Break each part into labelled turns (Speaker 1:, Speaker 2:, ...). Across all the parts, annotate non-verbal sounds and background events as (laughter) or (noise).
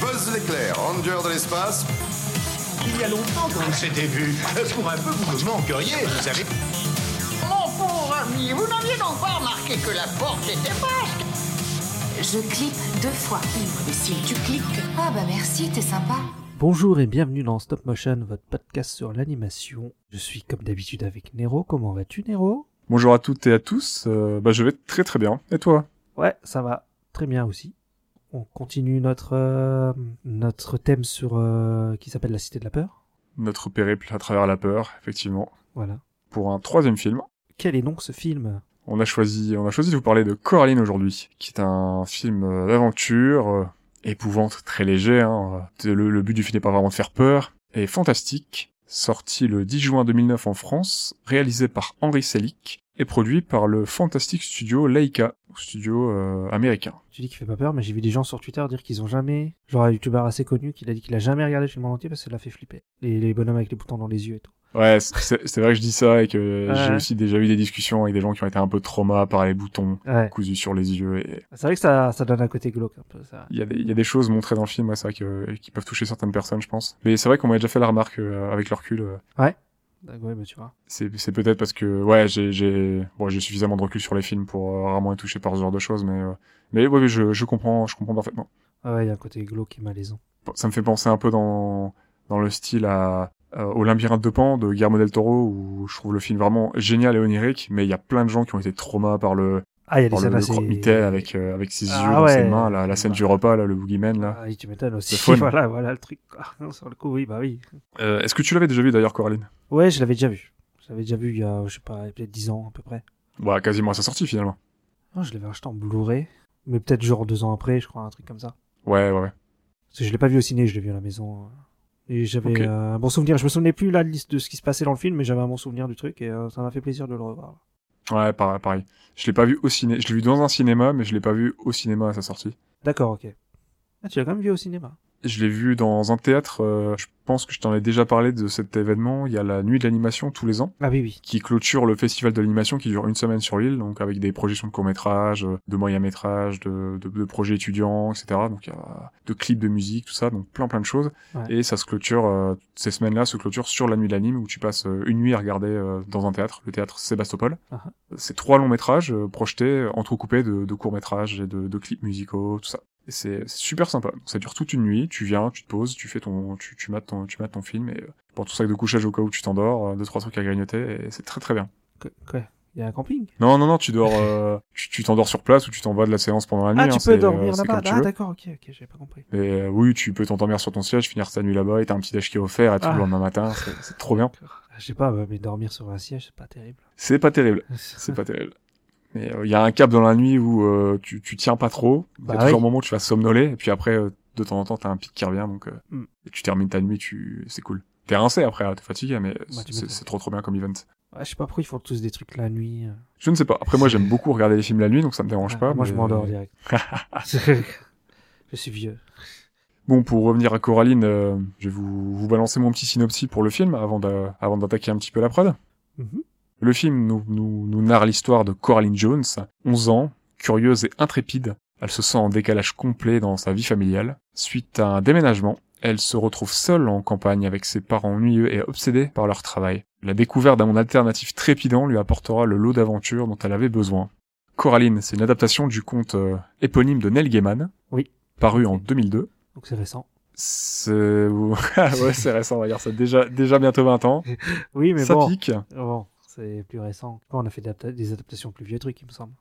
Speaker 1: Miles l'éclair, ranger de l'espace.
Speaker 2: Il y a longtemps qu'on s'est débuts. Pour un peu, vous me manqueriez, vous savez.
Speaker 3: Mon pauvre ami, vous n'aviez donc pas remarqué que la porte était basque
Speaker 4: Je clique deux fois. Livre des signes, tu cliques. Ah bah merci, t'es sympa.
Speaker 5: Bonjour et bienvenue dans Stop Motion, votre podcast sur l'animation. Je suis comme d'habitude avec Nero. Comment vas-tu, Nero
Speaker 6: Bonjour à toutes et à tous. Euh, bah, je vais très très bien. Et toi
Speaker 5: Ouais, ça va très bien aussi. On continue notre euh, notre thème sur euh, qui s'appelle la Cité de la peur.
Speaker 6: Notre périple à travers la peur, effectivement,
Speaker 5: Voilà.
Speaker 6: pour un troisième film.
Speaker 5: Quel est donc ce film
Speaker 6: On a choisi, on a choisi de vous parler de Coraline aujourd'hui, qui est un film euh, d'aventure, euh, épouvante, très léger. hein. Le, le but du film n'est pas vraiment de faire peur, et fantastique. Sorti le 10 juin 2009 en France, réalisé par Henri Selick et produit par le fantastique studio Laika, studio euh, américain.
Speaker 5: Tu dis qu'il fait pas peur, mais j'ai vu des gens sur Twitter dire qu'ils ont jamais, genre un youtubeur assez connu, qui a dit qu'il a jamais regardé le film en entier parce que ça l'a fait flipper. Les, les bonhommes avec les boutons dans les yeux et tout.
Speaker 6: Ouais, c- c'est c'est vrai que je dis ça et que
Speaker 5: Ouais.
Speaker 6: j'ai aussi déjà eu des discussions avec des gens qui ont été un peu traumas par les boutons
Speaker 5: Ouais.
Speaker 6: cousus sur les yeux. Et
Speaker 5: C'est vrai que ça, ça donne un côté glauque un peu. Ça.
Speaker 6: il y a des, il y a des choses montrées dans le film, ouais, c'est vrai que, qui peuvent toucher certaines personnes, je pense. Mais c'est vrai qu'on m'a déjà fait la remarque euh, avec le recul. euh,
Speaker 5: Donc, ouais, mais tu vois.
Speaker 6: C'est c'est peut-être parce que ouais, j'ai j'ai bon, j'ai suffisamment de recul sur les films pour euh, rarement être touché par ce genre de choses, mais euh, mais ouais, ouais, je, je comprends, je comprends parfaitement.
Speaker 5: Ah Ouais, il y a un côté glauque et malaisant.
Speaker 6: ça me fait penser un peu dans dans le style à euh, au labyrinthe de Pan de Guillermo del Toro où je trouve le film vraiment génial et onirique mais il y a plein de gens qui ont été traumas par le
Speaker 5: Ah, il y a des
Speaker 6: par le,
Speaker 5: scènes
Speaker 6: le
Speaker 5: assez.
Speaker 6: croque-mitaine avec euh, avec ses
Speaker 5: Ah
Speaker 6: yeux dans ses
Speaker 5: ouais.
Speaker 6: mains la, la scène du repas là le boogeyman là
Speaker 5: Ah, oui, tu m'étonnes aussi.
Speaker 6: Hein. Le
Speaker 5: (laughs)
Speaker 6: faune.
Speaker 5: Voilà, voilà le truc. quoi. Non, sur le coup, oui, bah oui.
Speaker 6: Euh, est-ce que tu l'avais déjà vu d'ailleurs Coraline
Speaker 5: Ouais, je l'avais déjà vu. Je l'avais déjà vu il y a, je sais pas, peut-être 10 ans à peu près.
Speaker 6: bah quasiment à sa sortie finalement
Speaker 5: Non, je l'avais acheté en Blu-ray, mais peut-être genre deux ans après, je crois, un truc comme ça.
Speaker 6: ouais ouais, ouais.
Speaker 5: Parce que je l'ai pas vu au ciné, je l'ai vu à la maison. euh. Et j'avais
Speaker 6: Ok.
Speaker 5: euh, un bon souvenir. Je me souvenais plus là de l'his- de ce qui se passait dans le film, mais j'avais un bon souvenir du truc et euh, ça m'a fait plaisir de le revoir.
Speaker 6: ouais pareil, pareil je l'ai pas vu au ciné je l'ai vu dans un cinéma mais je l'ai pas vu au cinéma à sa sortie
Speaker 5: D'accord, ok. Ah, tu l'as quand même vu au cinéma.
Speaker 6: je l'ai vu dans un théâtre euh, je pense que je t'en ai déjà parlé de cet événement il y a la nuit de l'animation tous les ans
Speaker 5: Ah oui, oui.
Speaker 6: qui clôture le festival de l'animation qui dure une semaine sur l'île, donc avec des projections de courts-métrages, euh, de moyens-métrages, de, de, de projets étudiants, etc. Donc il y a de clips de musique, tout ça, donc plein plein de choses.
Speaker 5: Ouais.
Speaker 6: Et ça se clôture, euh, ces semaines-là se clôturent sur la nuit de l'anime où tu passes euh, une nuit à regarder euh, dans un théâtre, le théâtre Sébastopol.
Speaker 5: Ah ah.
Speaker 6: C'est trois longs métrages euh, projetés, euh, entrecoupés de, de courts-métrages et de, de clips musicaux, tout ça. Et C'est c'est super sympa. Donc, Ça dure toute une nuit. Tu viens, tu te poses, tu fais ton, tu, tu mates ton, tu mates ton film et euh, prends ton sac de couchage au cas où tu t'endors, euh, deux trois trucs à grignoter et c'est très très bien.
Speaker 5: Que- Quoi Il y a un camping.
Speaker 6: Non, non, non, tu dors, euh, tu tu t'endors sur place ou tu t'en vas de la séance pendant la nuit.
Speaker 5: ah, tu
Speaker 6: hein,
Speaker 5: peux
Speaker 6: c'est,
Speaker 5: dormir
Speaker 6: euh, c'est
Speaker 5: là-bas.
Speaker 6: comme tu
Speaker 5: Ah,
Speaker 6: veux.
Speaker 5: d'accord, ok, ok, j'avais pas compris.
Speaker 6: Mais euh, oui, tu peux t'endormir sur ton siège, finir ta nuit là-bas et t'as un petit déj qui est offert et tout
Speaker 5: Ah.
Speaker 6: le lendemain matin. c'est- C'est trop bien.
Speaker 5: D'accord. Je sais pas, mais dormir sur un siège, c'est pas
Speaker 6: (laughs)
Speaker 5: terrible.
Speaker 6: C'est pas terrible. C'est pas terrible. Mais euh, il y a un cap dans la nuit où euh, tu, tu tiens pas trop. Il
Speaker 5: Bah
Speaker 6: y a toujours
Speaker 5: oui.
Speaker 6: un moment où tu vas somnoler et puis après, euh, de temps en temps, t'as un pic qui revient donc euh,
Speaker 5: Hmm.
Speaker 6: et tu termines ta nuit, tu c'est cool. T'es rincé après, hein, t'es fatigué, mais
Speaker 5: Bah, tu
Speaker 6: c'est
Speaker 5: m'étonnes.
Speaker 6: c'est trop trop bien comme event.
Speaker 5: Ouais, je sais pas pourquoi ils font tous des trucs la nuit. euh.
Speaker 6: Je ne sais pas. Après, moi, j'aime beaucoup regarder les films la nuit, donc ça me dérange
Speaker 5: Ah,
Speaker 6: pas.
Speaker 5: Moi, je
Speaker 6: mais- euh,
Speaker 5: m'endors
Speaker 6: (laughs)
Speaker 5: direct. (laughs) je suis vieux.
Speaker 6: Bon, pour revenir à Coraline, euh, je vais vous, vous balancer mon petit synopsis pour le film avant d'a- avant d'attaquer un petit peu la prod.
Speaker 5: Mhm.
Speaker 6: Le film nous, nous, nous narre l'histoire de Coraline Jones, 11 ans, curieuse et intrépide. Elle se sent en décalage complet dans sa vie familiale. Suite à un déménagement, elle se retrouve seule en campagne avec ses parents ennuyeux et obsédés par leur travail. La découverte d'un monde alternatif trépidant lui apportera le lot d'aventures dont elle avait besoin. Coraline, c'est une adaptation du conte euh, éponyme de Neil Gaiman,
Speaker 5: Oui.
Speaker 6: paru en 2002.
Speaker 5: Donc, c'est récent.
Speaker 6: C'est (laughs) Ah ouais, c'est récent, on va dire ça. Déjà, déjà bientôt 20 ans.
Speaker 5: Oui, mais
Speaker 6: ça
Speaker 5: bon.
Speaker 6: pique.
Speaker 5: Bon, c'est plus récent. On a fait d'adapta- des adaptations plus vieux trucs, il me semble.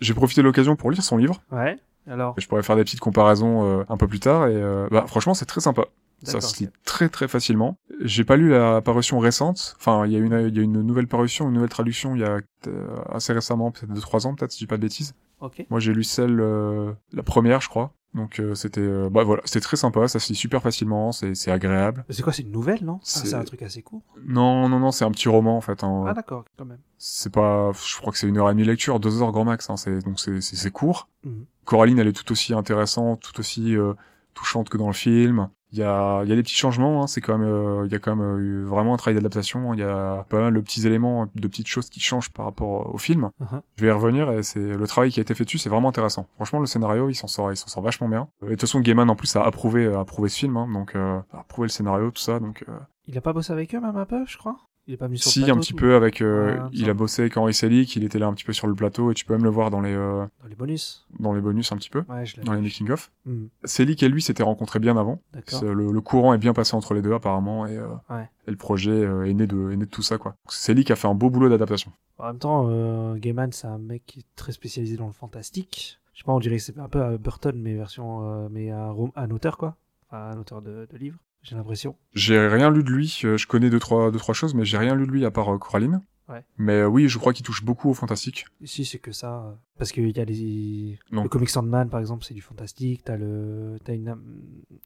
Speaker 6: J'ai profité de l'occasion pour lire son livre.
Speaker 5: Ouais. Alors,
Speaker 6: Je pourrais faire des petites comparaisons euh, un peu plus tard. Et euh, bah, franchement, c'est très sympa. Ça
Speaker 5: d'accord,
Speaker 6: se lit
Speaker 5: ok.
Speaker 6: très très facilement. J'ai pas lu la parution récente. Enfin, il y, a une- il y a une nouvelle parution, une nouvelle traduction il y a euh, assez récemment, peut-être 2-3 ans, peut-être, si je dis pas de bêtises.
Speaker 5: Ok.
Speaker 6: Moi, j'ai lu celle, euh, la première, je crois. Donc, euh, c'était euh, bah, voilà, c'était très sympa. Ça se lit super facilement. C'est c'est agréable.
Speaker 5: C'est quoi, c'est une nouvelle, non Ah, C'est
Speaker 6: C'est-
Speaker 5: un truc assez court.
Speaker 6: Non, non, non, c'est un petit roman en fait. hein.
Speaker 5: Ah, d'accord, quand même.
Speaker 6: c'est pas je crois que c'est une heure et demie de lecture deux heures grand max hein, c'est donc c'est c'est c'est court
Speaker 5: Mhm.
Speaker 6: Coraline elle est tout aussi intéressante tout aussi euh, touchante que dans le film Il y a, il y a des petits changements, hein, c'est quand même, euh, il y a quand même euh, eu vraiment un travail d'adaptation. hein, Il y a pas mal de petits éléments, de petites choses qui changent par rapport au film.
Speaker 5: Mhm.
Speaker 6: Je vais y revenir et c'est le travail qui a été fait dessus, c'est vraiment intéressant. Franchement, le scénario, il s'en sort, il s'en sort vachement bien. Et de toute façon, Gaiman en plus a approuvé, a approuvé ce film, hein, donc euh, a approuvé le scénario, tout ça. Donc euh,
Speaker 5: Il a pas bossé avec eux, même un peu, je crois Il est pas venu sur le
Speaker 6: si un
Speaker 5: plateau,
Speaker 6: petit
Speaker 5: tout
Speaker 6: peu avec, euh,
Speaker 5: Ouais,
Speaker 6: il
Speaker 5: ça.
Speaker 6: a bossé avec Henri Selick, il était là un petit peu sur le plateau et tu peux même le voir dans les, euh,
Speaker 5: Dans les bonus.
Speaker 6: dans les bonus un petit peu,
Speaker 5: Ouais, je l'ai.
Speaker 6: dans les making of.
Speaker 5: Hmm,
Speaker 6: Selick et lui s'étaient rencontrés bien avant.
Speaker 5: D'accord.
Speaker 6: C'est- Le, le courant est bien passé entre les deux apparemment et, euh,
Speaker 5: Ouais.
Speaker 6: et le projet euh, est, né de, est né de tout ça quoi. Donc, C'est lui qui a fait un beau boulot d'adaptation.
Speaker 5: En même temps, euh, Gaiman, c'est un mec qui est très spécialisé dans le fantastique. Je sais pas, on dirait que c'est un peu euh, Burton, mais version, euh, mais un, rom- un auteur quoi, enfin, un auteur de, de livre. J'ai l'impression.
Speaker 6: J'ai rien lu de lui, euh, je connais deux trois, deux, trois choses mais j'ai rien lu de lui à part euh, Coraline.
Speaker 5: Ouais.
Speaker 6: Mais euh, oui, je crois qu'il touche beaucoup au fantastique.
Speaker 5: Ici, c'est que ça, euh, parce qu'il y a les
Speaker 6: Non.
Speaker 5: le comic Sandman par exemple, c'est du fantastique. T'as le, t'as une,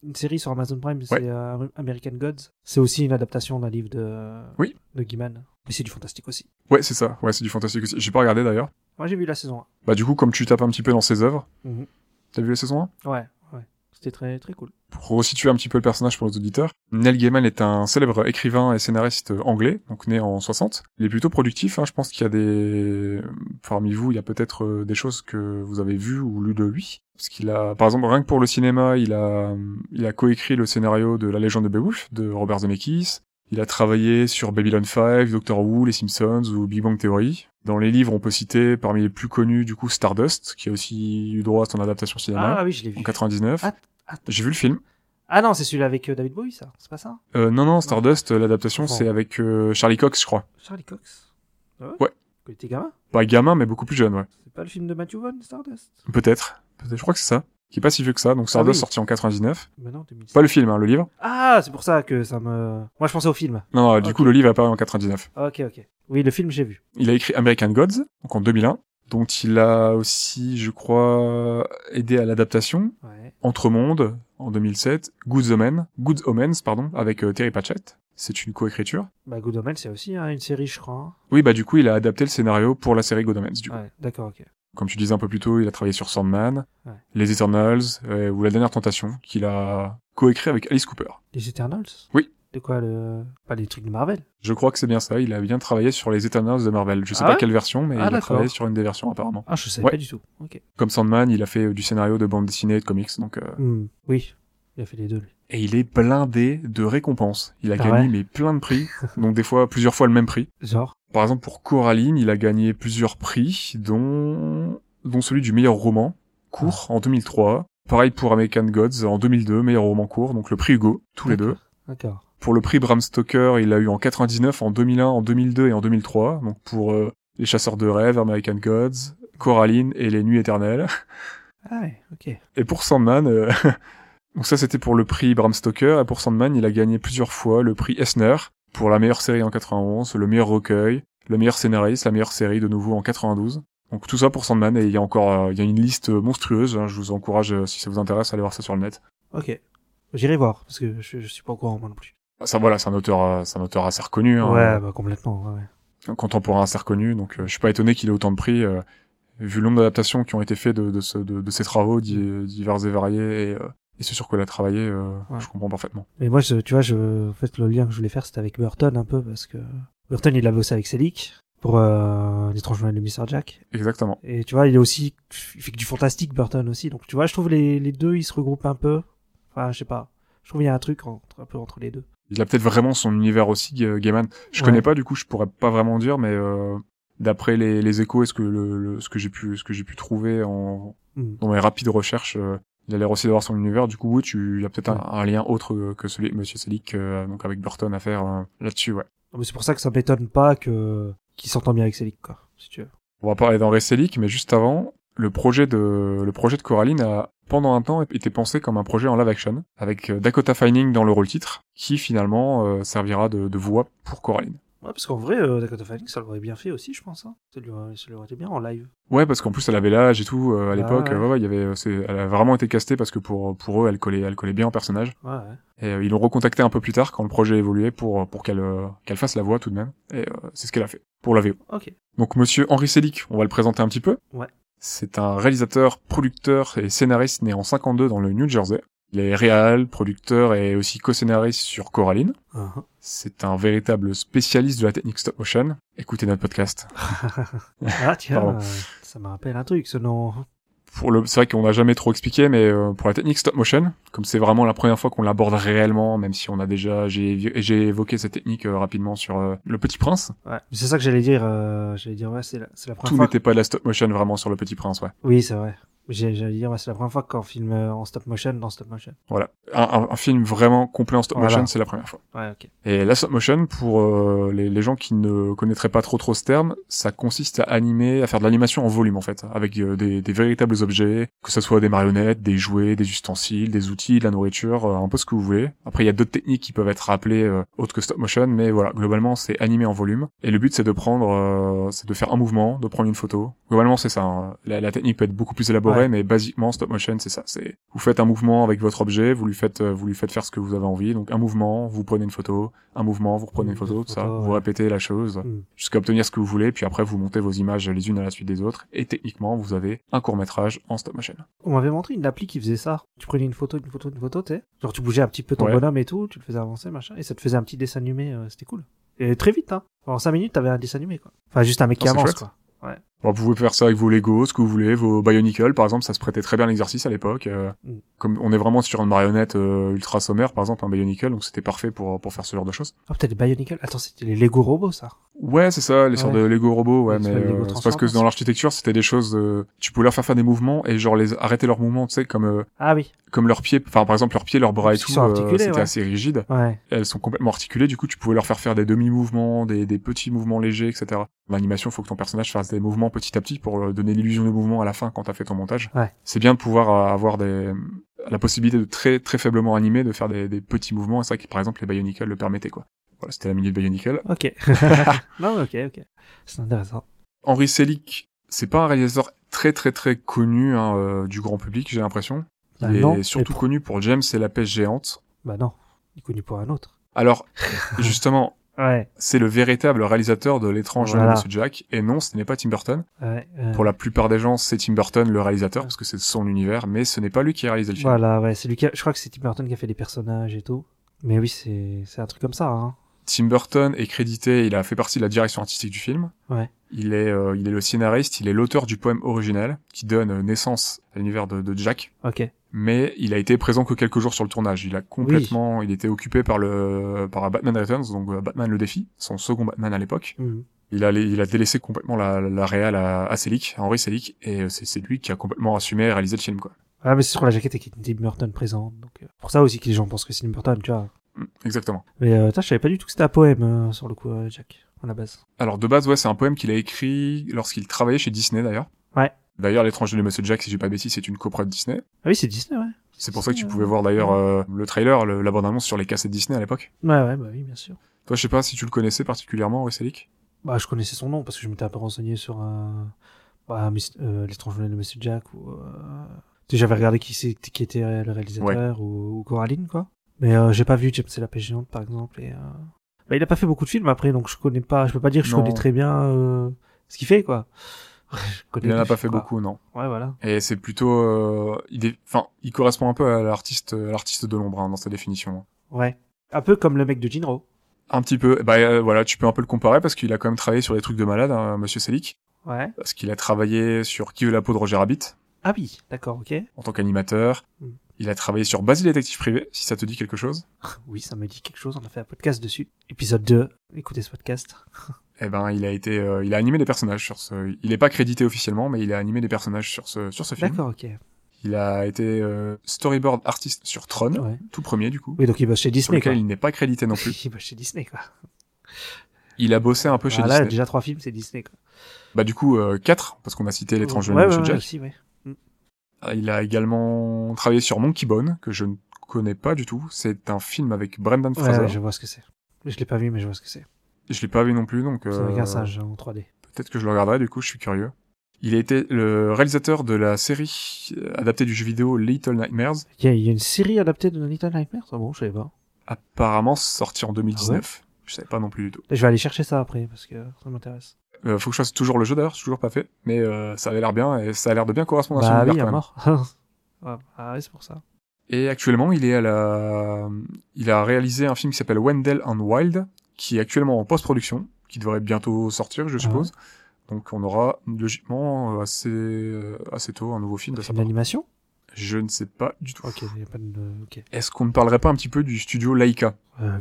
Speaker 5: une série sur Amazon Prime, c'est euh, American Gods. C'est aussi une adaptation d'un livre de
Speaker 6: Oui.
Speaker 5: de Gaiman, mais c'est du fantastique aussi.
Speaker 6: Ouais, c'est ça. Ouais, c'est du fantastique aussi. J'ai pas regardé d'ailleurs.
Speaker 5: Moi, j'ai vu la saison
Speaker 6: Bah du coup, comme tu tapes un petit peu dans ses œuvres,
Speaker 5: Mhm.
Speaker 6: t'as vu la saison 1
Speaker 5: 1. Ouais, ouais, c'était très très cool.
Speaker 6: pour resituer un petit peu le personnage pour nos auditeurs, Neil Gaiman est un célèbre écrivain et scénariste anglais, donc né en 60. Il est plutôt productif, hein, je pense qu'il y a des... Parmi vous, il y a peut-être euh, des choses que vous avez vues ou lues de lui. Parce qu'il a, par exemple, rien que pour le cinéma, il a, il a coécrit le scénario de La légende de Beowulf, de Robert Zemeckis. Il a travaillé sur Babylon 5, Doctor Who, Les Simpsons ou Big Bang Theory. Dans les livres, on peut citer parmi les plus connus, du coup, Stardust, qui a aussi eu droit à son adaptation cinéma
Speaker 5: Ah oui, je l'ai vu.
Speaker 6: en 99.
Speaker 5: Att- attends.
Speaker 6: J'ai vu le film.
Speaker 5: Ah non, c'est celui-là avec euh, David Bowie, ça. C'est pas ça
Speaker 6: Euh, non, non, Stardust, euh, l'adaptation,
Speaker 5: Bon.
Speaker 6: c'est avec euh, Charlie Cox, je crois.
Speaker 5: Charlie Cox Ah
Speaker 6: Ouais.
Speaker 5: Quand il était gamin
Speaker 6: Pas gamin, mais beaucoup plus jeune, ouais.
Speaker 5: C'est pas le film de Matthew Vaughn, Stardust
Speaker 6: Peut-être. Peut-être, je crois que c'est ça. Qui est pas si vieux que ça, donc
Speaker 5: Ah
Speaker 6: Stardust
Speaker 5: oui.
Speaker 6: sorti en 99.
Speaker 5: Mais non, 2006.
Speaker 6: Pas le film, hein, le livre.
Speaker 5: Ah, c'est pour ça que ça me... Moi, je pensais au film.
Speaker 6: Non, non, du
Speaker 5: Ok.
Speaker 6: coup, le livre a paru en 99.
Speaker 5: Ok, ok. Oui, le film, j'ai vu.
Speaker 6: Il a écrit American Gods, donc en 2001, dont il a aussi, je crois, aidé à l'adaptation.
Speaker 5: Ouais.
Speaker 6: Entre Monde, en 2007. Good Omens, Good Omens, pardon, avec euh, Terry Patchett. C'est une coécriture.
Speaker 5: Bah, Good Omens, c'est aussi hein, une série, je crois. hein.
Speaker 6: Oui, bah du coup, il a adapté le scénario pour la série Good Omens, du coup.
Speaker 5: Ouais, d'accord, ok.
Speaker 6: Comme tu disais un peu plus tôt, il a travaillé sur Sandman,
Speaker 5: Ouais.
Speaker 6: Les Eternals euh, ou La Dernière Tentation, qu'il a coécrit avec Alice Cooper.
Speaker 5: Les Eternals
Speaker 6: Oui.
Speaker 5: De quoi, le... Pas les trucs de Marvel
Speaker 6: Je crois que c'est bien ça, il a bien travaillé sur Les Eternals de Marvel. Je sais
Speaker 5: Ah
Speaker 6: pas
Speaker 5: ouais
Speaker 6: quelle version, mais
Speaker 5: Ah,
Speaker 6: il a
Speaker 5: d'accord.
Speaker 6: travaillé sur une des versions apparemment.
Speaker 5: Ah, je savais
Speaker 6: Ouais.
Speaker 5: pas du tout. Ok.
Speaker 6: Comme Sandman, il a fait euh, du scénario de bande dessinée et de comics, donc... euh,
Speaker 5: Hmm, Oui, il a fait les deux, lui.
Speaker 6: Et il est blindé de récompenses. Il a
Speaker 5: Ah
Speaker 6: gagné
Speaker 5: ouais
Speaker 6: mais plein de prix, (laughs) donc des fois plusieurs fois le même prix.
Speaker 5: Genre
Speaker 6: Par exemple, pour Coraline, il a gagné plusieurs prix, dont, dont celui du meilleur roman court en 2003. Pareil pour American Gods en 2002, meilleur roman court, donc le prix Hugo, tous les deux.
Speaker 5: D'accord.
Speaker 6: Pour le prix Bram Stoker, il a eu en 99, en 2001, en 2002 et en 2003. Donc pour euh, Les Chasseurs de rêves, American Gods, Coraline et Les Nuits éternelles.
Speaker 5: Ah ouais, ok.
Speaker 6: Et pour Sandman, euh, (laughs) donc ça c'était pour le prix Bram Stoker, et pour Sandman, il a gagné plusieurs fois le prix Esner pour la meilleure série en 91, le meilleur recueil, le meilleur scénariste, la meilleure série de nouveau en 92. Donc tout ça pour Sandman, et il y a encore euh, il y a une liste monstrueuse, hein, je vous encourage, euh, si ça vous intéresse, à aller voir ça sur le net.
Speaker 5: Ok. J'irai voir, parce que je, je suis pas au courant, moi non plus.
Speaker 6: Ça voilà, c'est un auteur euh, c'est un auteur assez reconnu, hein,
Speaker 5: Ouais, bah, complètement, ouais, ouais.
Speaker 6: un contemporain assez reconnu, donc euh, je suis pas étonné qu'il ait autant de prix, euh, vu le nombre d'adaptations qui ont été faites de, de, ce- de, de ses travaux di- divers et variés, et, euh, et ce sur quoi il a travaillé, euh,
Speaker 5: Ouais.
Speaker 6: je comprends parfaitement.
Speaker 5: Mais moi, je- tu vois, je, en fait, le lien que je voulais faire, c'était avec Burton un peu, parce que Burton, il a bossé avec Selick pour euh, l'étrange journal de Mr. Jack.
Speaker 6: Exactement.
Speaker 5: Et tu vois, il est aussi, il fait que du fantastique, Burton aussi. Donc, tu vois, je trouve les, les deux, ils se regroupent un peu. Enfin, je sais pas. Je trouve qu'il y a un truc entre, un peu entre les deux.
Speaker 6: Il a peut-être vraiment son univers aussi, Ga- Gaiman. Je
Speaker 5: Ouais.
Speaker 6: connais pas, du coup, je pourrais pas vraiment dire, mais euh, d'après les, les échos et ce que, le, le- ce que j'ai pu, ce que j'ai pu trouver en,
Speaker 5: Hmm.
Speaker 6: dans mes rapides recherches, euh, il a l'air aussi d'avoir son univers. Du coup, oui, tu, il y a peut-être un-
Speaker 5: Ouais.
Speaker 6: un, lien autre euh, que celui de Monsieur Selick, euh, donc avec Burton à faire euh, là-dessus, ouais.
Speaker 5: Non, mais C'est pour ça que ça m'étonne pas que qu'il s'entend bien avec Selick, quoi, si tu veux.
Speaker 6: On va parler d'Henri Selick, mais juste avant, le projet de, le projet de Coraline a, pendant un temps, été pensé comme un projet en live action, avec euh, Dakota Fanning dans le rôle titre, qui finalement euh, servira de, de voix pour Coraline.
Speaker 5: Ouais, parce qu'en vrai, euh, Dakota Fanning, ça l'aurait bien fait aussi, je pense. Hein. Ça, lui aurait, ça lui aurait été bien en live.
Speaker 6: Ouais, parce qu'en plus elle avait l'âge et tout euh, à
Speaker 5: Ah
Speaker 6: l'époque.
Speaker 5: ouais.
Speaker 6: euh, ouais, ouais, il y avait, euh, c'est- elle a vraiment été castée parce que pour pour eux, elle collait, elle collait bien au personnage.
Speaker 5: Ouais, ouais.
Speaker 6: Et euh, ils l'ont recontactée un peu plus tard quand le projet évoluait pour pour qu'elle euh, qu'elle fasse la voix tout de même. Et euh, c'est ce qu'elle a fait pour la VO.
Speaker 5: Ok.
Speaker 6: Donc Monsieur Henri Selick, on va le présenter un petit peu.
Speaker 5: Ouais.
Speaker 6: C'est un réalisateur, producteur et scénariste né en 52 dans le New Jersey. Il est réal, producteur et aussi co-scénariste sur Coraline.
Speaker 5: Ah, ah.
Speaker 6: C'est un véritable spécialiste de la technique stop motion. Écoutez notre podcast.
Speaker 5: Ah, tiens,
Speaker 6: Pardon.
Speaker 5: euh, ça me rappelle un truc, ce nom.
Speaker 6: Pour le, c'est vrai qu'on n'a jamais trop expliqué, mais euh, pour la technique stop motion, comme c'est vraiment la première fois qu'on l'aborde réellement, même si on a déjà, j'ai, j'ai évoqué cette technique euh, rapidement sur euh, Le Petit Prince.
Speaker 5: Ouais. C'est ça que j'allais dire. euh, j'allais dire, ouais, c'est la, c'est la première
Speaker 6: Tout
Speaker 5: fois.
Speaker 6: n'était pas de la stop motion vraiment sur Le Petit Prince, ouais.
Speaker 5: Oui, c'est vrai. J'ai- J'allais dire, ouais, c'est la première fois qu'on filme euh, en stop motion dans stop motion.
Speaker 6: Voilà. Un, un- un film vraiment complet en stop
Speaker 5: Voilà.
Speaker 6: motion, c'est la première fois.
Speaker 5: Ouais, ok.
Speaker 6: Et la stop motion, pour euh, les, les gens qui ne connaîtraient pas trop trop ce terme, ça consiste à animer, à faire de l'animation en volume en fait, avec euh, des, des véritables objets, que ce soit des marionnettes, des jouets, des ustensiles, des outils, de la nourriture, euh, un peu ce que vous voulez. Après, il y a d'autres techniques qui peuvent être appelées euh, autres que stop motion, mais voilà, globalement, c'est animé en volume. Et le but, c'est de prendre, euh, c'est de faire un mouvement, de prendre une photo. Globalement, c'est ça. hein. La, la technique peut être beaucoup plus élaborée,
Speaker 5: Ouais.
Speaker 6: mais basiquement, stop motion, c'est ça. C'est vous faites un mouvement avec votre objet, vous lui faites, euh, vous lui faites faire ce que vous avez envie. Donc un mouvement, vous prenez une photo, un mouvement, vous reprenez une
Speaker 5: Mmh, Une
Speaker 6: photo, tout ça,
Speaker 5: photo,
Speaker 6: vous
Speaker 5: ouais.
Speaker 6: répétez la chose
Speaker 5: Mm.
Speaker 6: jusqu'à obtenir ce que vous voulez, puis après vous montez vos images les unes à la suite des autres, et techniquement vous avez un court métrage en stop motion.
Speaker 5: On m'avait montré une appli qui faisait ça. Tu prenais une photo, une photo, une photo, tu sais. Genre, tu bougeais un petit peu ton
Speaker 6: Ouais.
Speaker 5: bonhomme et tout, tu le faisais avancer, machin, et ça te faisait un petit dessin animé, euh, c'était cool. Et très vite, hein. En 5 minutes, t'avais un dessin animé, quoi. Enfin, juste un mec
Speaker 6: Ah,
Speaker 5: qui
Speaker 6: c'est
Speaker 5: avance,
Speaker 6: chouette.
Speaker 5: quoi.
Speaker 6: Alors, vous pouvez faire ça avec vos Lego, ce que vous voulez, vos Bionicle par exemple, ça se prêtait très bien à l'exercice à l'époque. euh,
Speaker 5: Mm.
Speaker 6: Comme on est vraiment sur une marionnette euh, ultra sommaire par exemple, un Bionicle, donc c'était parfait pour pour faire ce genre de choses.
Speaker 5: Ah, peut-être les Bionicle. Attends, c'était les Lego robots, ça.
Speaker 6: Ouais, c'est ça, les sortes
Speaker 5: Ah Ouais.
Speaker 6: de Lego robots, ouais,
Speaker 5: Ils
Speaker 6: mais
Speaker 5: s'appellent Lego
Speaker 6: euh, c'est parce que
Speaker 5: Transformers.
Speaker 6: dans l'architecture, c'était des choses, euh, tu pouvais leur faire faire des mouvements et genre les arrêter leurs mouvements, tu sais, comme euh,
Speaker 5: Ah oui.
Speaker 6: comme leurs pieds, enfin par exemple leurs pieds, leurs bras et
Speaker 5: Parce
Speaker 6: tout,
Speaker 5: qu'ils sont
Speaker 6: euh,
Speaker 5: articulés,
Speaker 6: c'était
Speaker 5: ouais.
Speaker 6: assez rigide.
Speaker 5: Ouais.
Speaker 6: Elles sont complètement articulées, du coup tu pouvais leur faire faire des demi-mouvements, des, des petits mouvements légers, etc. En animation, faut que ton personnage fasse des mouvements petit à petit pour euh, donner l'illusion de mouvement à la fin quand t'as fait ton montage.
Speaker 5: Ouais.
Speaker 6: C'est bien de pouvoir euh, avoir des la possibilité de très très faiblement animer, de faire des, des petits mouvements, et ça qui par exemple les Bionicle le permettaient quoi. Voilà, c'était la minute Bionicle. (laughs)
Speaker 5: Ok. non, mais ok, ok. C'est intéressant.
Speaker 6: Henri Selick, c'est pas un réalisateur très très très connu hein, euh, du grand public, j'ai l'impression.
Speaker 5: Bah,
Speaker 6: Il
Speaker 5: non.
Speaker 6: est surtout
Speaker 5: Et-
Speaker 6: connu pour James et la pêche géante.
Speaker 5: Bah, non. Il est connu pour un autre. (laughs)
Speaker 6: Alors, justement,
Speaker 5: Ouais.
Speaker 6: c'est le véritable réalisateur de l'étrange Journée
Speaker 5: Voilà.
Speaker 6: de Monsieur Jack. Et non, ce n'est pas Tim Burton.
Speaker 5: Ouais. euh,
Speaker 6: Pour la plupart des gens, c'est Tim Burton, le réalisateur, parce que c'est son univers, mais ce n'est pas lui qui a réalisé le film.
Speaker 5: Voilà, ouais, c'est lui qui a- Je crois que c'est Tim Burton qui a fait les personnages et tout. Mais oui, c'est c'est un truc comme ça, hein.
Speaker 6: Tim Burton est crédité, il a fait partie de la direction artistique du film.
Speaker 5: Ouais.
Speaker 6: Il est, euh, il est le scénariste, il est l'auteur du poème original qui donne euh, naissance à l'univers de- de Jack.
Speaker 5: Ok.
Speaker 6: mais il a été présent que quelques jours sur le tournage. Il a complètement, il était occupé par le par Batman Returns, donc euh, Batman le défi, son second Batman à l'époque.
Speaker 5: Mhm.
Speaker 6: Il a il a délaissé complètement la la réal à, à Selick, à Henry Selick, et euh, c'est c'est lui qui a complètement assumé et réalisé le film quoi.
Speaker 5: Ah, mais c'est sur la jaquette et qu'il y a Tim Burton présent. Donc, euh, pour ça aussi que les gens pensent que c'est Tim Burton, tu vois.
Speaker 6: Mm, Exactement.
Speaker 5: Mais euh, tain, je savais pas du tout que c'était un poème, euh, sur le coup, euh, Jack, à la base.
Speaker 6: Alors de base ouais, c'est un poème qu'il a écrit lorsqu'il travaillait chez Disney d'ailleurs.
Speaker 5: Ouais.
Speaker 6: D'ailleurs, l'étranger de Monsieur Jack, si j'ai pas de bêtises, c'est une coprode Disney.
Speaker 5: Ah oui, c'est Disney, ouais.
Speaker 6: C'est pour ça que tu
Speaker 5: Disney,
Speaker 6: pouvais
Speaker 5: ouais.
Speaker 6: voir d'ailleurs euh, le trailer, le- la bande-annonce sur les cassettes Disney à l'époque.
Speaker 5: Ouais, ouais, bah oui, bien sûr.
Speaker 6: Toi, je sais pas si tu le connaissais particulièrement, Henry Selick.
Speaker 5: Bah, je connaissais son nom parce que je m'étais un peu renseigné sur euh, bah, Miss- euh, l'étrange journée de Monsieur Jack ou. Euh... tu sais, J'avais regardé qui, c'est- qui était le réalisateur ou, ou Coraline, quoi. Mais euh, j'ai pas vu James et la pêche géante, par exemple. Et, euh, bah, il a pas fait beaucoup de films après, donc je connais pas. Je peux pas dire que je
Speaker 6: Non.
Speaker 5: connais très bien euh, ce qu'il fait, quoi. (laughs) Je connais
Speaker 6: Il en a
Speaker 5: deux
Speaker 6: pas fait
Speaker 5: films, quoi.
Speaker 6: beaucoup, non.
Speaker 5: Ouais, voilà.
Speaker 6: Et c'est plutôt, euh, il est- enfin, il correspond un peu à l'artiste, à l'artiste de l'ombre hein, dans sa définition. hein.
Speaker 5: Ouais. Un peu comme le mec de Jinro.
Speaker 6: Un petit peu, bah euh, voilà, tu peux un peu le comparer parce qu'il a quand même travaillé sur des trucs de malade, hein, Monsieur Selick,
Speaker 5: Ouais.
Speaker 6: parce qu'il a travaillé sur Qui veut la peau de Roger Rabbit
Speaker 5: Ah oui, d'accord, ok.
Speaker 6: en tant qu'animateur.
Speaker 5: Mm.
Speaker 6: Il a travaillé sur Basile détective privé, si ça te dit quelque chose.
Speaker 5: Oui, ça me dit quelque chose. On a fait un podcast dessus. Épisode 2. Écoutez ce podcast.
Speaker 6: Eh ben, il a été, euh, il a animé des personnages sur ce. Il est pas crédité officiellement, mais il a animé des personnages sur ce, sur ce film.
Speaker 5: D'accord, ok.
Speaker 6: Il a été euh, storyboard artiste sur Tron,
Speaker 5: Ouais.
Speaker 6: tout premier du coup,
Speaker 5: Oui, donc il bosse chez
Speaker 6: Ah sur
Speaker 5: Disney,
Speaker 6: lequel
Speaker 5: quoi.
Speaker 6: il n'est pas crédité non plus.
Speaker 5: (laughs) Il bosse Bah, chez Disney, quoi.
Speaker 6: Il a bossé un peu chez
Speaker 5: Ah, là,
Speaker 6: Disney.
Speaker 5: déjà trois films, c'est Disney, quoi.
Speaker 6: Bah du coup 4 parce qu'on a cité l'étrange
Speaker 5: ouais,
Speaker 6: Journée de
Speaker 5: ouais,
Speaker 6: Monsieur
Speaker 5: ouais,
Speaker 6: Jack.
Speaker 5: aussi, ouais.
Speaker 6: Euh, Il a également travaillé sur Monkey Bone que je ne connais pas du tout. C'est un film avec Brendan
Speaker 5: Ouais,
Speaker 6: Fraser.
Speaker 5: ouais, je vois ce que c'est. Je l'ai pas vu, mais je vois ce que c'est.
Speaker 6: je l'ai pas vu non plus donc
Speaker 5: C'est
Speaker 6: euh,
Speaker 5: avec un singe en 3D.
Speaker 6: peut-être que je le regarderai du coup. Je suis curieux. Il a été le réalisateur de la série euh, adaptée du jeu vidéo Little Nightmares,
Speaker 5: Il y, a, il y a une série adaptée de Little Nightmares Ah bon, je savais pas.
Speaker 6: apparemment sortie en
Speaker 5: Ah
Speaker 6: 2019. Je savais pas non plus du tout.
Speaker 5: Je vais aller chercher ça après, parce que ça m'intéresse.
Speaker 6: Euh, faut que je fasse toujours le jeu d'ailleurs, j'ai toujours pas fait, mais euh, ça avait l'air bien et ça a l'air de bien correspondre à son
Speaker 5: Bah (laughs)
Speaker 6: univers
Speaker 5: oui,
Speaker 6: quand
Speaker 5: à
Speaker 6: même.
Speaker 5: mort. Ouais, ah oui, c'est pour ça.
Speaker 6: Et actuellement, il est à la, il a réalisé un film qui s'appelle Wendell and Wild, qui est actuellement en post-production, qui devrait bientôt sortir, je suppose. Donc, on aura logiquement euh, assez, euh, assez tôt un nouveau film de
Speaker 5: C'est
Speaker 6: sa
Speaker 5: une
Speaker 6: part.
Speaker 5: animation
Speaker 6: Je ne sais pas du tout.
Speaker 5: Ok, y a pas de... ok.
Speaker 6: Est-ce qu'on ne parlerait pas un petit peu du studio Laika
Speaker 5: Euh,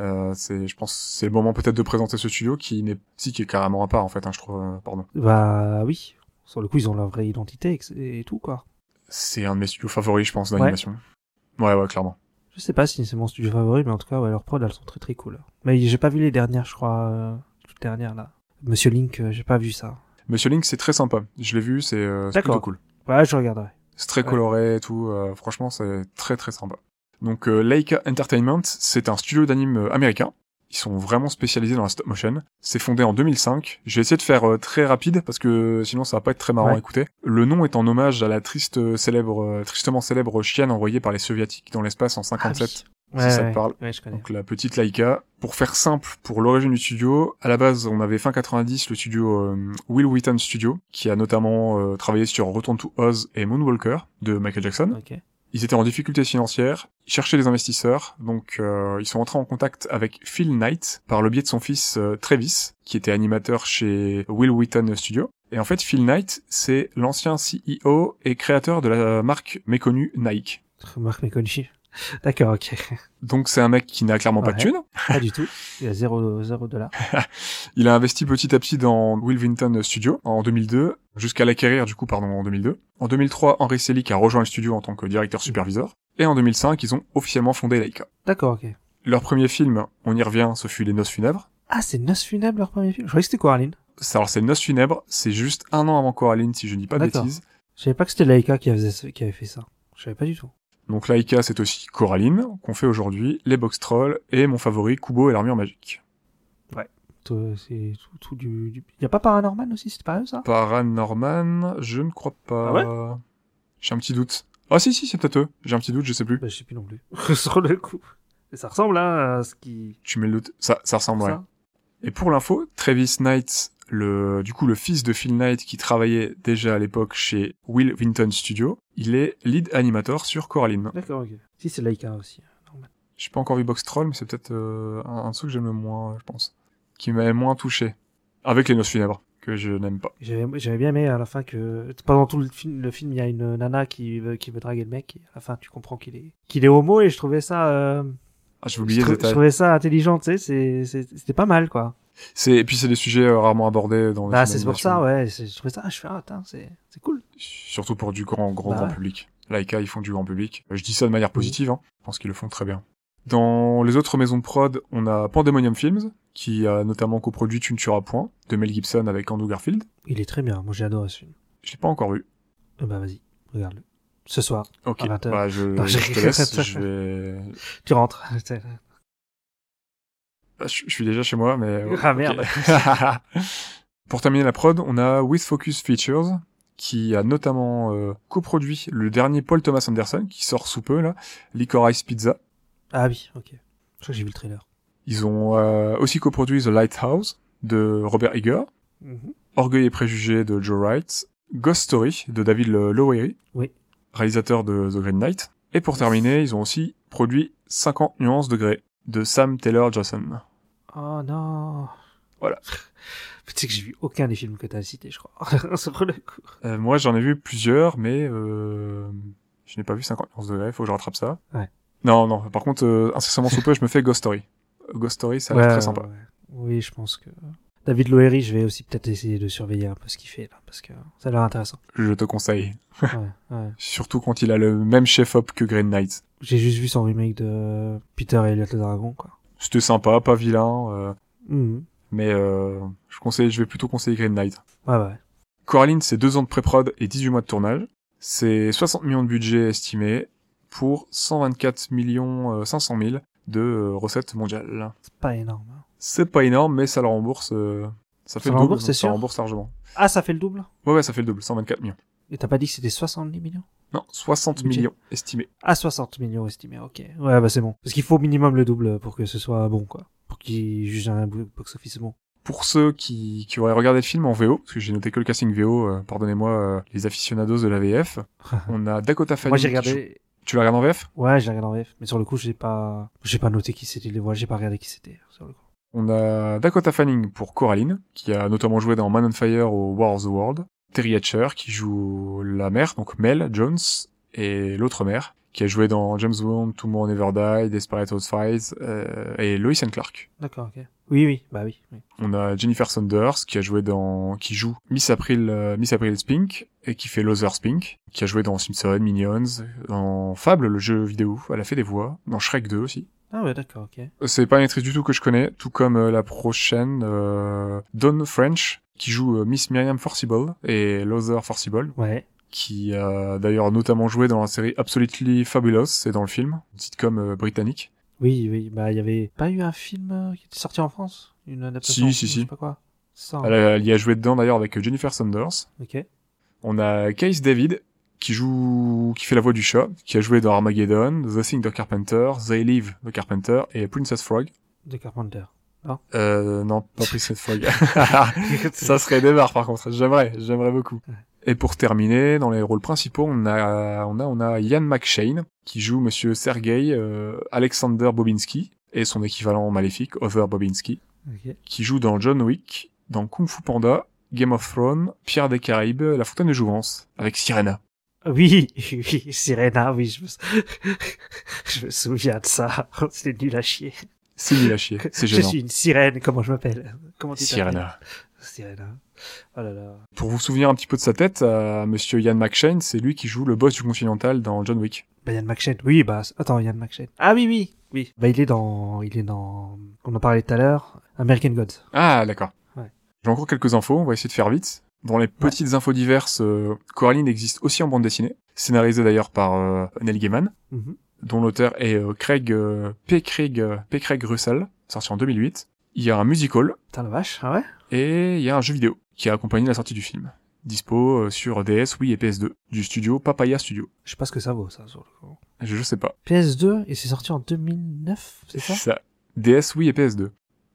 Speaker 6: euh, C'est, je pense, c'est le moment peut-être de présenter ce studio qui n'est, si qui est carrément à part en fait. Hein, je trouve, euh, pardon.
Speaker 5: bah oui, sur le coup, ils ont leur vraie identité et que- et tout, quoi.
Speaker 6: C'est un de mes studios favoris, je pense, d'animation. Ouais, ouais, clairement.
Speaker 5: Je sais pas si c'est mon studio favori, mais en tout cas, ouais, leurs prods, elles sont très très cool. Mais j'ai pas vu les dernières, je crois, euh, toutes dernières là. Monsieur Link, euh, j'ai pas vu ça.
Speaker 6: Monsieur Link, c'est très sympa. Je l'ai vu, c'est, euh, c'est
Speaker 5: D'accord.
Speaker 6: plutôt cool.
Speaker 5: Ouais, je regarderai.
Speaker 6: C'est très
Speaker 5: Ouais.
Speaker 6: coloré et tout. euh, franchement, c'est très très sympa. Donc, euh, Laika Entertainment, c'est un studio d'anime euh, américain. Ils sont vraiment spécialisés dans la stop motion. C'est fondé en 2005. Je vais essayer de faire euh, très rapide parce que sinon ça va pas être très marrant
Speaker 5: Ouais.
Speaker 6: à écouter. Le nom est en hommage à la triste euh, célèbre, euh, tristement célèbre chienne envoyée par les soviétiques dans l'espace en 57.
Speaker 5: Ah oui.
Speaker 6: Si
Speaker 5: ouais,
Speaker 6: ça te
Speaker 5: ouais.
Speaker 6: parle.
Speaker 5: Ouais, je connais.
Speaker 6: Donc la petite Laika. Pour faire simple, pour l'origine du studio, à la base, on avait fin 90 le studio euh, Will Wheaton Studio, qui a notamment euh, travaillé sur Return to Oz et Moonwalker de Michael Jackson.
Speaker 5: Ok.
Speaker 6: Ils étaient en difficulté financière, ils cherchaient des investisseurs, donc euh, ils sont entrés en contact avec Phil Knight par le biais de son fils euh, Travis, qui était animateur chez Will Wheaton Studio. Et en fait, Phil Knight, c'est l'ancien CEO et créateur de la marque méconnue Nike.
Speaker 5: Marc Mekonichi. D'accord, ok. (laughs)
Speaker 6: Donc c'est un mec qui n'a clairement pas de
Speaker 5: Ouais.
Speaker 6: thune,
Speaker 5: Pas du tout. Il y a zéro, zéro dollar.
Speaker 6: Il a investi petit à petit dans Wilmington Studio en 2002, jusqu'à l'acquérir du coup, pardon, en 2002. En 2003, Henry Selick a rejoint le studio en tant que directeur superviseur. Et en 2005, ils ont officiellement fondé Laika.
Speaker 5: D'accord, ok.
Speaker 6: Leur premier film, on y revient, ce fut Les Noces Funèbres.
Speaker 5: Ah, c'est Noce Funèbre leur premier film. Je croyais que c'était Coraline.
Speaker 6: Ça, Alors c'est Les Noces Funèbres, c'est juste un an avant Coraline, si je ne dis pas de
Speaker 5: D'accord.
Speaker 6: bêtises.
Speaker 5: Je savais pas que c'était Laika qui, faisait ce- qui avait fait ça. Je savais pas du tout.
Speaker 6: Donc Laika, c'est aussi Coraline, qu'on fait aujourd'hui, Les Box Trolls, et mon favori, Kubo et l'Armure Magique.
Speaker 5: Tout- C'est tout, tout du, du. Y a pas Paranorman aussi, c'était pas eux ça
Speaker 6: Paranorman, je ne crois pas...
Speaker 5: Ah
Speaker 6: J'ai un petit doute. Ah si, si, c'est peut-être eux. J'ai un petit doute, je sais plus.
Speaker 5: Bah, je sais plus non plus. (laughs) Sur le coup. Et ça ressemble hein, à ce qui.
Speaker 6: Tu mets le doute. Ça, ça ressemble, ouais.
Speaker 5: ça.
Speaker 6: Et pour l'info, Travis Knight, le, du coup, le fils de Phil Knight qui travaillait déjà à l'époque chez Will Vinton Studio, il est lead animator sur Coraline.
Speaker 5: D'accord, ok. Si, c'est Laika aussi.
Speaker 6: J'ai pas encore vu Box Troll, mais c'est peut-être euh, un, un truc que j'aime le moins, euh, je pense. Qui m'avait moins touché. Avec les noces funèbres, que je n'aime pas.
Speaker 5: J'avais j'avais bien aimé à la fin que pendant tout le film, le film il y a une nana qui veut, qui veut draguer le mec et à la fin tu comprends qu'il est qu'il est homo et je trouvais ça euh,
Speaker 6: Ah, j'ai
Speaker 5: je,
Speaker 6: oublié le
Speaker 5: trou- je
Speaker 6: détail.
Speaker 5: trouvais ça intelligent tu sais c'est- c'est- c'était pas mal quoi.
Speaker 6: C'est, et puis c'est des sujets euh, rarement abordés dans les
Speaker 5: Bah
Speaker 6: films
Speaker 5: c'est pour
Speaker 6: d'animation.
Speaker 5: ça ouais c'est- je trouvais ça ah, je fais ah tain, c'est c'est cool.
Speaker 6: Surtout pour du grand, grand,
Speaker 5: Bah
Speaker 6: grand
Speaker 5: ouais.
Speaker 6: public. Laika, ils font du grand public. Euh, Je dis ça de manière positive, hein. Je pense qu'ils le font très bien. Dans les autres maisons de prod, on a Pandemonium Films, qui a notamment coproduit Tu ne tueras point, de Mel Gibson avec Andrew Garfield.
Speaker 5: Il est très bien moi j'ai adoré ce film.
Speaker 6: Je l'ai pas encore vu.
Speaker 5: Eh bah vas-y regarde-le ce soir
Speaker 6: Ok,
Speaker 5: À 20 heures.
Speaker 6: bah, je,
Speaker 5: Non,
Speaker 6: je
Speaker 5: j'ai-
Speaker 6: te laisse, je vais...
Speaker 5: tu rentres. (laughs)
Speaker 6: bah, je, je suis déjà chez moi, mais...
Speaker 5: Ah,
Speaker 6: Oh, ok.
Speaker 5: merde.
Speaker 6: (laughs) Pour terminer la prod, on a With Focus Features, qui a notamment euh, coproduit le dernier Paul Thomas Anderson, qui sort sous peu, là, Licorice Pizza.
Speaker 5: ah oui ok. Je crois que j'ai vu le trailer.
Speaker 6: Ils ont euh, aussi coproduit The Lighthouse de Robert Eager, Mhm. Orgueil et préjugés de Joe Wright, Ghost Story de David Le- Lowery,
Speaker 5: Oui.
Speaker 6: réalisateur de The Green Knight. Et pour terminer, ils ont aussi produit 50 nuances de grey de Sam Taylor Johnson.
Speaker 5: Oh non.
Speaker 6: Voilà.
Speaker 5: (laughs) Tu sais que j'ai vu aucun des films que t'as cités je crois. (laughs) Sur le coup.
Speaker 6: Euh, moi, j'en ai vu plusieurs, mais euh, je n'ai pas vu 50 nuances de grey. Faut que je rattrape ça.
Speaker 5: Ouais.
Speaker 6: Non, non. Par contre, euh, incessamment sous peu, je me fais Ghost Story. Ghost Story, ça a l'air
Speaker 5: Ouais,
Speaker 6: très sympa.
Speaker 5: ouais, ouais. Oui, je pense que David Loery, je vais aussi peut-être essayer de surveiller un peu ce qu'il fait là, parce que ça a l'air
Speaker 6: (laughs)
Speaker 5: intéressant.
Speaker 6: Je te conseille.
Speaker 5: ouais, ouais.
Speaker 6: Surtout quand il a le même chef-op que Green Knight.
Speaker 5: J'ai juste vu son remake de Peter et Elliot le Dragon, quoi.
Speaker 6: c'était sympa, pas vilain, euh,
Speaker 5: Mhm.
Speaker 6: mais euh, je conseille, je vais plutôt conseiller Green Knight.
Speaker 5: Ouais, ouais.
Speaker 6: Coraline, c'est deux ans de pré-prod et 18 mois de tournage. C'est 60 millions de budget estimé pour 124 millions euh, 500 000 de euh, recettes mondiales.
Speaker 5: C'est pas énorme. hein.
Speaker 6: C'est pas énorme, mais ça le rembourse. euh, ça
Speaker 5: Ça
Speaker 6: fait le double,
Speaker 5: rembourse,
Speaker 6: donc
Speaker 5: c'est
Speaker 6: ça
Speaker 5: sûr
Speaker 6: rembourse largement.
Speaker 5: Ah, ça fait le double
Speaker 6: Ouais, ouais, ça fait le double, 124 millions.
Speaker 5: Et t'as pas dit que c'était 70 millions
Speaker 6: Non, 60
Speaker 5: Budget.
Speaker 6: millions estimés.
Speaker 5: Ah, 60 millions estimés, ok. Ouais, bah c'est bon. Parce qu'il faut au minimum le double pour que ce soit bon, quoi. Pour qu'il juge un bo- box-office bon.
Speaker 6: Pour ceux qui, qui auraient regardé le film en VO, parce que j'ai noté que
Speaker 5: (laughs)
Speaker 6: le casting VO, euh, pardonnez-moi euh, les aficionados de la VF, on a Dakota Fanning.
Speaker 5: Moi, j'ai
Speaker 6: qui joue-
Speaker 5: regardé...
Speaker 6: Tu la regardes en VF
Speaker 5: Ouais, je la regarde en VF. Mais sur le coup, j'ai pas, j'ai pas noté qui c'était les voix, j'ai pas regardé qui c'était, sur le coup.
Speaker 6: On a Dakota Fanning pour Coraline, qui a notamment joué dans Man on Fire au War of the World. Terry Hatcher, qui joue la mère, donc Mel Jones, et l'autre mère, qui a joué dans James Bond, Tomorrow Never Die, Desperate Housewives, euh, et Lois and Clark.
Speaker 5: D'accord, ok. Oui, oui, bah oui. oui.
Speaker 6: On a Jennifer Saunders qui a joué dans, qui joue Miss April, euh, Miss April's Pink et qui fait Lothers Pink, qui a joué dans Simpson, Minions, dans Fable, le jeu vidéo. Elle a fait des voix dans Shrek 2 aussi.
Speaker 5: Ah ouais, d'accord, ok.
Speaker 6: C'est pas une actrice du tout que je connais, tout comme euh, la prochaine euh, Dawn French qui joue euh, Miss Miriam Forcible et Lothers Forcible,
Speaker 5: Ouais.
Speaker 6: qui a d'ailleurs notamment joué dans la série Absolutely Fabulous et dans le film, une sitcom euh, britannique.
Speaker 5: Oui, oui, bah, il y avait pas eu un film euh, qui était sorti en France? Une adaptation?
Speaker 6: Si,
Speaker 5: en
Speaker 6: si,
Speaker 5: film,
Speaker 6: si.
Speaker 5: Je sais pas quoi. Ça.
Speaker 6: Elle, a- elle y a joué dedans d'ailleurs avec Jennifer Saunders.
Speaker 5: Ok.
Speaker 6: On a Case David qui joue, qui fait la voix du chat, qui a joué dans Armageddon, The Thing de Carpenter, They Live de Carpenter et Princess Frog.
Speaker 5: De Carpenter.
Speaker 6: (laughs) Euh, non, pas Princess Frog. (laughs) Ah, Ça serait des barres, par contre. J'aimerais, j'aimerais beaucoup.
Speaker 5: Ouais.
Speaker 6: Et pour terminer, dans les rôles principaux, on a, on a, on a Ian McShane qui joue Monsieur Sergei euh, Alexander Bobinski et son équivalent maléfique Other Bobinski
Speaker 5: Ok.
Speaker 6: qui joue dans John Wick, dans Kung Fu Panda, Game of Thrones, Pierre des Caraïbes, La Fontaine de Jouvence avec Sirena.
Speaker 5: Oui, (laughs) oui, Sirena, oui, je me, (laughs) je me souviens de ça. (laughs) C'était nul à chier.
Speaker 6: C'est nul
Speaker 5: (laughs)
Speaker 6: à chier, c'est
Speaker 5: Je
Speaker 6: gênant.
Speaker 5: suis une sirène, comment je m'appelle? Comment tu t'appelles?
Speaker 6: Sirena.
Speaker 5: Sirena. Oh là là.
Speaker 6: Pour vous souvenir un petit peu de sa tête, euh, Monsieur Ian McShane, c'est lui qui joue le boss du Continental dans John Wick.
Speaker 5: Bah, Yann McShane. Oui, bah, c- attends, Yann McShane. Ah oui, oui, oui. Bah, il est dans, il est dans, on en parlait tout à l'heure, American Gods.
Speaker 6: Ah, d'accord.
Speaker 5: Ouais.
Speaker 6: J'ai encore quelques infos, on va essayer de faire vite. Dans les petites infos diverses, euh, Coraline existe aussi en bande dessinée, scénarisée d'ailleurs par euh, Neil Gaiman,
Speaker 5: Mhm.
Speaker 6: dont l'auteur est euh, Craig, euh, P. Craig, euh, P. Craig Russell, sorti en 2008. Il y a un musical,
Speaker 5: Putain, la vache, ah ouais?
Speaker 6: et il y a un jeu vidéo qui a accompagné la sortie du film. Dispo euh, sur DS, Wii et PS2, du studio Papaya Studio.
Speaker 5: Je sais pas ce que ça vaut, ça, sur le coup.
Speaker 6: Je sais pas.
Speaker 5: PS2, et c'est sorti en 2009, c'est ça?
Speaker 6: DS, Wii et PS2.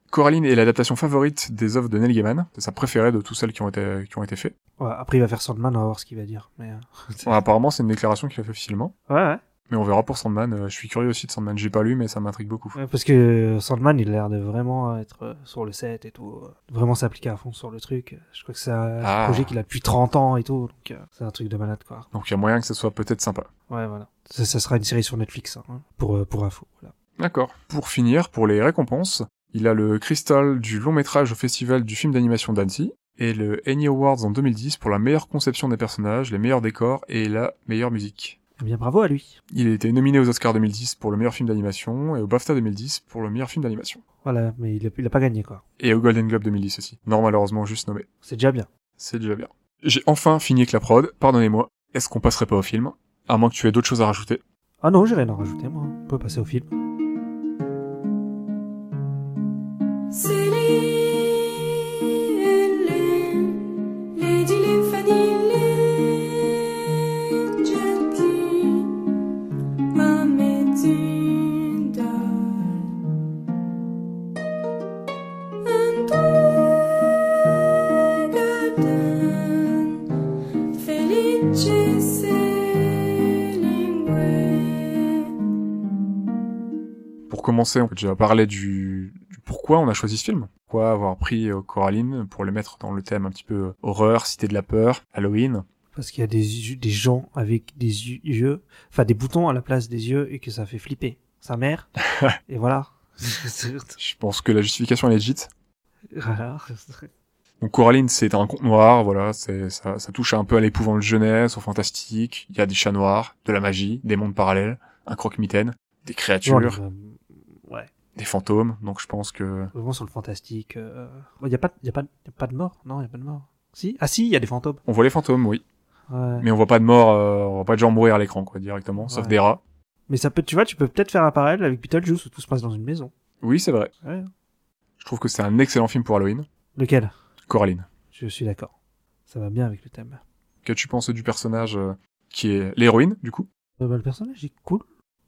Speaker 6: Coraline est l'adaptation favorite des œuvres de Neil Gaiman. C'est sa préférée de toutes celles qui ont été, qui ont été faites.
Speaker 5: Ouais, après, il va faire Sandman, on va voir ce qu'il va dire, mais, euh,
Speaker 6: Bon, apparemment, c'est une déclaration qu'il a fait officiellement.
Speaker 5: ouais, ouais.
Speaker 6: Mais on verra pour Sandman. Euh, Je suis curieux aussi de Sandman. J'ai pas lu, mais ça m'intrigue beaucoup.
Speaker 5: Ouais, parce que Sandman, il a l'air de vraiment être euh, sur le set et tout, euh, vraiment s'appliquer à fond sur le truc. euh, Je crois que c'est un
Speaker 6: Ah.
Speaker 5: projet qu'il a depuis 30 ans et tout, donc euh, c'est un truc de malade quoi.
Speaker 6: Donc il y a moyen que ça soit peut-être sympa.
Speaker 5: Ouais, voilà. Ça, ça sera une série sur Netflix, hein, pour euh, pour info. Voilà.
Speaker 6: D'accord. Pour finir, pour les récompenses, il a le Crystal du long métrage au festival du film d'animation d'Annecy et le Annie Awards en 2010 pour la meilleure conception des personnages, les meilleurs décors et la meilleure musique.
Speaker 5: Eh bien, bravo à lui.
Speaker 6: Il a été nominé aux Oscars 2010 pour le meilleur film d'animation et au BAFTA 2010 pour le meilleur film d'animation.
Speaker 5: Voilà, mais il a, il a pas gagné quoi.
Speaker 6: Et au Golden Globe 2010 aussi. Non, malheureusement, juste nommé.
Speaker 5: C'est déjà bien.
Speaker 6: C'est déjà bien. J'ai enfin fini avec la prod, pardonnez-moi. Est-ce qu'on passerait pas au film À moins que tu aies d'autres choses à rajouter.
Speaker 5: Ah non, j'ai rien à rajouter moi. On peut passer au film.
Speaker 6: Pour commencer, on peut déjà parler du, du pourquoi on a choisi ce film. Pourquoi avoir pris euh, Coraline pour les mettre dans le thème un petit peu euh, horreur, cité de la peur, Halloween.
Speaker 5: Parce qu'il y a des yeux- des gens avec des yeux- yeux, enfin des boutons à la place des yeux et que ça fait flipper sa (laughs) mère. et voilà. (laughs)
Speaker 6: Je pense que la justification est légite.
Speaker 5: voilà.
Speaker 6: Donc Coraline, c'est un conte noir, voilà, c'est ça, ça touche un peu à l'épouvante jeunesse, au fantastique. Il y a des chats noirs, de la magie, des mondes parallèles, un croque-mitaine,
Speaker 5: Tu vois, on est
Speaker 6: des créatures,
Speaker 5: vraiment- ouais.
Speaker 6: des fantômes. Donc je pense que
Speaker 5: Vraiment sur le fantastique. Il euh... n'y a, pas- y a, pas- y a pas de mort Non, il a pas de mort. Si Ah si, il y a des fantômes.
Speaker 6: on voit les fantômes, oui,
Speaker 5: Ouais. Mais...
Speaker 6: mais on voit pas de mort, euh, on voit pas de gens mourir à l'écran, quoi, directement, sauf
Speaker 5: Ouais.
Speaker 6: des rats.
Speaker 5: ça peut, tu vois, tu peux peut-être faire un parallèle avec Beetlejuice où tout se passe dans une maison.
Speaker 6: Oui, c'est vrai.
Speaker 5: Ouais.
Speaker 6: Je trouve que c'est un excellent film pour Halloween.
Speaker 5: Lequel
Speaker 6: Coraline,
Speaker 5: Je suis d'accord. Ça va bien avec le thème.
Speaker 6: qu'as-tu pensé du personnage euh, qui est l'héroïne, du coup
Speaker 5: Euh, bah, le personnage est cool.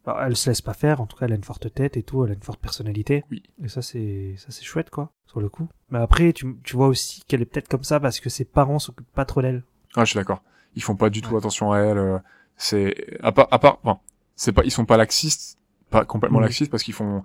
Speaker 5: Alors, elle se laisse pas faire, en tout cas elle a une forte tête et tout, elle a une forte personnalité.
Speaker 6: Oui.
Speaker 5: Et ça c'est ça c'est chouette quoi, sur le coup. Mais après tu, tu vois aussi qu'elle est peut-être comme ça parce que ses parents s'occupent pas trop d'elle.
Speaker 6: Ah, je suis d'accord. Ils font pas du tout attention à elle. euh, C'est à part, à part, enfin, c'est pas, ils sont pas laxistes, pas complètement
Speaker 5: Mhm.
Speaker 6: laxistes parce qu'ils font,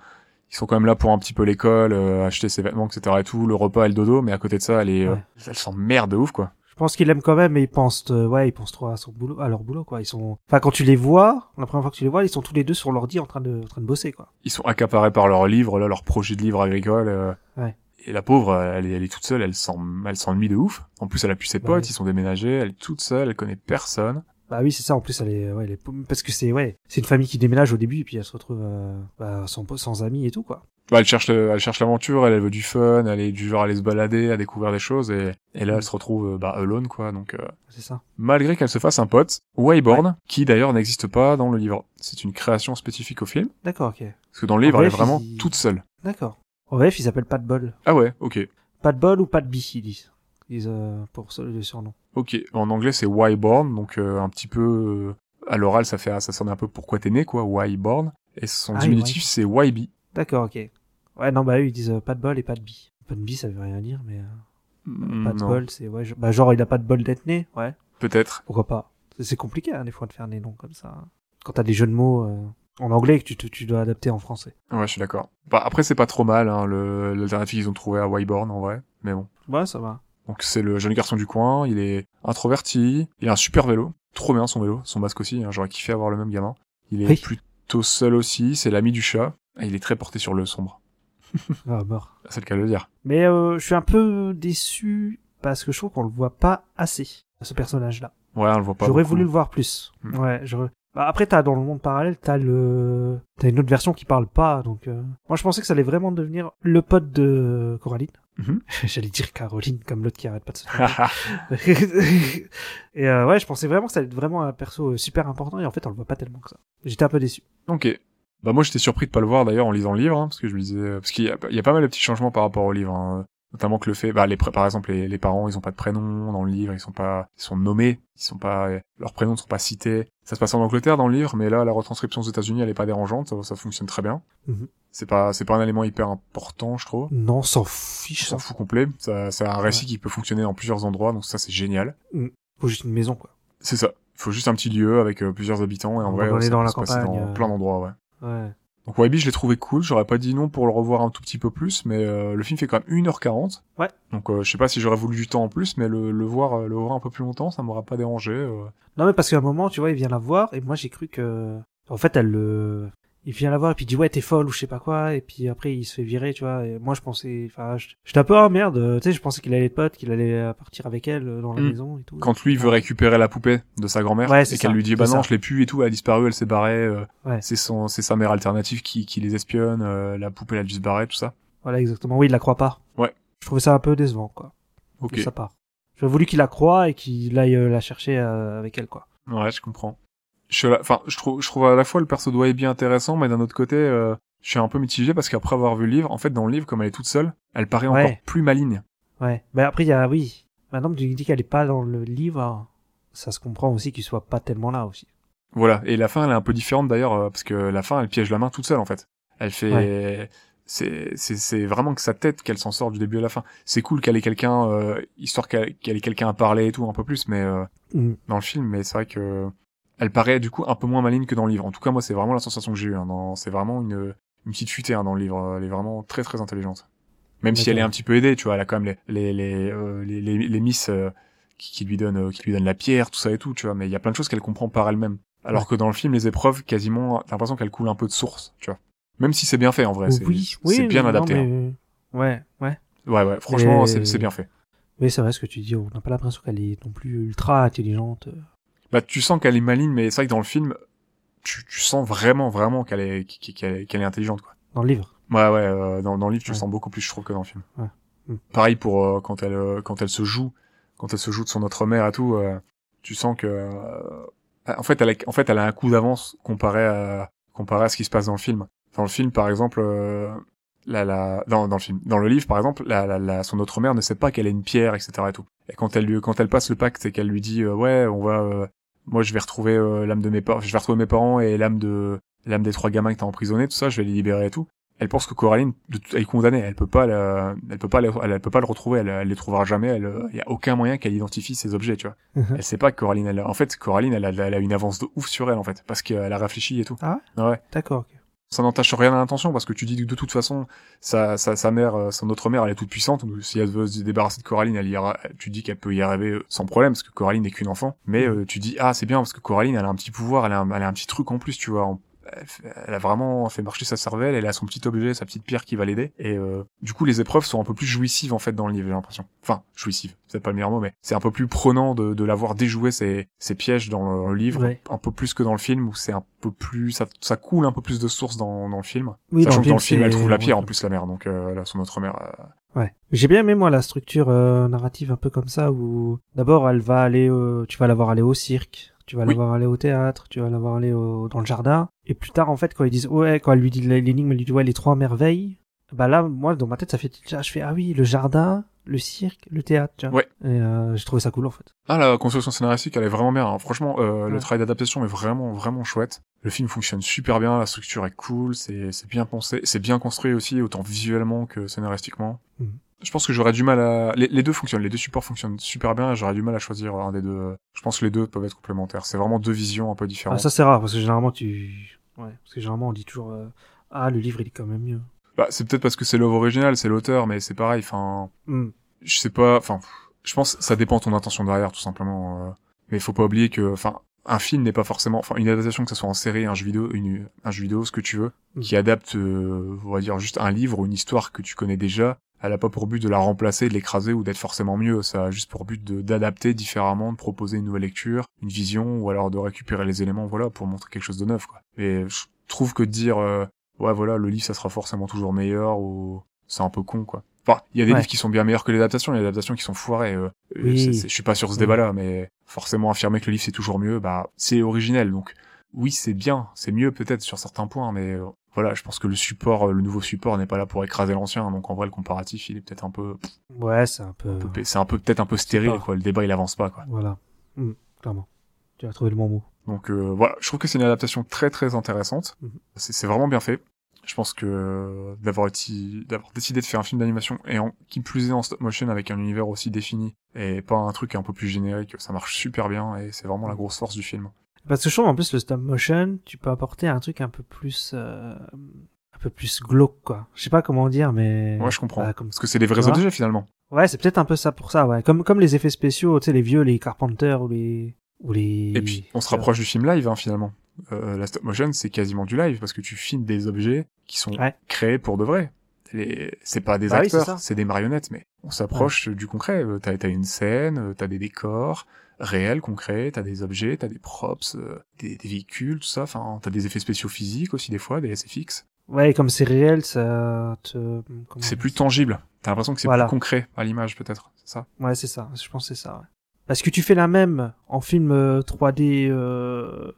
Speaker 6: ils sont quand même là pour un petit peu l'école, euh, acheter ses vêtements, etc. et tout, le repas et le dodo, mais à côté de ça, elle est, euh,
Speaker 5: Ouais.
Speaker 6: elle s'emmerde de ouf, quoi.
Speaker 5: Je pense qu'ils l'aiment quand même, mais ils pensent, euh, ouais, ils pensent trop à son boulot, à leur boulot, quoi. Ils sont, enfin, quand tu les vois, la première fois que tu les vois, ils sont tous les deux sur l'ordi en train de, en train de bosser, quoi.
Speaker 6: Ils sont accaparés par leurs livres, là, leurs projets de livres agricoles, euh,
Speaker 5: Ouais.
Speaker 6: Et la pauvre, elle est, elle est toute seule, elle s'en- elle s'ennuie de ouf. En plus, elle a plus ses
Speaker 5: Bah
Speaker 6: potes,
Speaker 5: oui.
Speaker 6: ils sont déménagés, elle est toute seule, elle connaît personne.
Speaker 5: Bah oui, c'est ça. En plus, elle est, ouais, elle est paumée, parce que c'est, ouais, c'est une famille qui déménage au début, et puis elle se retrouve euh, bah, sans, po- sans amis et tout, quoi.
Speaker 6: Bah, elle cherche, le- elle cherche l'aventure, elle, elle veut du fun, elle est du genre à aller se balader, à découvrir des choses, et, et
Speaker 5: Mm.
Speaker 6: là, elle se retrouve, euh, bah, alone, quoi. Donc, euh,
Speaker 5: C'est ça.
Speaker 6: malgré qu'elle se fasse un pote, Wayborn, qui d'ailleurs n'existe pas dans le livre. C'est une création spécifique au film,
Speaker 5: D'accord, ok.
Speaker 6: parce que dans le livre,
Speaker 5: En
Speaker 6: elle est
Speaker 5: bref,
Speaker 6: vraiment
Speaker 5: ils-
Speaker 6: toute seule.
Speaker 5: D'accord. En bref, ils s'appellent pas de bol.
Speaker 6: Ah ouais, ok.
Speaker 5: Pas de bol ou pas de bi, ils disent. Ils, euh, pour ce- le surnom.
Speaker 6: Ok, en anglais c'est why born, donc euh, un petit peu euh, à l'oral ça fait ça sonne un peu pourquoi t'es né quoi, why born. Et son
Speaker 5: Ah,
Speaker 6: diminutif c'est YB.
Speaker 5: D'accord, ok. Ouais, non, bah eux, ils disent euh, pas de bol et pas de bi. Pas de bi, ça veut rien dire, mais euh,
Speaker 6: Mm,
Speaker 5: pas de
Speaker 6: non,
Speaker 5: bol, c'est, ouais, je- bah genre, il a pas de bol d'être né, ouais.
Speaker 6: Peut-être.
Speaker 5: Pourquoi pas C'est- C'est compliqué, hein, des fois, de faire des noms comme ça. hein. Quand t'as des jeux de mots euh, en anglais que tu, te- tu dois adapter en français.
Speaker 6: Ouais, je suis d'accord. Bah après c'est pas trop mal hein, le- l'alternative qu'ils ont trouvé à why born en vrai, mais bon.
Speaker 5: Ouais, ça va.
Speaker 6: Donc c'est le jeune garçon du coin, il est introverti, il a un super vélo, trop bien son vélo, son masque aussi, hein, j'aurais kiffé avoir le même gamin. Il est
Speaker 5: Oui.
Speaker 6: plutôt seul aussi, c'est l'ami du chat, et il est très porté sur le sombre.
Speaker 5: Ah, mort.
Speaker 6: C'est le cas de le dire.
Speaker 5: Mais euh, je suis un peu déçu parce que je trouve qu'on le voit pas assez, ce personnage-là.
Speaker 6: Ouais, on le voit pas.
Speaker 5: J'aurais
Speaker 6: beaucoup.
Speaker 5: voulu le voir plus.
Speaker 6: Hmm.
Speaker 5: Ouais, j'aurais- Bah, après, t'as dans le monde parallèle, t'as le, t'as une autre version qui parle pas, donc. euh, Moi, je pensais que ça allait vraiment devenir le pote de Coraline.
Speaker 6: Mhm.
Speaker 5: (laughs) J'allais dire Caroline, comme l'autre qui arrête pas de se
Speaker 6: (laughs)
Speaker 5: tromper. et euh, ouais, je pensais vraiment que ça allait être vraiment un perso euh, super important, et en fait, on le voit pas tellement que ça. J'étais un peu déçu.
Speaker 6: Ok. Bah moi j'étais surpris de pas le voir d'ailleurs en lisant le livre, hein, parce que je me disais, parce qu'il y, a- il y a pas mal de petits changements par rapport au livre, hein. notamment que le fait, bah les pr- par exemple les, les parents ils ont pas de prénom dans le livre, ils sont pas, ils sont nommés, ils sont pas, euh, leurs prénoms ne sont pas cités. Ça se passe en Angleterre dans le livre, mais là la retranscription aux États-Unis elle est pas dérangeante, ça, ça fonctionne très bien.
Speaker 5: Mhm.
Speaker 6: C'est pas, c'est pas un élément hyper important je trouve.
Speaker 5: Non, s'en fiche.
Speaker 6: Je s'en
Speaker 5: ça.
Speaker 6: fous complet. Ça, c'est un récit qui peut fonctionner dans plusieurs endroits, donc ça c'est génial.
Speaker 5: Faut juste une maison, quoi.
Speaker 6: C'est ça. Faut juste un petit lieu avec euh, plusieurs habitants et en
Speaker 5: On
Speaker 6: vrai
Speaker 5: va aller
Speaker 6: ça
Speaker 5: dans
Speaker 6: peut
Speaker 5: la
Speaker 6: se passer
Speaker 5: campagne,
Speaker 6: dans
Speaker 5: euh.
Speaker 6: plein d'endroits ouais.
Speaker 5: Ouais.
Speaker 6: Donc Waibi, je l'ai trouvé cool, j'aurais pas dit non pour le revoir un tout petit peu plus, mais euh, le film fait quand même 1h40.
Speaker 5: Ouais.
Speaker 6: Donc euh, je sais pas si j'aurais voulu du temps en plus, mais le, le voir euh, le voir un peu plus longtemps, ça m'aura pas dérangé. euh.
Speaker 5: Non, mais parce qu'à un moment, tu vois, il vient la voir, et moi, j'ai cru que. En fait, elle le. Il vient la voir, et puis il dit, ouais, t'es folle, ou je sais pas quoi, et puis après, il se fait virer, tu vois, et moi, je pensais. Enfin, je- j'étais un peu, ah merde, euh, tu sais, je pensais qu'il allait être pote, qu'il allait euh, partir avec elle euh, dans la
Speaker 6: Mm.
Speaker 5: maison et tout.
Speaker 6: Quand lui veut récupérer la poupée de sa grand-mère,
Speaker 5: Ouais,
Speaker 6: et
Speaker 5: c'est
Speaker 6: qu'elle
Speaker 5: ça,
Speaker 6: lui dit
Speaker 5: c'est
Speaker 6: bah non,
Speaker 5: ça.
Speaker 6: je l'ai plus et tout, elle a disparu, elle s'est barrée, euh,
Speaker 5: Ouais.
Speaker 6: c'est son c'est sa mère alternative qui, qui les espionne, euh, la poupée elle a dû se barrer, tout ça.
Speaker 5: Voilà, exactement. Oui, il la croit pas.
Speaker 6: Ouais.
Speaker 5: Je trouvais ça un peu décevant, quoi,
Speaker 6: Ok.
Speaker 5: de sa part. J'aurais voulu qu'il la croit et qu'il aille euh, la chercher euh, avec elle, quoi.
Speaker 6: Ouais, je comprends. Je, suis à la- enfin, je trouve, je trouve à la fois le perso de bien intéressant, mais d'un autre côté, euh, je suis un peu mitigé parce qu'après avoir vu le livre, en fait, dans le livre, comme elle est toute seule, elle paraît
Speaker 5: Ouais.
Speaker 6: encore plus maligne.
Speaker 5: Ouais. Mais après, il y a. Oui. Maintenant que tu dis qu'elle est pas dans le livre, hein, ça se comprend aussi qu'il soit pas tellement là aussi.
Speaker 6: Voilà. Et la fin, elle est un peu différente d'ailleurs, euh, parce que la fin, elle piège la main toute seule, en fait. Elle fait, c'est, c'est, c'est vraiment que sa tête qu'elle s'en sort du début à la fin. C'est cool qu'elle ait quelqu'un, euh, histoire qu'elle, qu'elle ait quelqu'un à parler et tout, un peu plus, mais euh,
Speaker 5: Mm.
Speaker 6: dans le film, mais c'est vrai que elle paraît du coup un peu moins maligne que dans le livre. En tout cas, moi, c'est vraiment la sensation que j'ai eue. hein. Dans- C'est vraiment une, une petite futée hein, dans le livre. Elle est vraiment très très intelligente. Même si
Speaker 5: D'accord.
Speaker 6: elle est un petit peu aidée, tu vois, elle a quand même les les les euh, les, les, les miss euh, qui, qui lui donnent euh, qui lui donnent la pierre, tout ça et tout, tu vois. Mais il y a plein de choses qu'elle comprend par elle-même. Alors que dans le film, les épreuves, quasiment, t'as l'impression qu'elle coule un peu de source, tu vois. Même si c'est bien fait en vrai, c'est c'est bien
Speaker 5: Oh, non,
Speaker 6: adapté. hein.
Speaker 5: mais- Ouais, ouais.
Speaker 6: Ouais, ouais, franchement,
Speaker 5: Mais-
Speaker 6: c'est c'est bien fait.
Speaker 5: Mais c'est vrai ce que tu dis, on n'a pas l'impression qu'elle est non plus ultra intelligente. euh,
Speaker 6: bah tu sens qu'elle est maligne mais c'est vrai que dans le film tu, tu sens vraiment vraiment qu'elle est qu'elle qu'elle- qu'elle est intelligente quoi
Speaker 5: Dans le livre.
Speaker 6: ouais ouais euh, dans, dans le livre tu le
Speaker 5: Ouais.
Speaker 6: sens beaucoup plus je trouve que dans le film
Speaker 5: Ouais. Mm.
Speaker 6: pareil pour euh, quand elle euh, quand elle se joue quand elle se joue de son autre mère et tout euh, tu sens que euh, en fait elle a, en fait elle a un coup d'avance comparé à comparé à ce qui se passe dans le film dans le film par exemple euh, la, la, dans, dans le film, dans le livre, par exemple, la, la, la- son autre mère ne sait pas qu'elle est une pierre, etc. Et, tout. et quand elle lui, quand elle passe le pacte et qu'elle lui dit, euh, ouais, on va, euh, moi, je vais retrouver euh, l'âme de mes parents, je vais retrouver mes parents et l'âme de, l'âme des trois gamins que t'as emprisonnés, tout ça, je vais les libérer et tout. elle pense que Coraline de tout- elle est condamnée, elle peut pas, la- elle peut pas, la- elle, elle peut pas le retrouver, elle, elle les trouvera jamais, elle, euh, y a aucun moyen qu'elle identifie ces objets, tu vois.
Speaker 5: Mhm.
Speaker 6: Elle sait pas que Coraline, elle, a- en fait, Coraline, elle a, elle a une avance de ouf sur elle, en fait, parce qu'elle a réfléchi et tout.
Speaker 5: Ah
Speaker 6: Ouais.
Speaker 5: D'accord, ok.
Speaker 6: Ça n'entache rien à l'intention, parce que tu dis que de toute façon, sa, sa, sa mère, euh, son autre mère, elle est toute puissante, donc si elle veut se débarrasser de Coraline, elle y ira- tu dis qu'elle peut y arriver euh, sans problème, parce que Coraline n'est qu'une enfant, mais euh, tu dis, ah, c'est bien, parce que Coraline, elle a un petit pouvoir, elle a un, elle a un petit truc en plus, tu vois, en- elle f- elle a vraiment fait marcher sa cervelle, elle a son petit objet, sa petite pierre qui va l'aider. Et euh, du coup, les épreuves sont un peu plus jouissives en fait dans le livre, j'ai l'impression. Enfin, jouissives, c'est peut-être pas le meilleur mot, mais c'est un peu plus prenant de, de l'avoir déjoué ses, ses pièges dans le livre,
Speaker 5: Ouais.
Speaker 6: un peu plus que dans le film où c'est un peu plus, ça, ça coule un peu plus de sources dans, dans le film.
Speaker 5: Oui,
Speaker 6: Sachant que dans le film, elle
Speaker 5: c'est-
Speaker 6: trouve la pierre en plus la mère, donc euh, là, son autre mère. euh,
Speaker 5: Ouais. J'ai bien aimé moi la structure euh, narrative un peu comme ça où d'abord elle va aller, euh, tu vas la voir aller au cirque, tu vas la
Speaker 6: Oui.
Speaker 5: voir aller au théâtre, tu vas la voir aller au- dans le jardin, et plus tard en fait quand ils disent ouais, quand elle lui dit l'énigme, elle lui dit ouais les trois merveilles, bah là moi dans ma tête ça fait déjà je fais ah oui le jardin, le cirque, le théâtre, tu vois.
Speaker 6: Ouais.
Speaker 5: Et euh, j'ai trouvé ça cool en fait.
Speaker 6: Ah, la construction scénaristique, elle est vraiment bien. hein. Franchement, euh,
Speaker 5: Ouais.
Speaker 6: le travail d'adaptation est vraiment, vraiment chouette. Le film fonctionne super bien, la structure est cool, c'est c'est bien pensé, c'est bien construit aussi, autant visuellement que scénaristiquement.
Speaker 5: Mhm.
Speaker 6: Je pense que j'aurais du mal à... Les, les deux fonctionnent, les deux supports fonctionnent super bien, j'aurais du mal à choisir euh, un des deux. Je pense que les deux peuvent être complémentaires. C'est vraiment deux visions un peu différentes.
Speaker 5: Ah, ça c'est rare parce que généralement tu, ouais, parce que généralement on dit toujours euh, ah le livre il est quand même mieux.
Speaker 6: Bah, c'est peut-être parce que c'est l'œuvre originale, c'est l'auteur, mais c'est pareil, enfin...
Speaker 5: Hmm.
Speaker 6: je sais pas, enfin, je pense que ça dépend de ton intention derrière, tout simplement. euh. mais il faut pas oublier que, enfin, un film n'est pas forcément, enfin, une adaptation, que ce soit en série, un jeu vidéo, une, un jeu vidéo, ce que tu veux,
Speaker 5: Mm.
Speaker 6: qui adapte, euh, on va dire, juste un livre ou une histoire que tu connais déjà, elle a pas pour but de la remplacer, de l'écraser ou d'être forcément mieux. Ça a juste pour but de- d'adapter différemment, de proposer une nouvelle lecture, une vision, ou alors de récupérer les éléments, voilà, pour montrer quelque chose de neuf, quoi. Et je trouve que de dire, euh, ouais, voilà, le livre, ça sera forcément toujours meilleur, ou c'est un peu con, quoi. Enfin, il y a des
Speaker 5: Ouais.
Speaker 6: livres qui sont bien meilleurs que les adaptations, il y a des adaptations qui sont foirées. euh. Euh,
Speaker 5: Oui.
Speaker 6: c'est- c'est- je suis pas sur ce
Speaker 5: Oui.
Speaker 6: débat-là, mais forcément affirmer que le livre c'est toujours mieux, bah, c'est originel, donc oui, c'est bien, c'est mieux peut-être sur certains points, mais euh, voilà, je pense que le support, euh, le nouveau support n'est pas là pour écraser l'ancien, donc en vrai, le comparatif, il est peut-être un peu,
Speaker 5: Ouais c'est un peu,
Speaker 6: peu- c'est un peu peut-être un peu stérile,
Speaker 5: pas.
Speaker 6: quoi. Le débat, il avance pas, quoi.
Speaker 5: voilà, Hmm, clairement. Tu as trouvé le bon mot.
Speaker 6: Donc euh, voilà, je trouve que c'est une adaptation très très intéressante.
Speaker 5: Mhm.
Speaker 6: C'est c'est vraiment bien fait. Je pense que euh, d'avoir été- d'avoir décidé de faire un film d'animation et en, qui plus est en stop motion avec un univers aussi défini et pas un truc un peu plus générique, ça marche super bien et c'est vraiment la grosse force du film.
Speaker 5: Parce que je trouve en plus le stop motion, tu peux apporter un truc un peu plus, euh, un peu plus glauque quoi. Je sais pas comment dire, mais
Speaker 6: Moi je comprends.
Speaker 5: Bah, comme-
Speaker 6: Parce que c'est des
Speaker 5: Tu
Speaker 6: vrais
Speaker 5: vois
Speaker 6: objets finalement.
Speaker 5: ouais, c'est peut-être un peu ça pour ça. Ouais, comme comme les effets spéciaux, tu sais les vieux, les Carpenter ou les ou les.
Speaker 6: Et puis, on se rapproche du film live, hein, finalement. Euh, la stop motion, c'est quasiment du live, parce que tu filmes des objets qui sont
Speaker 5: Ouais.
Speaker 6: créés pour de vrai. Les... C'est pas des
Speaker 5: Bah oui, c'est ça.
Speaker 6: acteurs, c'est des marionnettes, mais on s'approche du concret. Euh, T'as t'as une scène, euh, t'as des décors réels, concrets, t'as des objets, t'as des props, euh, des, des véhicules, tout ça. Enfin, t'as des effets spéciaux physiques aussi, des fois, des SFX.
Speaker 5: Ouais, comme c'est réel, ça te. comment
Speaker 6: C'est
Speaker 5: dire
Speaker 6: plus tangible. T'as l'impression que c'est
Speaker 5: Voilà.
Speaker 6: plus concret à l'image, peut-être. C'est ça
Speaker 5: Ouais, c'est ça. Je pense que c'est ça. Ouais. Parce que tu fais la même en film euh, 3D, euh,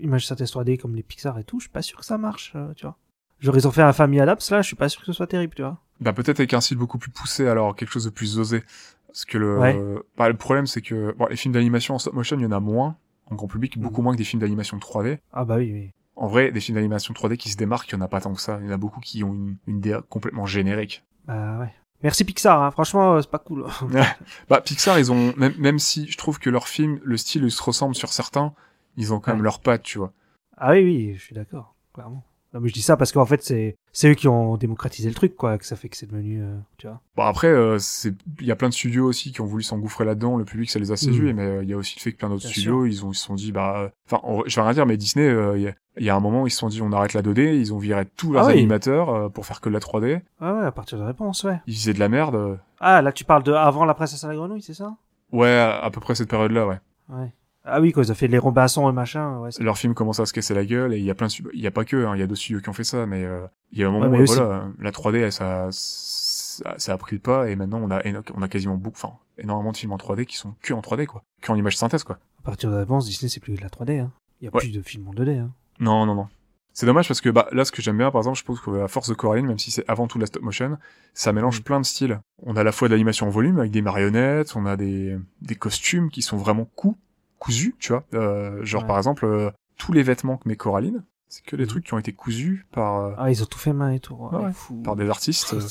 Speaker 5: image synthèse 3D comme les Pixar et tout. Je suis pas sûr que ça marche, euh, tu vois. Genre ils ont fait un Family Adapts là, je suis pas sûr que ce soit terrible, tu vois.
Speaker 6: Bah peut-être avec un style beaucoup plus poussé, alors quelque chose de plus osé. Parce que le,
Speaker 5: Ouais.
Speaker 6: bah, le problème c'est que bon, les films d'animation en stop motion, il y en a moins, en grand public,
Speaker 5: Mhm.
Speaker 6: beaucoup moins que des films d'animation 3D.
Speaker 5: Ah bah oui, oui.
Speaker 6: En vrai, des films d'animation 3D qui se démarquent, il y en a pas tant que ça. Il y en a beaucoup qui ont une, une DA complètement générique.
Speaker 5: Bah ouais. Merci Pixar, hein. franchement, euh, c'est pas cool. (laughs)
Speaker 6: Bah Pixar, ils ont même, même si je trouve que leurs films, le style ils se ressemble sur certains, ils ont quand même
Speaker 5: Ouais.
Speaker 6: leur patte, tu vois.
Speaker 5: ah oui, oui, je suis d'accord, clairement. Non, mais je dis ça parce qu'en fait, c'est c'est eux qui ont démocratisé le truc, quoi, que ça fait que c'est devenu, euh, tu vois.
Speaker 6: Bon après, euh, c'est- il y a plein de studios aussi qui ont voulu s'engouffrer là-dedans. Le public, ça les a séduits, mais euh, il y a aussi le fait que plein d'autres
Speaker 5: Mm. Bien
Speaker 6: studios, ils ont, ils se sont dit, bah, euh, enfin, on- je vais rien dire, mais Disney, euh, il y a- il y, a un moment, ils se sont dit, on arrête la 2D. Ils ont viré tous leurs
Speaker 5: Ah oui.
Speaker 6: animateurs euh, pour faire que de la 3D.
Speaker 5: Ah ouais, à partir de la réponse, ouais.
Speaker 6: Ils faisaient de la merde. euh.
Speaker 5: Ah, là, tu parles de avant la princesse à la grenouille, c'est ça
Speaker 6: Ouais, à, à peu près cette période-là, ouais.
Speaker 5: Ouais. Ah oui, quoi, ils ont fait les Robinson et machin, ouais. c'est-
Speaker 6: Leur film commence à se casser la gueule et il y a plein de, stu- il y a pas que, hein, il y a d'autres studios qui ont fait ça, mais euh, il y a un moment
Speaker 5: Ouais, mais
Speaker 6: où
Speaker 5: aussi-
Speaker 6: voilà, hein, la 3D, elle, ça, ça, ça a pris le pas et maintenant on a, éno- on a quasiment beaucoup, enfin, énormément de films en 3D qui sont que en 3D quoi, que en image synthèse quoi.
Speaker 5: À partir de la réponse, Disney, c'est plus que de la 3D, hein. Il y a
Speaker 6: Ouais.
Speaker 5: plus de films en 2D, hein.
Speaker 6: Non, non, non. C'est dommage parce que bah, là, ce que j'aime bien, par exemple, je pense qu'à force de Coraline, même si c'est avant tout de la stop motion, ça mélange
Speaker 5: Mm.
Speaker 6: plein de styles. On a à la fois de l'animation en volume avec des marionnettes, on a des, des costumes qui sont vraiment cou cousus, tu vois. Euh, genre,
Speaker 5: Ouais. Mm.
Speaker 6: par exemple, euh, tous les vêtements que met Coraline, C'est que des trucs qui ont été cousus par, euh,
Speaker 5: Ah, ils ont tout fait main et tout. Ouais,
Speaker 6: Ouais, ouais.
Speaker 5: fou.
Speaker 6: par des
Speaker 5: Ah,
Speaker 6: artistes euh,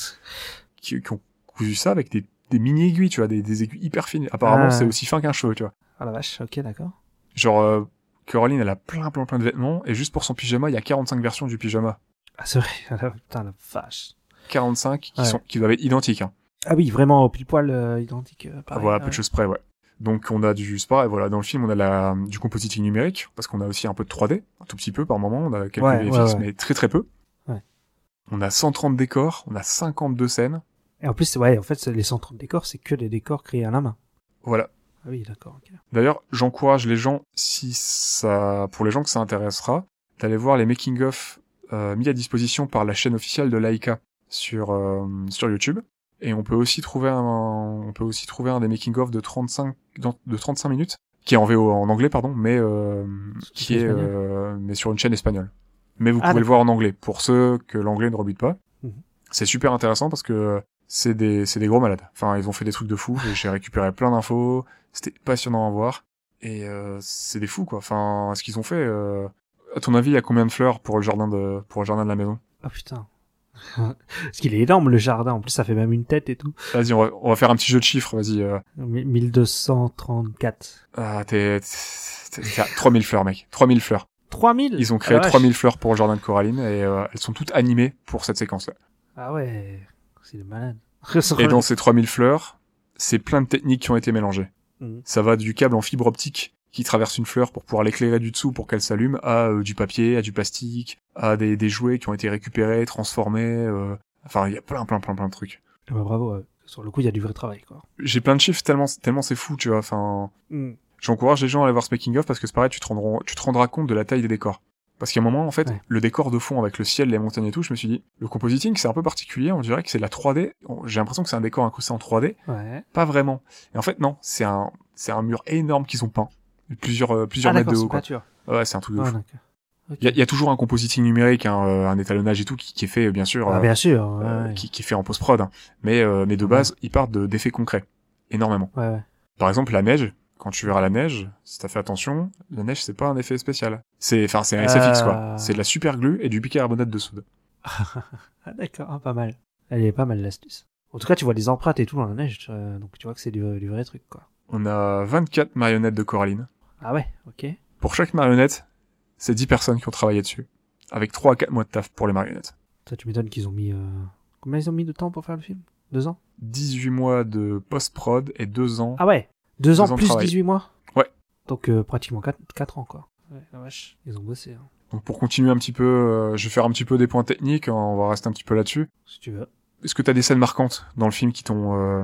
Speaker 6: qui, qui ont cousu ça avec des, des mini-aiguilles, tu vois, des, des aiguilles hyper fines. Apparemment,
Speaker 5: Ah.
Speaker 6: c'est aussi fin qu'un cheveu, tu vois.
Speaker 5: Ah la vache, ok, d'accord.
Speaker 6: Genre, euh, Coraline, elle a plein, plein, plein de vêtements, et juste pour son pyjama, il y a 45 versions du pyjama.
Speaker 5: Ah, c'est vrai. (laughs) Ah, la- Putain, la vache.
Speaker 6: 45 qui,
Speaker 5: Ouais.
Speaker 6: sont, qui doivent être identiques. Hein.
Speaker 5: Ah oui, vraiment, pile poil euh, identique. euh,
Speaker 6: Ah,
Speaker 5: pareil,
Speaker 6: voilà,
Speaker 5: ouais.
Speaker 6: peu de choses près, ouais. Donc, on a du sport, et voilà, dans le film, on a la, du compositing numérique, parce qu'on a aussi un peu de 3D, un tout petit peu par moment, on a quelques
Speaker 5: Ouais, ouais,
Speaker 6: VFX,
Speaker 5: ouais.
Speaker 6: mais très, très peu.
Speaker 5: Ouais.
Speaker 6: On a 130 décors, on a 52 scènes.
Speaker 5: Et en plus, ouais, en fait, c'est- les 130 décors, c'est que des décors créés à la main.
Speaker 6: Voilà.
Speaker 5: Ah oui, d'accord, ok.
Speaker 6: D'ailleurs, j'encourage les gens, si ça, pour les gens que ça intéressera, d'aller voir les making-of mis à disposition par la chaîne officielle de Laika sur, euh, sur YouTube. Et on peut aussi trouver un, on peut aussi trouver un des making-of de 35, dans- de 35 minutes, qui est en VO, en anglais, pardon, mais, euh,
Speaker 5: Sur
Speaker 6: qui
Speaker 5: une
Speaker 6: est,
Speaker 5: chaîne
Speaker 6: euh, mais sur une chaîne espagnole. Mais vous
Speaker 5: Ah,
Speaker 6: pouvez le
Speaker 5: d'accord.
Speaker 6: voir en anglais, pour ceux que l'anglais ne rebute pas.
Speaker 5: Mhm.
Speaker 6: C'est super intéressant parce que c'est des, c'est des gros malades. Enfin, ils ont fait des trucs de fou. J'ai récupéré plein d'infos c'était passionnant à voir et euh, c'est des fous quoi enfin ce qu'ils ont fait euh, à ton avis il y a combien de fleurs pour le jardin de pour le jardin de la maison
Speaker 5: Ah putain. (laughs) Parce qu'il est énorme, le jardin. En plus, ça fait même une tête et tout.
Speaker 6: vas-y on va, on va faire un petit jeu de chiffres vas-y euh.
Speaker 5: Mi- 1234.
Speaker 6: ah t'es t'es- t'es à 3000 fleurs mec 3000 fleurs
Speaker 5: 3000
Speaker 6: ils ont créé
Speaker 5: Ah la vache.
Speaker 6: 3000 fleurs pour le jardin de Coraline et euh, elles sont toutes animées pour cette séquence là
Speaker 5: Ah ouais, c'est des (laughs) malades.
Speaker 6: et dans ces 3000 fleurs c'est plein de techniques qui ont été mélangées
Speaker 5: Mhm.
Speaker 6: ça va du câble en fibre optique qui traverse une fleur pour pouvoir l'éclairer du dessous pour qu'elle s'allume, à euh, du papier, à du plastique, à des, des jouets qui ont été récupérés, transformés. euh, Enfin, il y a plein, plein, plein, plein de trucs.
Speaker 5: Ah bah, bravo, ouais. sur le coup, il y a du vrai travail, quoi.
Speaker 6: J'ai plein de chiffres tellement, tellement c'est fou, tu vois. Enfin,
Speaker 5: Mm.
Speaker 6: j'encourage les gens à aller voir ce making of parce que c'est pareil, tu te, rendrons- tu te rendras compte de la taille des décors. Parce qu'à un moment, en fait,
Speaker 5: Ouais.
Speaker 6: le décor de fond avec le ciel, les montagnes et tout, je me suis dit, le compositing, c'est un peu particulier, on dirait que c'est de la 3D. On- J'ai l'impression que c'est un décor incrusté en 3D,
Speaker 5: Ouais.
Speaker 6: Pas vraiment. Et en fait, non, c'est un, c'est un mur énorme qu'ils ont peint. Plusieurs, euh, plusieurs
Speaker 5: Ah
Speaker 6: mètres
Speaker 5: d'accord,
Speaker 6: de
Speaker 5: c'est
Speaker 6: haut.
Speaker 5: une
Speaker 6: Quoi.
Speaker 5: peinture.
Speaker 6: Ouais, c'est un truc de
Speaker 5: Ah,
Speaker 6: fou.
Speaker 5: d'accord. Ok.
Speaker 6: Il y, a- il y a toujours un compositing numérique, hein, euh, un étalonnage et tout, qui, qui est fait, bien sûr,
Speaker 5: Ah
Speaker 6: euh,
Speaker 5: bien sûr, ouais,
Speaker 6: euh,
Speaker 5: ouais.
Speaker 6: qui, qui est fait en post-prod. hein. Mais, euh, mais de base, ils partent de- d'effets concrets. Énormément.
Speaker 5: Ouais, ouais.
Speaker 6: Par exemple, la neige, quand tu verras la neige, si t'as fait attention, la neige, c'est pas un effet spécial. C'est, enfin, c'est un SFX, quoi.
Speaker 5: Ah.
Speaker 6: C'est de la super glue et du bicarbonate de soude.
Speaker 5: Ah d'accord, ah, pas mal. Elle est pas mal l'astuce. En tout cas, tu vois les empreintes et tout dans la neige, euh, donc tu vois que c'est du, du vrai truc, quoi.
Speaker 6: On a 24 marionnettes de Coraline.
Speaker 5: Ah ouais, ok.
Speaker 6: Pour chaque marionnette, c'est 10 personnes qui ont travaillé dessus, avec 3 à 4 mois de taf pour les marionnettes.
Speaker 5: Toi, tu m'étonnes qu'ils ont mis... euh, Combien ils ont mis de temps pour faire le film Deux ans
Speaker 6: 18 mois de post-prod et 2 ans.
Speaker 5: Ah ouais Deux,
Speaker 6: Deux
Speaker 5: ans
Speaker 6: ans de
Speaker 5: plus
Speaker 6: travail.
Speaker 5: 18 mois
Speaker 6: Ouais.
Speaker 5: Donc euh, pratiquement 4, ans, quoi. Ouais, la vache. Ils ont bossé, hein.
Speaker 6: Donc pour continuer un petit peu, euh, je vais faire un petit peu des points techniques, hein, on va rester un petit peu là-dessus.
Speaker 5: si tu veux.
Speaker 6: Est-ce que t'as des scènes marquantes dans le film qui t'ont... euh,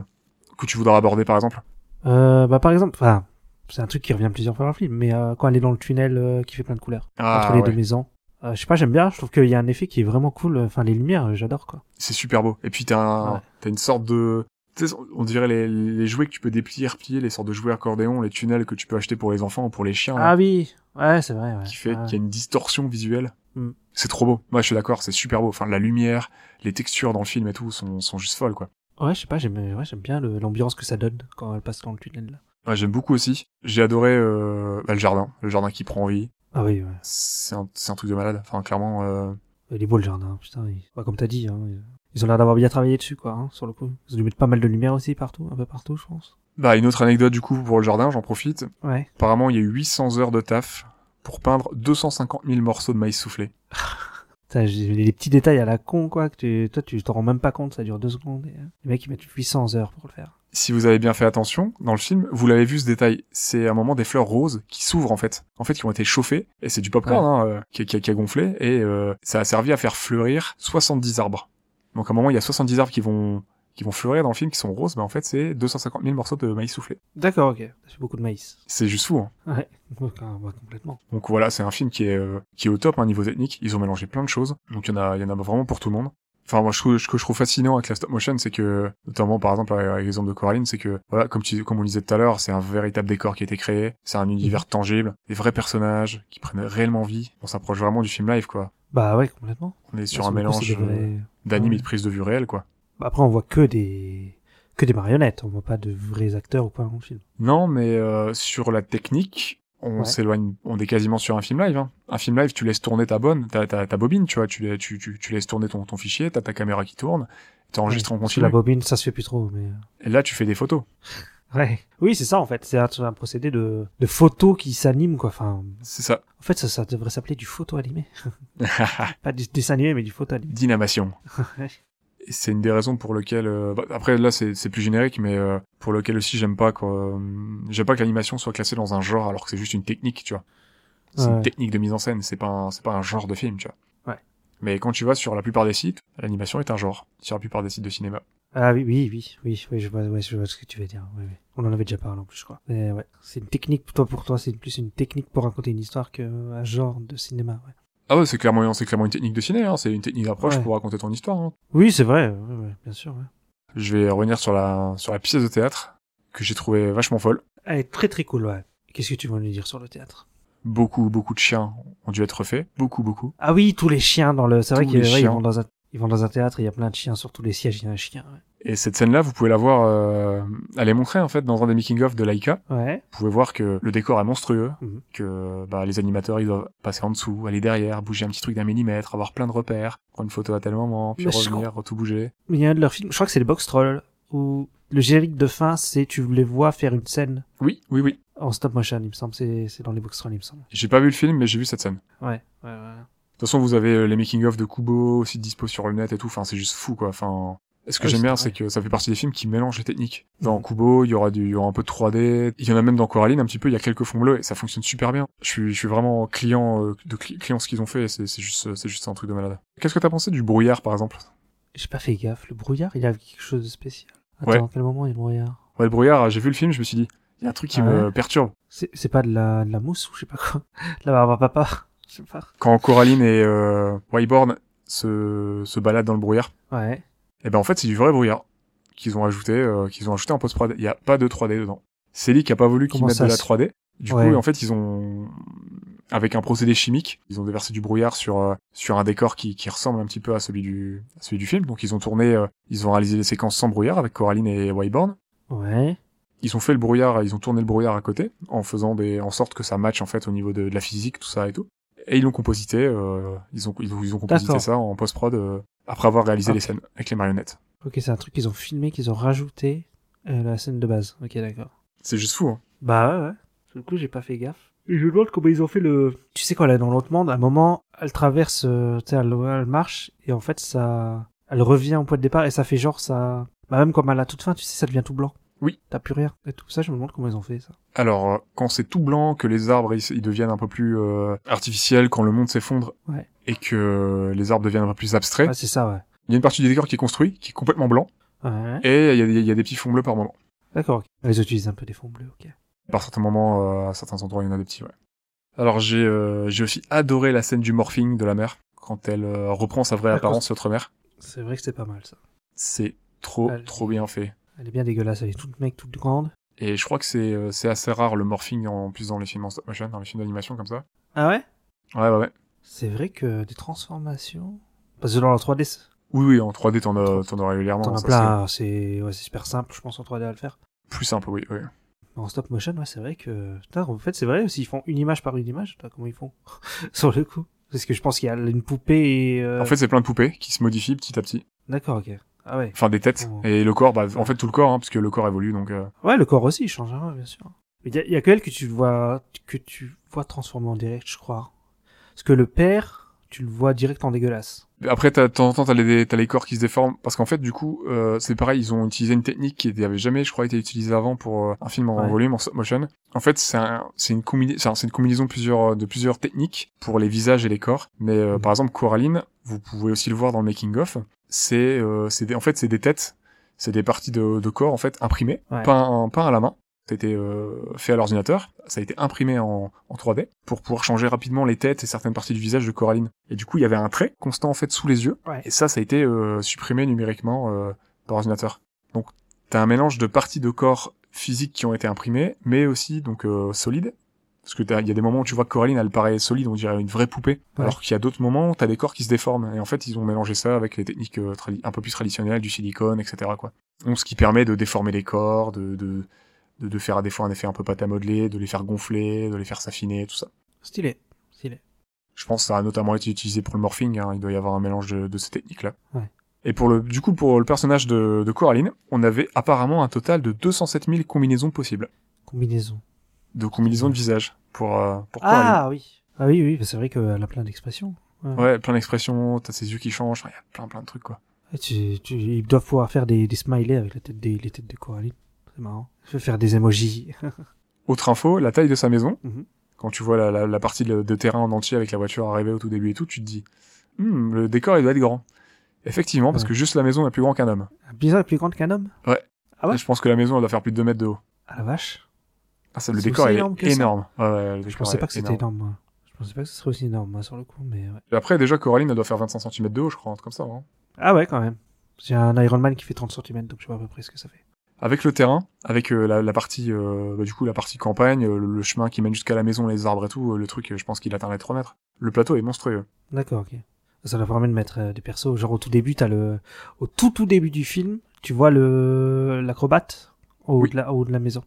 Speaker 6: que tu voudras aborder par exemple
Speaker 5: Euh, bah par exemple, enfin, c'est un truc qui revient plusieurs fois dans le film, mais euh, quand elle est dans le tunnel euh, qui fait plein de couleurs,
Speaker 6: Ah,
Speaker 5: entre les
Speaker 6: ouais.
Speaker 5: deux maisons, euh, je sais pas, j'aime bien, je trouve qu'il y a un effet qui est vraiment cool, enfin les lumières, euh, j'adore quoi.
Speaker 6: C'est super beau. Et puis t'as un-
Speaker 5: Ouais.
Speaker 6: t'as une sorte de... tu sais, On dirait les, les jouets que tu peux déplier, replier, les sortes de jouets accordéon, les tunnels que tu peux acheter pour les enfants ou pour les chiens. là.
Speaker 5: Ah oui, ouais, c'est vrai, ouais.
Speaker 6: qui fait
Speaker 5: Ouais.
Speaker 6: qu'il y a une distorsion visuelle.
Speaker 5: Mm.
Speaker 6: C'est trop beau. Moi, je suis d'accord, c'est super beau. Enfin, la lumière, les textures dans le film et tout sont, sont juste folles, quoi.
Speaker 5: Ouais, je sais pas, j'aime ouais, j'aime bien le- l'ambiance que ça donne quand elle passe dans le tunnel là.
Speaker 6: Ouais, j'aime beaucoup aussi. J'ai adoré euh, bah, le jardin, le jardin qui prend vie.
Speaker 5: Ah oui, ouais.
Speaker 6: C'est un, c'est un truc de malade. Enfin, clairement, euh,
Speaker 5: Il est beau le jardin, putain, il- ouais, comme t'as dit, hein, ils- ils ont l'air d'avoir bien travaillé dessus quoi, hein, sur le coup. Ils ont dû mettre pas mal de lumière aussi partout, un peu partout, je pense.
Speaker 6: bah une autre anecdote du coup pour le jardin, j'en profite.
Speaker 5: Ouais.
Speaker 6: Apparemment, il y a eu 800 heures de taf pour peindre 250 000 morceaux de maïs soufflé.
Speaker 5: Putain, j'ai les petits détails à la con quoi, que tu, toi tu t'en rends même pas compte, ça dure deux secondes. et, euh, les mecs ils mettent 800 heures pour le faire.
Speaker 6: Si vous avez bien fait attention, dans le film, vous l'avez vu ce détail, c'est à un moment des fleurs roses qui s'ouvrent en fait, en fait qui ont été chauffées, et c'est du popcorn hein, euh, qui, qui- qui a gonflé, et euh, ça a servi à faire fleurir 70 arbres. Donc à un moment, il y a 70 arbres qui vont qui vont fleurir dans le film, qui sont roses, mais en fait c'est 250 000 morceaux de maïs soufflé.
Speaker 5: D'accord, ok. Ça fait beaucoup de maïs.
Speaker 6: C'est juste fou. hein.
Speaker 5: Ouais, ouais, ouais, complètement.
Speaker 6: Donc voilà, c'est un film qui est euh, qui est au top hein, niveau technique. Ils ont mélangé plein de choses, donc il y en a il y en a vraiment pour tout le monde. Enfin moi je trouve ce que je trouve fascinant avec la stop motion, c'est que notamment par exemple avec l'exemple de Coraline, c'est que voilà comme tu comme on disait tout à l'heure, c'est un véritable décor qui a été créé, c'est un
Speaker 5: Mhm.
Speaker 6: univers tangible, des vrais personnages qui prennent réellement vie. On s'approche vraiment du film live quoi.
Speaker 5: Bah ouais, complètement.
Speaker 6: On est sur
Speaker 5: Sur
Speaker 6: un
Speaker 5: le coup, c'est
Speaker 6: mélange
Speaker 5: des
Speaker 6: euh,
Speaker 5: vrais-
Speaker 6: d'anime
Speaker 5: Ouais.
Speaker 6: et de prise de vue réelle quoi.
Speaker 5: Bah Après, on voit que des que des marionnettes. On voit pas de vrais acteurs ou quoi dans le film.
Speaker 6: Non mais euh, sur la technique, on
Speaker 5: Ouais.
Speaker 6: s'éloigne, on est quasiment sur un film live. hein. Un film live, tu laisses tourner ta bonne, ta, ta, ta bobine, tu vois, tu, la- tu, tu, tu laisses tourner ton, ton fichier, t'as ta caméra qui tourne, t'enregistres en
Speaker 5: Parce que
Speaker 6: continu.
Speaker 5: la bobine, ça se fait plus trop, mais. euh,
Speaker 6: Et là, tu fais des photos.
Speaker 5: Ouais. Oui, c'est ça en fait. C'est un, c'est un procédé de, de photo qui s'anime quoi. Enfin,
Speaker 6: C'est ça,
Speaker 5: en fait, ça, ça devrait s'appeler du photo
Speaker 6: (laughs)
Speaker 5: animé. (laughs) Pas du dessin animé, mais du photo animé.
Speaker 6: dynamation.
Speaker 5: (laughs) Ouais.
Speaker 6: Et c'est une des raisons pour lesquelles euh, bah, après là c'est c'est plus générique mais euh, pour lequel aussi j'aime pas quoi euh, j'aime pas que l'animation soit classée dans un genre alors que c'est juste une technique tu vois c'est
Speaker 5: Ouais.
Speaker 6: une technique de mise en scène c'est pas un- c'est pas un genre de film tu vois
Speaker 5: Ouais.
Speaker 6: mais quand tu vas sur la plupart des sites l'animation est un genre sur la plupart des sites de cinéma
Speaker 5: Ah oui, oui, oui, oui, oui, je vois, ouais, je vois ce que tu veux dire. Oui, oui. On en avait déjà parlé en plus, je crois. Mais ouais, c'est une technique pour toi, pour toi, c'est plus une technique pour raconter une histoire qu'un genre de cinéma. Ouais.
Speaker 6: ah ouais c'est clairement c'est clairement une technique de ciné hein, c'est une technique d'approche
Speaker 5: Ouais.
Speaker 6: pour raconter ton histoire hein.
Speaker 5: Oui, c'est vrai, ouais, ouais, bien sûr. Ouais.
Speaker 6: je vais revenir sur la sur la pièce de théâtre que j'ai trouvé vachement folle
Speaker 5: Elle est très très cool, ouais. Qu'est-ce que tu veux nous dire sur le théâtre
Speaker 6: beaucoup beaucoup de chiens ont dû être faits beaucoup beaucoup
Speaker 5: Ah oui, tous les chiens dans le. C'est vrai
Speaker 6: Tous
Speaker 5: qu'ils
Speaker 6: les
Speaker 5: ouais, ils
Speaker 6: chiens.
Speaker 5: vont dans un, ils vont dans un théâtre, il y a plein de chiens sur tous les sièges, il y a un chien.
Speaker 6: et cette scène là vous pouvez la voir euh, elle est montrée en fait dans un des making of de Laika
Speaker 5: Ouais. ouais.
Speaker 6: Vous pouvez voir que le décor est monstrueux,
Speaker 5: Mhm.
Speaker 6: que bah, les animateurs ils doivent passer en dessous, aller derrière, bouger un petit truc d'un millimètre, avoir plein de repères, prendre une photo à tel moment, puis
Speaker 5: Mais je
Speaker 6: revenir, tout bouger.
Speaker 5: Mais il y a un de leurs films, je crois que c'est les Box Trolls, où le générique de fin, c'est tu les vois faire une scène
Speaker 6: Oui, oui, oui.
Speaker 5: en stop motion, il me semble. C'est c'est dans les Box Trolls, il me semble.
Speaker 6: J'ai pas vu le film, mais j'ai vu cette scène. De
Speaker 5: Ouais, ouais, ouais.
Speaker 6: toute façon, vous avez euh, les making-of de Kubo aussi dispo sur le net et tout. Enfin, c'est juste fou, quoi. Enfin, et ce que
Speaker 5: Ah oui,
Speaker 6: j'aime bien,
Speaker 5: c'est
Speaker 6: c'est
Speaker 5: vrai.
Speaker 6: que ça fait partie des films qui mélangent les techniques. Dans
Speaker 5: Mhm.
Speaker 6: Kubo, il y aura du, il y aura un peu de 3D. Il y en a même dans Coraline un petit peu. Il y a quelques fonds bleus et ça fonctionne super bien. Je suis, je suis vraiment client euh, de cli- client de ce qu'ils ont fait. et C'est c'est juste, euh, c'est juste un truc de malade. Qu'est-ce que t'as pensé du brouillard, par exemple?
Speaker 5: J'ai pas fait gaffe. Le brouillard, il a quelque chose de spécial. Attends,
Speaker 6: Ouais.
Speaker 5: à quel moment il y a le brouillard
Speaker 6: Ouais, le brouillard, j'ai vu le film, je me suis dit, il y a un truc qui
Speaker 5: Ah
Speaker 6: me perturbe.
Speaker 5: C'est c'est pas de la, de la mousse ou je sais pas quoi (laughs) De la barbe à papa (laughs) Je sais pas.
Speaker 6: Quand Coraline et euh, Wyborn se, se baladent dans le brouillard,
Speaker 5: Ouais.
Speaker 6: et ben en fait, c'est du vrai brouillard qu'ils ont ajouté, euh, qu'ils ont ajouté en post-prod. Il y a pas de 3D dedans. Célie qui a pas voulu qu'ils
Speaker 5: Comment
Speaker 6: mettent
Speaker 5: ça
Speaker 6: de la
Speaker 5: se-
Speaker 6: 3D. Du
Speaker 5: Ouais.
Speaker 6: coup, en fait, ils ont, avec un procédé chimique, ils ont déversé du brouillard sur, euh, sur un décor qui, qui ressemble un petit peu à celui du, à celui du film. Donc, ils ont tourné, euh, ils ont réalisé les séquences sans brouillard avec Coraline et Wyborn.
Speaker 5: Ouais.
Speaker 6: ils ont fait le brouillard, ils ont tourné le brouillard à côté, en faisant des, en sorte que ça matche en fait au niveau de, de la physique, tout ça et tout. Et ils l'ont composité, euh, ils ont, ils ont, ils ont composité
Speaker 5: D'accord. Ah.
Speaker 6: ça en post prod après avoir réalisé
Speaker 5: Ok.
Speaker 6: les scènes avec les marionnettes.
Speaker 5: Ok, c'est un truc qu'ils ont filmé, qu'ils ont rajouté euh, la scène de base. Ok, d'accord.
Speaker 6: C'est juste fou. Hein.
Speaker 5: Bah ouais, ouais. Du coup, j'ai pas fait gaffe. Et je me demande comment ils ont fait le. Tu sais quoi, là, dans l'autre monde, à un moment, elle traverse, euh, tu sais, elle, elle marche, et en fait, ça. Elle revient au point de départ, et ça fait genre ça. Bah, même comme elle a toute fin, tu sais, ça devient tout blanc.
Speaker 6: Oui.
Speaker 5: T'as plus rien. Et tout ça, je me demande comment ils ont fait ça.
Speaker 6: Alors euh, quand c'est tout blanc, que les arbres ils, ils deviennent un peu plus euh, artificiels, quand le monde s'effondre
Speaker 5: Ouais.
Speaker 6: et que les arbres deviennent un peu plus abstraits,
Speaker 5: Ah, c'est ça, ouais.
Speaker 6: il y a une partie du décor qui est construit, qui est complètement blanc,
Speaker 5: Ouais.
Speaker 6: et il y a, des- il y a des petits fonds bleus par moment.
Speaker 5: D'accord. ok. Ils utilisent un peu des fonds bleus, ok.
Speaker 6: Par certains moments, euh, à certains endroits, il y en a des petits, ouais. Alors j'ai euh, j'ai aussi adoré la scène du morphing de la mère, quand elle euh, reprend sa vraie
Speaker 5: Ah,
Speaker 6: apparence, l'autre mère.
Speaker 5: C'est vrai que c'est pas mal ça.
Speaker 6: C'est trop,
Speaker 5: Elle-
Speaker 6: trop bien fait.
Speaker 5: Elle est bien dégueulasse, elle est toute mec, toute grande.
Speaker 6: Et je crois que c'est euh, c'est assez rare le morphing en plus dans les films en stop motion, dans les films d'animation comme ça.
Speaker 5: Ah ouais
Speaker 6: Ouais, ouais, ouais.
Speaker 5: C'est vrai que des transformations. Parce que dans la 3D, c'est-
Speaker 6: Oui, oui, en 3D, t'en as, t'en as régulièrement.
Speaker 5: t'en as
Speaker 6: ça,
Speaker 5: plein, hein, c'est ouais, c'est super simple, je pense, en 3D à le faire.
Speaker 6: c'est Plus simple, oui, oui.
Speaker 5: Mais en stop motion, ouais, c'est vrai que. Putain, en fait, c'est vrai, s'ils font une image par une image, putain, comment ils font (laughs) Sur le coup. Parce que je pense qu'il y a une poupée et. euh,
Speaker 6: En fait, c'est plein de poupées qui se modifient petit à petit.
Speaker 5: D'accord, ok. Ah ouais.
Speaker 6: Enfin, des têtes.
Speaker 5: Oh.
Speaker 6: Et le corps, bah, en fait, tout le corps, hein, parce que le corps évolue, donc... euh,
Speaker 5: Ouais, le corps aussi, il change, hein, bien sûr. Mais Il y a, il y a que elle que tu vois, que tu vois transformer en direct, je crois. Parce que le père, tu le vois direct en dégueulasse.
Speaker 6: Après, t'as- de temps en temps, t'as les, t'as les corps qui se déforment. Parce qu'en fait, du coup, euh, c'est pareil, ils ont utilisé une technique qui n'avait jamais, je crois, été utilisée avant pour euh, un film en
Speaker 5: Ouais.
Speaker 6: volume, en stop motion. En fait, c'est un, c'est une, combina- c'est un- c'est une combinaison de plusieurs, de plusieurs techniques pour les visages et les corps. Mais euh,
Speaker 5: Mhm.
Speaker 6: par exemple, Coraline, vous pouvez aussi le voir dans le making-of, c'est euh, c'est des- en fait, c'est des têtes, c'est des parties de, de corps, en fait, imprimées,
Speaker 5: Ouais.
Speaker 6: peint, peint à la main. Ça a été euh, fait à l'ordinateur, ça a été imprimé en, en 3D pour pouvoir changer rapidement les têtes et certaines parties du visage de Coraline. Et du coup, il y avait un trait constant en fait sous les yeux,
Speaker 5: Ouais.
Speaker 6: et ça, ça a été euh, supprimé numériquement euh, par ordinateur. Donc, t'as un mélange de parties de corps physiques qui ont été imprimées, mais aussi donc euh, solides. Parce que t'as- il y a des moments où tu vois que Coraline, elle paraît solide, on dirait une vraie poupée.
Speaker 5: Ouais.
Speaker 6: Alors qu'il y a d'autres moments où t'as des corps qui se déforment. Et en fait, ils ont mélangé ça avec les techniques euh, tradi- un peu plus traditionnelles, du silicone, etc. Quoi. Donc, ce qui permet de déformer les corps, de, de, de, de faire à des fois un effet un peu pâte à modeler, de les faire gonfler, de les faire s'affiner, tout ça.
Speaker 5: Stylé. Stylé.
Speaker 6: Je pense que ça a notamment été utilisé pour le morphing, hein, il doit y avoir un mélange de, de ces techniques-là.
Speaker 5: Ouais.
Speaker 6: Et pour le, du coup, pour le personnage de, de Coraline, on avait apparemment un total de 207 000 combinaisons possibles.
Speaker 5: Combinaison.
Speaker 6: De combinaisons de visages pour, euh, pour Coraline.
Speaker 5: Ah oui. Ah oui, oui, bah, c'est vrai qu'elle a plein d'expressions.
Speaker 6: Ouais, plein d'expressions, t'as ses yeux qui changent, enfin, il y a plein plein de trucs quoi.
Speaker 5: Et Tu, tu, ils doivent pouvoir faire des, des smileys avec la tête des, les têtes de Coraline. C'est marrant. Je vais faire des emojis.
Speaker 6: Autre info, la taille de sa maison.
Speaker 5: Mhm.
Speaker 6: Quand tu vois la, la- la partie de, de terrain en entier avec la voiture arrivée au tout début et tout, tu te dis, Hmm, le décor il doit être grand. Effectivement, parce
Speaker 5: Ouais.
Speaker 6: que juste la maison est plus grand qu'un homme.
Speaker 5: Un bizarre Ah, est plus grande qu'un homme. Ah ouais
Speaker 6: Et je pense que la maison elle doit faire plus de 2 mètres de haut.
Speaker 5: Ah la vache.
Speaker 6: Ah, ça, le
Speaker 5: C'est
Speaker 6: décor
Speaker 5: aussi
Speaker 6: il
Speaker 5: énorme que
Speaker 6: est
Speaker 5: ça
Speaker 6: énorme. Ouais, ouais, le
Speaker 5: Je
Speaker 6: décor
Speaker 5: pensais
Speaker 6: est
Speaker 5: pas que c'était énorme. moi. Je pensais pas que ce serait aussi énorme, moi, sur le coup, mais ouais.
Speaker 6: Et après, déjà, Coraline elle doit faire 25 cm de haut, je crois, un truc comme ça. hein.
Speaker 5: Ah ouais, quand même. J'ai un Iron Man qui fait 30 cm, donc je vois à peu près ce que ça fait.
Speaker 6: Avec le terrain, avec euh, la, la partie, euh, bah, du coup, la partie campagne, euh, le, le chemin qui mène jusqu'à la maison, les arbres et tout, euh, le truc, euh, je pense qu'il atteint les 3 mètres. Le plateau est monstrueux.
Speaker 5: D'accord, ok. Ça va permet de mettre euh, des persos. Genre au tout début, t'as le, au tout tout début du film, tu vois le l'acrobate au haut
Speaker 6: Oui.
Speaker 5: de la, au haut de la maison.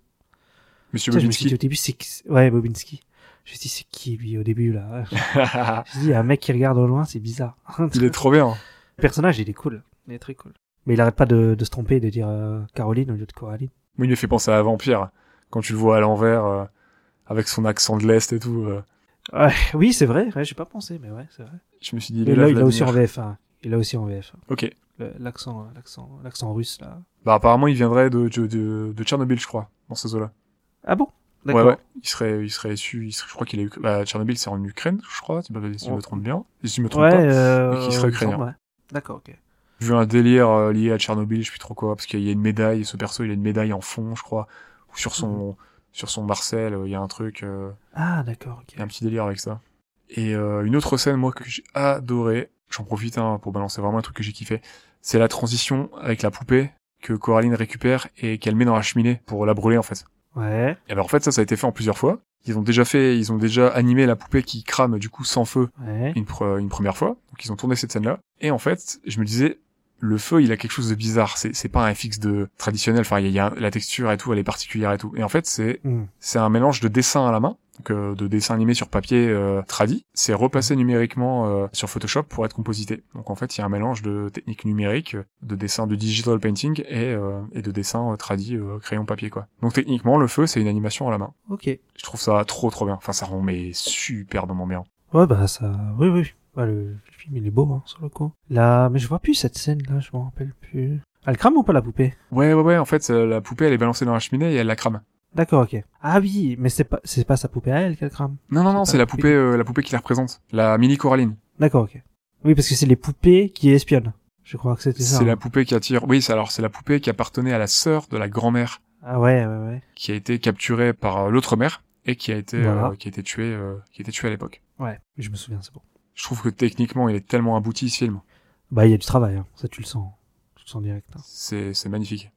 Speaker 6: Monsieur
Speaker 5: Tiens, je me suis dit
Speaker 6: Bobinski.
Speaker 5: au début, c'est qui- ouais Bobinski. Je me suis dit c'est qui lui au début (laughs) là. Je
Speaker 6: il
Speaker 5: me suis dit un mec qui regarde au loin, c'est bizarre. (laughs)
Speaker 6: est trop bien.
Speaker 5: Le personnage, il est cool. Il est très cool. Mais il arrête pas de, de se tromper, de dire euh, Caroline au lieu de Coraline.
Speaker 6: Moi, il me fait penser à un vampire. Quand tu le vois à l'envers, euh, avec son accent de l'Est et tout, euh,
Speaker 5: Ouais, oui, c'est vrai. Ouais, j'ai pas pensé, mais ouais, c'est vrai.
Speaker 6: je me suis dit, il
Speaker 5: Et
Speaker 6: est
Speaker 5: là,
Speaker 6: là,
Speaker 5: il a aussi en
Speaker 6: Vladimir.
Speaker 5: VF. hein. Il a aussi en VF.
Speaker 6: Ok.
Speaker 5: Le- L'accent, euh, l'accent, l'accent russe là.
Speaker 6: Bah, apparemment, il viendrait de, de, de, de Tchernobyl, je crois, dans ces eaux-là.
Speaker 5: Ah bon
Speaker 6: Ouais, ouais. Il serait, il serait issu, il serait- je crois qu'il est, uk- bah, Tchernobyl, c'est en Ukraine, je crois, si je me- si je me trompe bien. Si je me trompe
Speaker 5: Ouais,
Speaker 6: pas.
Speaker 5: euh,
Speaker 6: et hein. qui serait
Speaker 5: il me semble,
Speaker 6: ukrainien.
Speaker 5: ouais. D'accord, ok.
Speaker 6: J'ai vu un délire euh, lié à Tchernobyl, je sais plus trop quoi, parce qu'il y a une médaille, et ce perso, il a une médaille en fond, je crois, ou sur son, sur son Marcel, euh, il y a un truc, euh,
Speaker 5: Ah, d'accord,
Speaker 6: il y a
Speaker 5: ok.
Speaker 6: un petit délire avec ça. Et euh, une autre scène, moi, que j'ai adoré, j'en profite hein, pour balancer vraiment un truc que j'ai kiffé, c'est la transition avec la poupée que Coraline récupère et qu'elle met dans la cheminée pour la brûler, en fait.
Speaker 5: Ouais,
Speaker 6: Et ben en fait, ça, ça a été fait en plusieurs fois. Ils ont déjà fait, ils ont déjà animé la poupée qui crame du coup sans feu
Speaker 5: ouais.
Speaker 6: une, pre- une première fois. Donc ils ont tourné cette scène-là. Et en fait, je me disais, le feu, il a quelque chose de bizarre. C'est, c'est pas un FX de traditionnel. Enfin, il y a, il y a un- la texture et tout, elle est particulière et tout. Et en fait, c'est
Speaker 5: Hmm.
Speaker 6: c'est un mélange de dessin à la main, donc euh, de dessin animé sur papier euh, tradi, c'est repassé numériquement euh, sur Photoshop pour être composité. Donc en fait, il y a un mélange de technique numérique, de dessin de digital painting et, euh, et de dessin euh, tradi euh, crayon papier quoi. Donc techniquement, le feu, c'est une animation à la main.
Speaker 5: Ok.
Speaker 6: Je trouve ça trop trop bien. Enfin, ça rend mais super dans mon bien.
Speaker 5: Ouais, bah ça. Oui, oui. Ouais, le... le film, il est beau, hein, sur le coup. Là, mais je vois plus cette scène là, je m'en rappelle plus. Elle crame ou pas la poupée
Speaker 6: Ouais ouais ouais. En fait, euh, la poupée, elle est balancée dans la cheminée et elle la crame.
Speaker 5: D'accord, ok. Ah oui, mais c'est pas, c'est pas sa poupée à elle qu'elle crame.
Speaker 6: Non non
Speaker 5: C'est
Speaker 6: non,
Speaker 5: pas
Speaker 6: c'est la poupée, euh, la poupée qui la représente, la mini Coraline.
Speaker 5: D'accord, ok. Oui, parce que c'est les poupées qui espionnent. Je crois que c'était ça.
Speaker 6: C'est
Speaker 5: hein.
Speaker 6: la poupée qui attire. Oui, c'est alors c'est la poupée qui appartenait à la sœur de la grand-mère
Speaker 5: Ah ouais, ouais, ouais.
Speaker 6: qui a été capturé par euh, l'autre mère et qui a été
Speaker 5: Voilà.
Speaker 6: euh, qui a été tué euh, qui a été tué à l'époque.
Speaker 5: Ouais, je me souviens, c'est bon.
Speaker 6: Je trouve que techniquement, il est tellement abouti ce film.
Speaker 5: Bah, il y a du travail, hein. ça tu le sens. Tu le sens direct. hein.
Speaker 6: C'est c'est magnifique.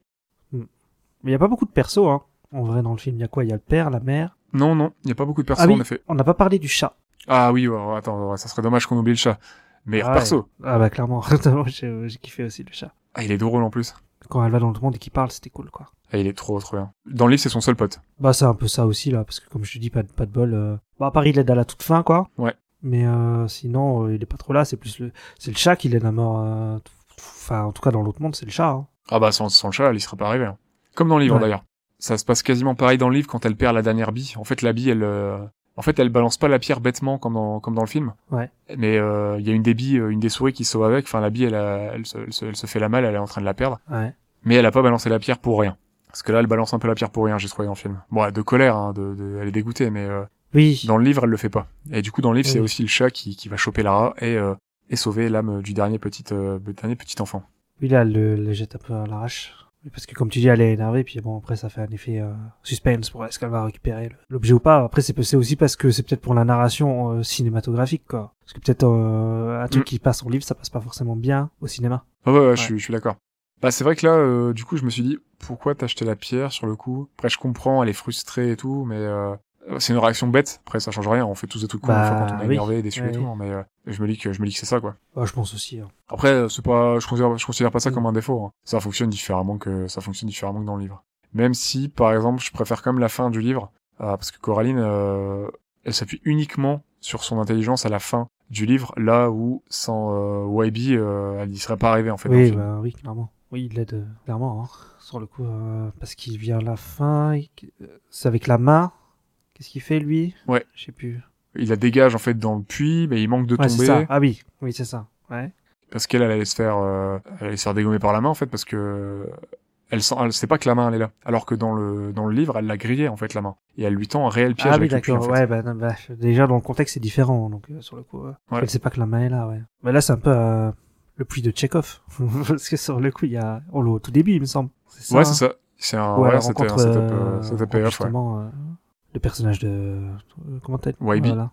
Speaker 5: Mais il y a pas beaucoup de persos, hein. En vrai, dans le film, il y a quoi Il y a le père, la mère.
Speaker 6: Non non, il y a pas beaucoup de persos
Speaker 5: ah oui,
Speaker 6: en effet.
Speaker 5: on n'a pas parlé du chat.
Speaker 6: Ah oui, ouais, ouais, attends, ouais, ça serait dommage qu'on oublie le chat. Meilleur
Speaker 5: Ah ouais.
Speaker 6: perso.
Speaker 5: Ah bah clairement, (laughs) Notamment, j'ai j'ai kiffé aussi le chat.
Speaker 6: Ah, il est drôle en plus.
Speaker 5: Quand elle va dans le monde et qu'il parle, c'était cool quoi.
Speaker 6: Ah, il est trop trop bien. Dans le livre, c'est son seul pote.
Speaker 5: Bah c'est un peu ça aussi là, parce que comme je te dis, pas de, pas de bol. euh, Bah à part il l'aide à la toute fin quoi.
Speaker 6: Ouais.
Speaker 5: Mais euh, sinon, euh, il est pas trop là, c'est plus le c'est le chat qui l'aide à mort. euh, tout- tout- Enfin, en tout cas dans l'autre monde, c'est le chat. hein.
Speaker 6: Ah bah sans, sans le chat, elle y serait pas arrivée. hein. Comme dans le livre
Speaker 5: Ouais.
Speaker 6: d'ailleurs. Ça se passe quasiment pareil dans le livre quand elle perd la dernière bille. En fait, la bille, elle, euh, en fait, elle balance pas la pierre bêtement comme dans comme dans le film.
Speaker 5: Ouais.
Speaker 6: Mais euh, il y a une des billes, euh, une des souris qui se sauve avec. Enfin, la bille, elle, a- elle, se, elle se- elle se fait la malle, elle est en train de la perdre.
Speaker 5: Ouais.
Speaker 6: Mais elle a pas balancé la pierre pour rien. Parce que là, elle balance un peu la pierre pour rien, j'ai trouvé dans le film. Bon, ouais, de colère, hein, de, de- elle est dégoûtée, mais euh,
Speaker 5: Oui.
Speaker 6: dans le livre, elle le fait pas. Et du coup, dans le livre, c'est
Speaker 5: Oui.
Speaker 6: aussi le chat qui, qui va choper Lara et, euh, et sauver l'âme du dernier petit, euh, dernier petit enfant.
Speaker 5: Oui là, elle le, le jette un peu à l'arrache. Oui, Parce que comme tu dis, elle est énervée, puis bon après ça fait un effet euh, suspense pour est-ce qu'elle va récupérer le- l'objet ou pas. Après c'est c'est aussi parce que c'est peut-être pour la narration euh, cinématographique quoi. Parce que peut-être euh, un truc
Speaker 6: Mm.
Speaker 5: qui passe en livre, ça passe pas forcément bien au cinéma.
Speaker 6: Ah ouais, ouais, je suis, je suis d'accord. Bah, c'est vrai que là, euh, du coup, je me suis dit, pourquoi t'as acheté la pierre sur le coup Après, je comprends, elle est frustrée et tout, mais euh, c'est une réaction bête. Après, ça change rien, on fait tous des trucs comme
Speaker 5: Bah,
Speaker 6: quand on est
Speaker 5: oui.
Speaker 6: énervé, déçu et
Speaker 5: Ouais,
Speaker 6: tout,
Speaker 5: oui.
Speaker 6: hein, mais euh, je me dis que je me dis que c'est ça, quoi.
Speaker 5: Ah, je pense aussi. hein. Mm.
Speaker 6: Après, euh, c'est pas, je considère, je considère pas ça comme un défaut. hein. Ça fonctionne différemment que ça fonctionne différemment que dans le livre. Même si, par exemple, je préfère quand même la fin du livre, euh, parce que Coraline, euh, elle s'appuie uniquement sur son intelligence à la fin du livre, là où sans euh, YB, euh, elle n'y serait pas arrivée en fait. dans le
Speaker 5: Oui,
Speaker 6: film.
Speaker 5: bah oui, clairement. Oui, il l'aide euh, clairement, hein, sur le coup, euh, parce qu'il vient à la fin, et que- euh, c'est avec la main. Qu'est-ce qu'il fait, lui
Speaker 6: Ouais.
Speaker 5: Je sais plus.
Speaker 6: Il la dégage en fait dans le puits, mais il manque de
Speaker 5: Ouais, c'est ça.
Speaker 6: tomber
Speaker 5: Ah oui, oui, c'est ça. Ouais.
Speaker 6: parce qu'elle elle allait se faire, euh, elle allait se faire dégommer par la main en fait parce que elle sent, elle sait pas que la main elle est là, alors que dans le dans le livre elle l'a grillée en fait la main et elle lui tend un réel piège
Speaker 5: Ah oui,
Speaker 6: avec le puits, en
Speaker 5: d'accord.
Speaker 6: fait.
Speaker 5: Ouais, bah, non, bah, déjà, dans le contexte, c'est différent. Donc, euh, sur le coup, euh,
Speaker 6: Ouais.
Speaker 5: elle sait pas que la main est là, ouais. Mais là, c'est un peu euh, le puits de Tchekhov. (laughs) Parce que sur le coup, il y a. On le voit au tout début, il me semble. C'est ça. hein.
Speaker 6: Ouais, c'est ça. C'est un,
Speaker 5: Ou à la
Speaker 6: ouais, c'était un
Speaker 5: rencontre,
Speaker 6: setup,
Speaker 5: euh,
Speaker 6: euh, setup
Speaker 5: rencontre,
Speaker 6: AF, ouais.
Speaker 5: justement, euh, le personnage de. euh, Comment t'as dit
Speaker 6: YB.
Speaker 5: Voilà.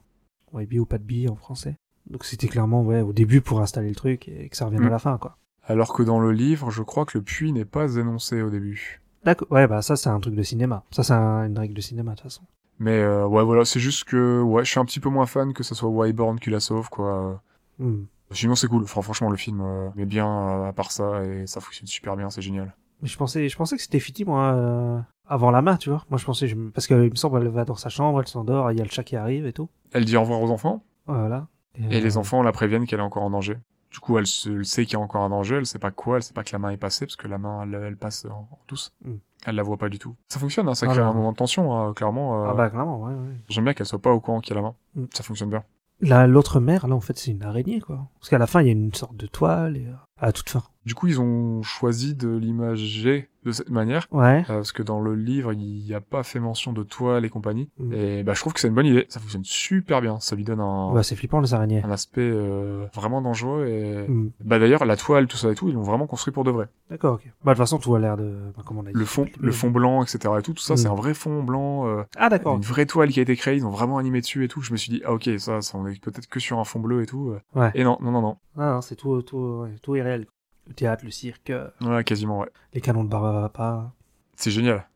Speaker 5: YB ou pas de bille en français. Donc, c'était clairement, ouais, au début pour installer le truc et que ça revienne
Speaker 6: Mm.
Speaker 5: à la fin, quoi.
Speaker 6: Alors que dans le livre, je crois que le puits n'est pas énoncé au début.
Speaker 5: D'accord. Ouais, bah, ça, c'est un truc de cinéma. Ça, c'est un- une règle de cinéma, de toute façon.
Speaker 6: Mais euh, ouais, voilà, c'est juste que ouais, je suis un petit peu moins fan que ce soit Wyborn qui la sauve, quoi.
Speaker 5: Hmm.
Speaker 6: Sinon, c'est cool. Enfin, franchement, le film euh, est bien euh, à part ça et ça fonctionne super bien, c'est génial.
Speaker 5: Mais je pensais, je pensais que c'était Fiti, moi, euh, avant la main, tu vois. Moi, je pensais, je me- parce que il me semble, elle va dans sa chambre, elle s'endort, il y a le chat qui arrive et tout.
Speaker 6: Elle dit au revoir aux enfants
Speaker 5: Voilà. euh,
Speaker 6: et
Speaker 5: Mhm.
Speaker 6: les enfants la préviennent qu'elle est encore en danger. Du coup, elle, se, elle sait qu'il y a encore un danger, elle sait pas quoi, elle sait pas que la main est passée parce que la main, elle, elle passe en, en douce.
Speaker 5: Mm.
Speaker 6: Elle la voit pas du tout. Ça fonctionne, hein, ça
Speaker 5: Ah
Speaker 6: crée
Speaker 5: là.
Speaker 6: un moment de tension, hein, clairement. euh,
Speaker 5: Ah bah, clairement, ouais, ouais.
Speaker 6: J'aime bien qu'elle soit pas au courant qu'il y a la main.
Speaker 5: Mm.
Speaker 6: Ça fonctionne bien.
Speaker 5: Là, l'autre mère, là, en fait, c'est une araignée, quoi. Parce qu'à la fin, il y a une sorte de toile, et, euh, à toute fin.
Speaker 6: Du coup, ils ont choisi de l'imager de cette manière.
Speaker 5: Ouais.
Speaker 6: euh, parce que dans le livre, il n'y a pas fait mention de toile et compagnie.
Speaker 5: Mm.
Speaker 6: Et bah, je trouve que c'est une bonne idée. Ça fonctionne super bien. Ça lui donne un,
Speaker 5: Bah, c'est flippant, les araignées.
Speaker 6: un aspect euh, vraiment dangereux. Et...
Speaker 5: Hmm.
Speaker 6: Bah, D'ailleurs, la toile, tout ça et tout, ils l'ont vraiment construit pour de vrai.
Speaker 5: D'accord, ok. Bah, de toute façon, tout a l'air de, bah, comment on a dit.
Speaker 6: Le fond, le fond blanc, etc. Et tout, tout ça,
Speaker 5: Mm.
Speaker 6: c'est un vrai fond blanc. euh,
Speaker 5: Ah, d'accord.
Speaker 6: une vraie toile qui a été créée. Ils ont vraiment animé dessus et tout. Je me suis dit, ah ok, ça, ça on est peut-être que sur un fond bleu et tout. euh.
Speaker 5: Ouais.
Speaker 6: Et non, non, non, non.
Speaker 5: Ah, non, c'est tout, tout, ouais, tout est réel. Le théâtre, le cirque, euh,
Speaker 6: Ouais, quasiment, ouais.
Speaker 5: les canons de Barbapapa.
Speaker 6: C'est génial.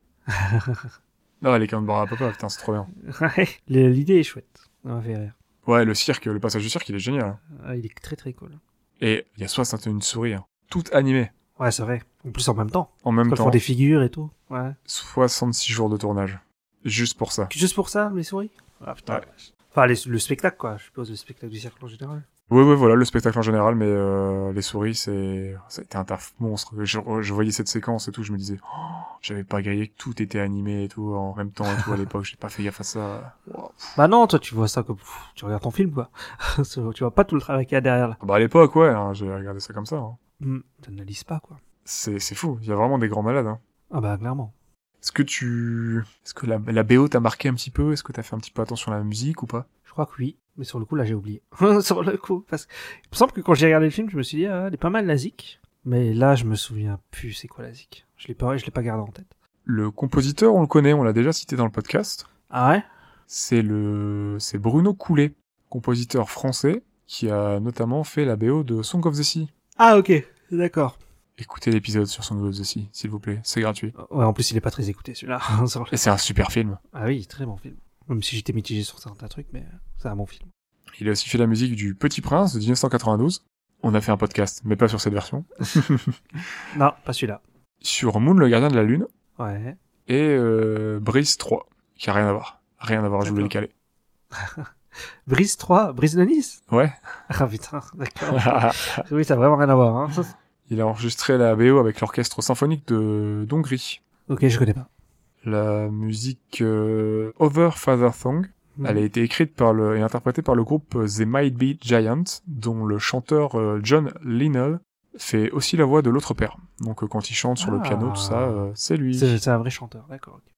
Speaker 6: non, les Canberra Papa, putain, c'est trop bien.
Speaker 5: (laughs) Ouais. L'idée est chouette. Ça m'a fait rire.
Speaker 6: Ouais, le cirque, le passage du cirque, il est génial. hein.
Speaker 5: Ah, il est très, très cool.
Speaker 6: Et il y a 61 souris, hein. toutes animées,
Speaker 5: Ouais, c'est vrai. En plus, en même temps.
Speaker 6: en même
Speaker 5: Ils
Speaker 6: temps.
Speaker 5: font des figures et tout. Ouais.
Speaker 6: 66 jours de tournage, juste pour ça.
Speaker 5: Juste pour ça, les souris Ah putain.
Speaker 6: Ouais.
Speaker 5: la vache. Enfin, les- le spectacle, quoi. Je suppose le spectacle du cercle en général.
Speaker 6: Oui, oui, voilà, le spectacle en général, mais euh, les souris, c'est... Ça a été un taf monstre. Je, je voyais cette séquence et tout, je me disais, oh, j'avais pas grillé que tout était animé et tout, en même temps et tout, à l'époque, j'ai pas fait gaffe à ça.
Speaker 5: Bah non, toi, tu vois ça comme. pff, tu regardes ton film, quoi. (laughs) tu vois pas tout le travail qu'il y a derrière, là.
Speaker 6: Bah à l'époque, ouais, hein, j'ai regardé ça comme ça. hein.
Speaker 5: Hmm, T'analyses pas, quoi.
Speaker 6: C'est c'est fou, il y a vraiment des grands malades. hein.
Speaker 5: Ah bah, clairement.
Speaker 6: Est-ce que tu, est-ce que la, la BO t'a marqué un petit peu Est-ce que t'as fait un petit peu attention à la musique ou pas
Speaker 5: Je crois que oui. Mais sur le coup, là, j'ai oublié. (laughs) sur le coup. Parce que. Il me semble que quand j'ai regardé le film, je me suis dit, ah, elle est pas mal, la zik. Mais là, je me souviens plus c'est quoi la zik. Je l'ai pas, je l'ai pas gardé en tête.
Speaker 6: Le compositeur, on le connaît, on l'a déjà cité dans le podcast.
Speaker 5: Ah ouais
Speaker 6: C'est le, c'est Bruno Coulet, compositeur français qui a notamment fait la BO de Song of the Sea.
Speaker 5: Ah, ok. D'accord.
Speaker 6: Écoutez l'épisode sur Song of the Sea, s'il vous plaît, c'est gratuit.
Speaker 5: Ouais, en plus, il est pas très écouté, celui-là. (laughs) Sur le-
Speaker 6: Et c'est un super film.
Speaker 5: Ah oui, très bon film. Même si j'étais mitigé sur certains trucs, mais c'est un bon film.
Speaker 6: Il a aussi fait la musique du Petit Prince de 1992. On a fait un podcast, mais pas sur cette version.
Speaker 5: Non, pas celui-là.
Speaker 6: Sur Moon, le gardien de la lune,
Speaker 5: Ouais.
Speaker 6: et euh, Brise 3, qui a rien à voir. Rien à voir, je voulais le
Speaker 5: D'accord.
Speaker 6: caler.
Speaker 5: Brise 3, Brise de Nice
Speaker 6: Ouais.
Speaker 5: Ah putain, d'accord. oui, ça n'a vraiment rien à voir. Hein.
Speaker 6: Il a enregistré la BO avec l'orchestre symphonique de d'Hongrie.
Speaker 5: Ok, je connais pas.
Speaker 6: La musique euh, Over Father Thong,
Speaker 5: Mhm.
Speaker 6: elle a été écrite par le, et interprétée par le groupe The Might Be Giant, dont le chanteur euh, John Linnell fait aussi la voix de l'autre père. Donc euh, quand il chante sur le
Speaker 5: Ah.
Speaker 6: piano, tout ça, euh, c'est lui.
Speaker 5: C'est c'est un vrai chanteur, d'accord. ok.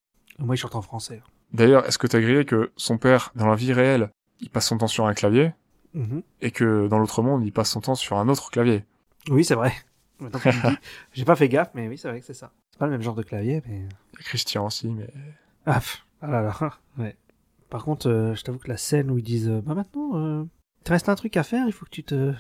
Speaker 5: Moi, il chante en français.
Speaker 6: D'ailleurs, est-ce que t'as grillé que son père, dans la vie réelle, il passe son temps sur un clavier,
Speaker 5: Mhm.
Speaker 6: et que dans l'autre monde, il passe son temps sur un autre clavier
Speaker 5: Oui, c'est vrai. Maintenant que tu le dis, J'ai pas fait gaffe, mais oui, c'est vrai que c'est ça. C'est pas le même genre de clavier, mais.
Speaker 6: Il y a Christian aussi, mais... (laughs)
Speaker 5: Ah, pff, ah là là. Ouais. Par contre, euh, je t'avoue que la scène où ils disent euh, Bah maintenant, euh, il te reste un truc à faire, il faut que tu te.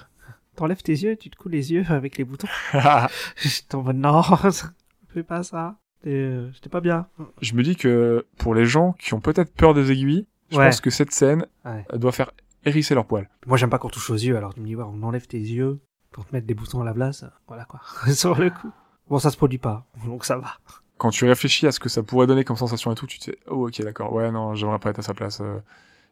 Speaker 5: T'enlèves tes yeux, tu te coules les yeux avec les boutons. Je t'en mode non, (laughs) fais pas ça. T'es, euh, J'étais pas bien.
Speaker 6: je me dis que pour les gens qui ont peut-être peur des aiguilles, je
Speaker 5: Ouais.
Speaker 6: pense que cette scène
Speaker 5: Ouais.
Speaker 6: euh, doit faire hérisser leurs poils.
Speaker 5: Moi, j'aime pas qu'on touche aux yeux, alors tu me dis, ouais, on enlève tes yeux (laughs) pour te mettre des boutons à la place. Voilà quoi. Sur le coup. Bon, ça se produit pas, donc ça va.
Speaker 6: quand tu réfléchis à ce que ça pourrait donner comme sensation et tout, tu te fais, oh ok d'accord, ouais non, j'aimerais pas être à sa place. euh,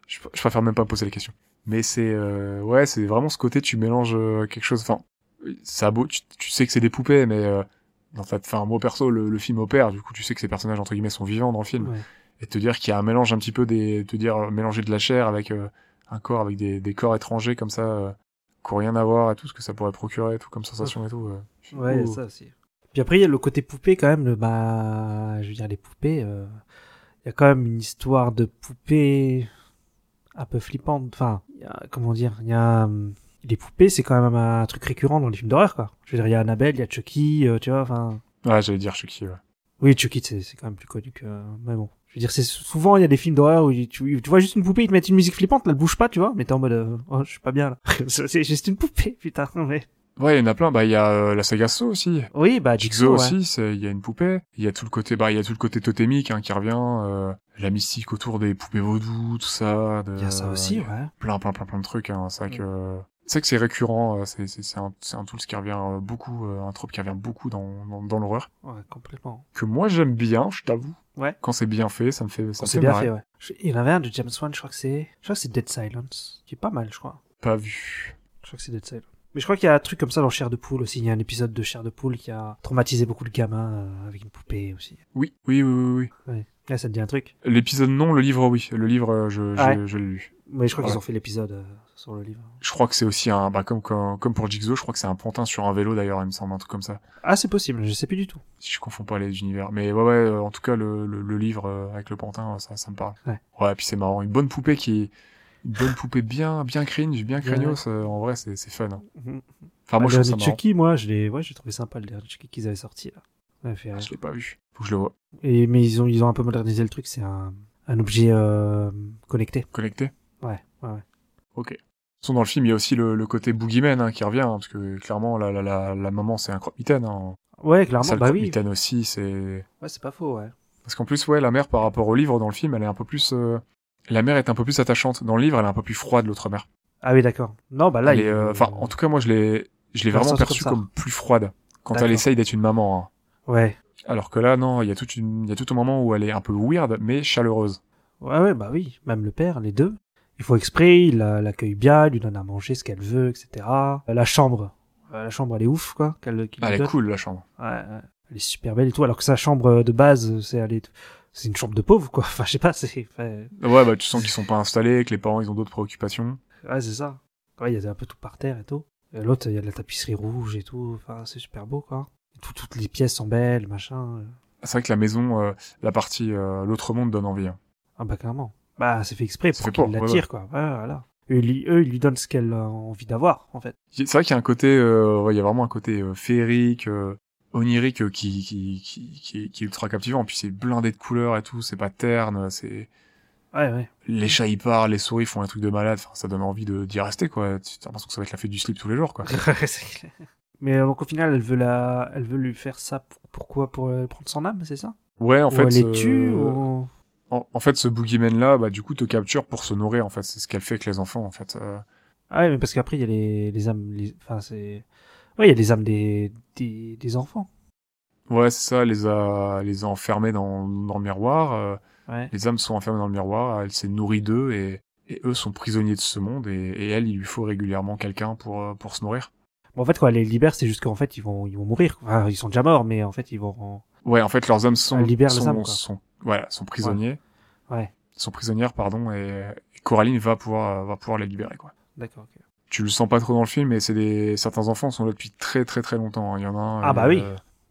Speaker 6: je, je préfère même pas me poser les questions. Mais c'est euh, ouais, c'est vraiment ce côté, tu mélanges euh, quelque chose. Enfin, ça a beau, tu, tu sais que c'est des poupées, mais euh, dans ta, enfin moi perso, le, le film opère. Du coup, tu sais que ces personnages entre guillemets sont vivants dans le film
Speaker 5: Ouais.
Speaker 6: et te dire qu'il y a un mélange un petit peu des te dire euh, mélanger de la chair avec euh, un corps avec des, des corps étrangers comme ça euh, qui ont rien à voir et tout ce que ça pourrait procurer et tout comme sensation et tout euh.
Speaker 5: Ouais,
Speaker 6: Ouh.
Speaker 5: ça aussi. Puis après, il y a le côté poupée quand même. Le, bah, je veux dire, les poupées, euh, il y a quand même une histoire de poupée un peu flippante. Enfin, il y a- comment dire, il y a hum, les poupées, c'est quand même un truc récurrent dans les films d'horreur, quoi. Je veux dire, il y a Annabelle, il y a Chucky, euh, tu vois. Enfin,
Speaker 6: ouais j'allais dire Chucky ouais.
Speaker 5: oui, Chucky, c'est c'est quand même plus connu que. Mais bon, je veux dire, c'est souvent il y a des films d'horreur où tu, tu vois juste une poupée, ils te mettent une musique flippante, là, elle bouge pas, tu vois. Mais t'es en mode, euh, oh, je suis pas bien là. (laughs) c'est c'est juste une poupée, (laughs) putain. Mais...
Speaker 6: ouais il y en a plein bah il y a euh, la saga Saw aussi
Speaker 5: Oui, bah
Speaker 6: Jigsaw
Speaker 5: ouais.
Speaker 6: aussi c'est- il y a une poupée il y a tout le côté bah il y a tout le côté totémique hein, qui revient euh, la mystique autour des poupées vaudou tout ça de-
Speaker 5: Il y a ça aussi,
Speaker 6: il y
Speaker 5: euh, ouais. Mm.
Speaker 6: a plein plein plein plein de trucs hein, c'est vrai que c'est vrai que c'est récurrent euh, c'est c'est c'est un c'est un tool qui revient euh, beaucoup euh, un trope qui revient beaucoup dans dans, dans l'horreur
Speaker 5: Ouais, complètement.
Speaker 6: que moi j'aime bien, je t'avoue.
Speaker 5: Ouais.
Speaker 6: Quand c'est bien fait, ça me fait, ça
Speaker 5: Quand
Speaker 6: me
Speaker 5: c'est
Speaker 6: fait
Speaker 5: bien
Speaker 6: marrer.
Speaker 5: fait, ouais. Je- Il y en avait un de James Wan, je crois que c'est, je crois que c'est Dead Silence, qui est pas mal, je crois.
Speaker 6: Pas vu.
Speaker 5: Je crois que c'est Dead Silence. Mais je crois qu'il y a un truc comme ça dans Chair de Poule aussi. Il y a un épisode de Chair de Poule qui a traumatisé beaucoup de gamins euh, avec une poupée aussi.
Speaker 6: Oui, oui, oui, oui. oui.
Speaker 5: Là, ça te dit un truc.
Speaker 6: L'épisode non, le livre oui. Le livre, euh, je, je,
Speaker 5: Ouais.
Speaker 6: je l'ai lu.
Speaker 5: Mais je crois qu'ils
Speaker 6: Ouais.
Speaker 5: ont fait l'épisode euh, sur le livre.
Speaker 6: Je crois que c'est aussi un, bah comme comme comme pour Jigsaw, je crois que c'est un pantin sur un vélo d'ailleurs, il me semble un truc comme ça.
Speaker 5: Ah, c'est possible, je sais plus du tout.
Speaker 6: Si je confonds pas les univers. Mais ouais, ouais. euh, En tout cas, le, le, le livre euh, avec le pantin, ça, ça me parle.
Speaker 5: Ouais.
Speaker 6: Ouais. Puis c'est marrant, une bonne poupée qui, une bonne poupée bien, bien cringe, bien
Speaker 5: Bien,
Speaker 6: craignos. euh, en vrai, c'est, c'est fun. hein.
Speaker 5: Mhm.
Speaker 6: Enfin, moi
Speaker 5: le
Speaker 6: je trouve
Speaker 5: dernier
Speaker 6: ça marrant.
Speaker 5: Chucky, moi, je l'ai, ouais, j'ai trouvé sympa le dernier Chucky qu'ils avaient sorti là. Ouais, fait rire.
Speaker 6: Je l'ai pas vu. Faut que je le vois.
Speaker 5: Et mais ils ont, ils ont un peu modernisé le truc. C'est un, un objet euh, connecté.
Speaker 6: Connecté.
Speaker 5: Ouais, ouais, ouais.
Speaker 6: De toute façon, dans le film, il y a aussi le, le côté boogeyman hein, qui revient, hein, parce que clairement, la, la, la, la maman, c'est un croque-mitaine. Hein.
Speaker 5: Ouais, clairement,
Speaker 6: Ça, le
Speaker 5: bah oui.
Speaker 6: croque-mitaine aussi, c'est...
Speaker 5: Ouais, c'est pas faux, ouais.
Speaker 6: Parce qu'en plus, ouais, la mère, par rapport au livre, dans le film, elle est un peu plus... euh, La mère est un peu plus attachante. Dans le livre, elle est un peu plus froide, l'autre mère.
Speaker 5: Ah oui, d'accord. Non, bah là,
Speaker 6: Elle
Speaker 5: il-
Speaker 6: est, euh, Enfin, en tout cas, moi, je l'ai, je l'ai
Speaker 5: Dans le
Speaker 6: vraiment
Speaker 5: sens comme
Speaker 6: perçue
Speaker 5: ça.
Speaker 6: comme, plus froide, quand elle
Speaker 5: D'accord.
Speaker 6: essaye d'être une maman. hein.
Speaker 5: Ouais.
Speaker 6: Alors que là, non, il y, a toute une... il y a tout un moment où elle est un peu weird, mais chaleureuse.
Speaker 5: Ouais, ouais, bah oui. Même le père, les deux. Il faut exprès, il la- l'accueille bien, il lui donne à manger ce qu'elle veut, etc. Euh, La chambre. euh, La chambre, elle est ouf, quoi. qu'elle- qu'il lui
Speaker 6: Ah, Elle est
Speaker 5: donne.
Speaker 6: cool, la chambre.
Speaker 5: Ouais, ouais. Elle est super belle et tout. Alors que sa chambre euh, de base, euh, c'est elle est... c'est une chambre de pauvre, quoi. (laughs) Enfin, je sais pas, c'est. enfin,
Speaker 6: Ouais, bah, tu sens qu'ils sont pas installés, que les parents, ils ont d'autres préoccupations.
Speaker 5: Ouais, c'est ça. Ouais, il y a un peu tout par terre et tout. Et L'autre, il y a de la tapisserie rouge et tout. Enfin, c'est super beau, quoi. Et tout- toutes les pièces sont belles, machin.
Speaker 6: C'est vrai que la maison, euh, la partie, euh, l'autre monde donne envie. hein.
Speaker 5: Ah bah clairement. Bah c'est fait exprès
Speaker 6: C'est
Speaker 5: pour
Speaker 6: fait
Speaker 5: qu'ils
Speaker 6: pour, ouais,
Speaker 5: l'attirent quoi. Ouais, voilà. Eux, ils lui- eux, ils lui donnent ce qu'elle a envie d'avoir en fait.
Speaker 6: Y- C'est vrai qu'il y a un côté, euh, ouais, il y a vraiment un côté euh, féerique, euh, onirique euh, qui, qui, qui, qui, est- qui est ultra captivant. Puis c'est blindé de couleurs et tout, c'est pas terne, c'est
Speaker 5: Ouais
Speaker 6: (laughs)
Speaker 5: ouais.
Speaker 6: les chats y parlent, les souris font un truc de malade. Enfin, ça donne envie de d'y rester quoi. Tu- T'as l'impression que ça va être la fête du slip tous les jours quoi.
Speaker 5: (laughs) C'est clair. Mais euh, donc au final, elle veut la, elle veut lui faire ça pour- pourquoi pour euh, prendre son âme, c'est ça
Speaker 6: Ouais, en
Speaker 5: Ou
Speaker 6: fait,
Speaker 5: elle les
Speaker 6: euh,
Speaker 5: tue ou...
Speaker 6: en, en fait, ce boogeyman là, bah du coup te capture pour se nourrir. En fait, c'est ce qu'elle fait avec les enfants en fait. Euh,
Speaker 5: Ah ouais, mais parce qu'après il y a les, les âmes, les... enfin c'est, ouais, il y a les âmes des, des, des enfants.
Speaker 6: ouais, c'est ça, elle les a les a enfermés dans dans le miroir. euh,
Speaker 5: Ouais.
Speaker 6: Les âmes sont enfermées dans le miroir, elle s'est nourrie d'eux et, et eux sont prisonniers de ce monde et, et elle, il lui faut régulièrement quelqu'un pour, euh, pour se nourrir.
Speaker 5: Bon, en fait quoi, elle les libère, c'est juste qu'en fait ils vont, ils vont mourir. Enfin, ils sont déjà morts, mais en fait ils vont.
Speaker 6: Ouais, en fait, leurs âmes sont,
Speaker 5: Elle libère les
Speaker 6: sont,
Speaker 5: âmes, quoi.
Speaker 6: sont- voilà, sont prisonniers,
Speaker 5: Ouais.
Speaker 6: sont prisonnières, pardon, et, et Coraline va pouvoir, euh, va pouvoir les libérer, quoi.
Speaker 5: D'accord. ok.
Speaker 6: Tu le sens pas trop dans le film, mais c'est des, certains enfants sont là depuis très très très longtemps. hein. Il y en a un.
Speaker 5: Ah,
Speaker 6: euh,
Speaker 5: bah oui.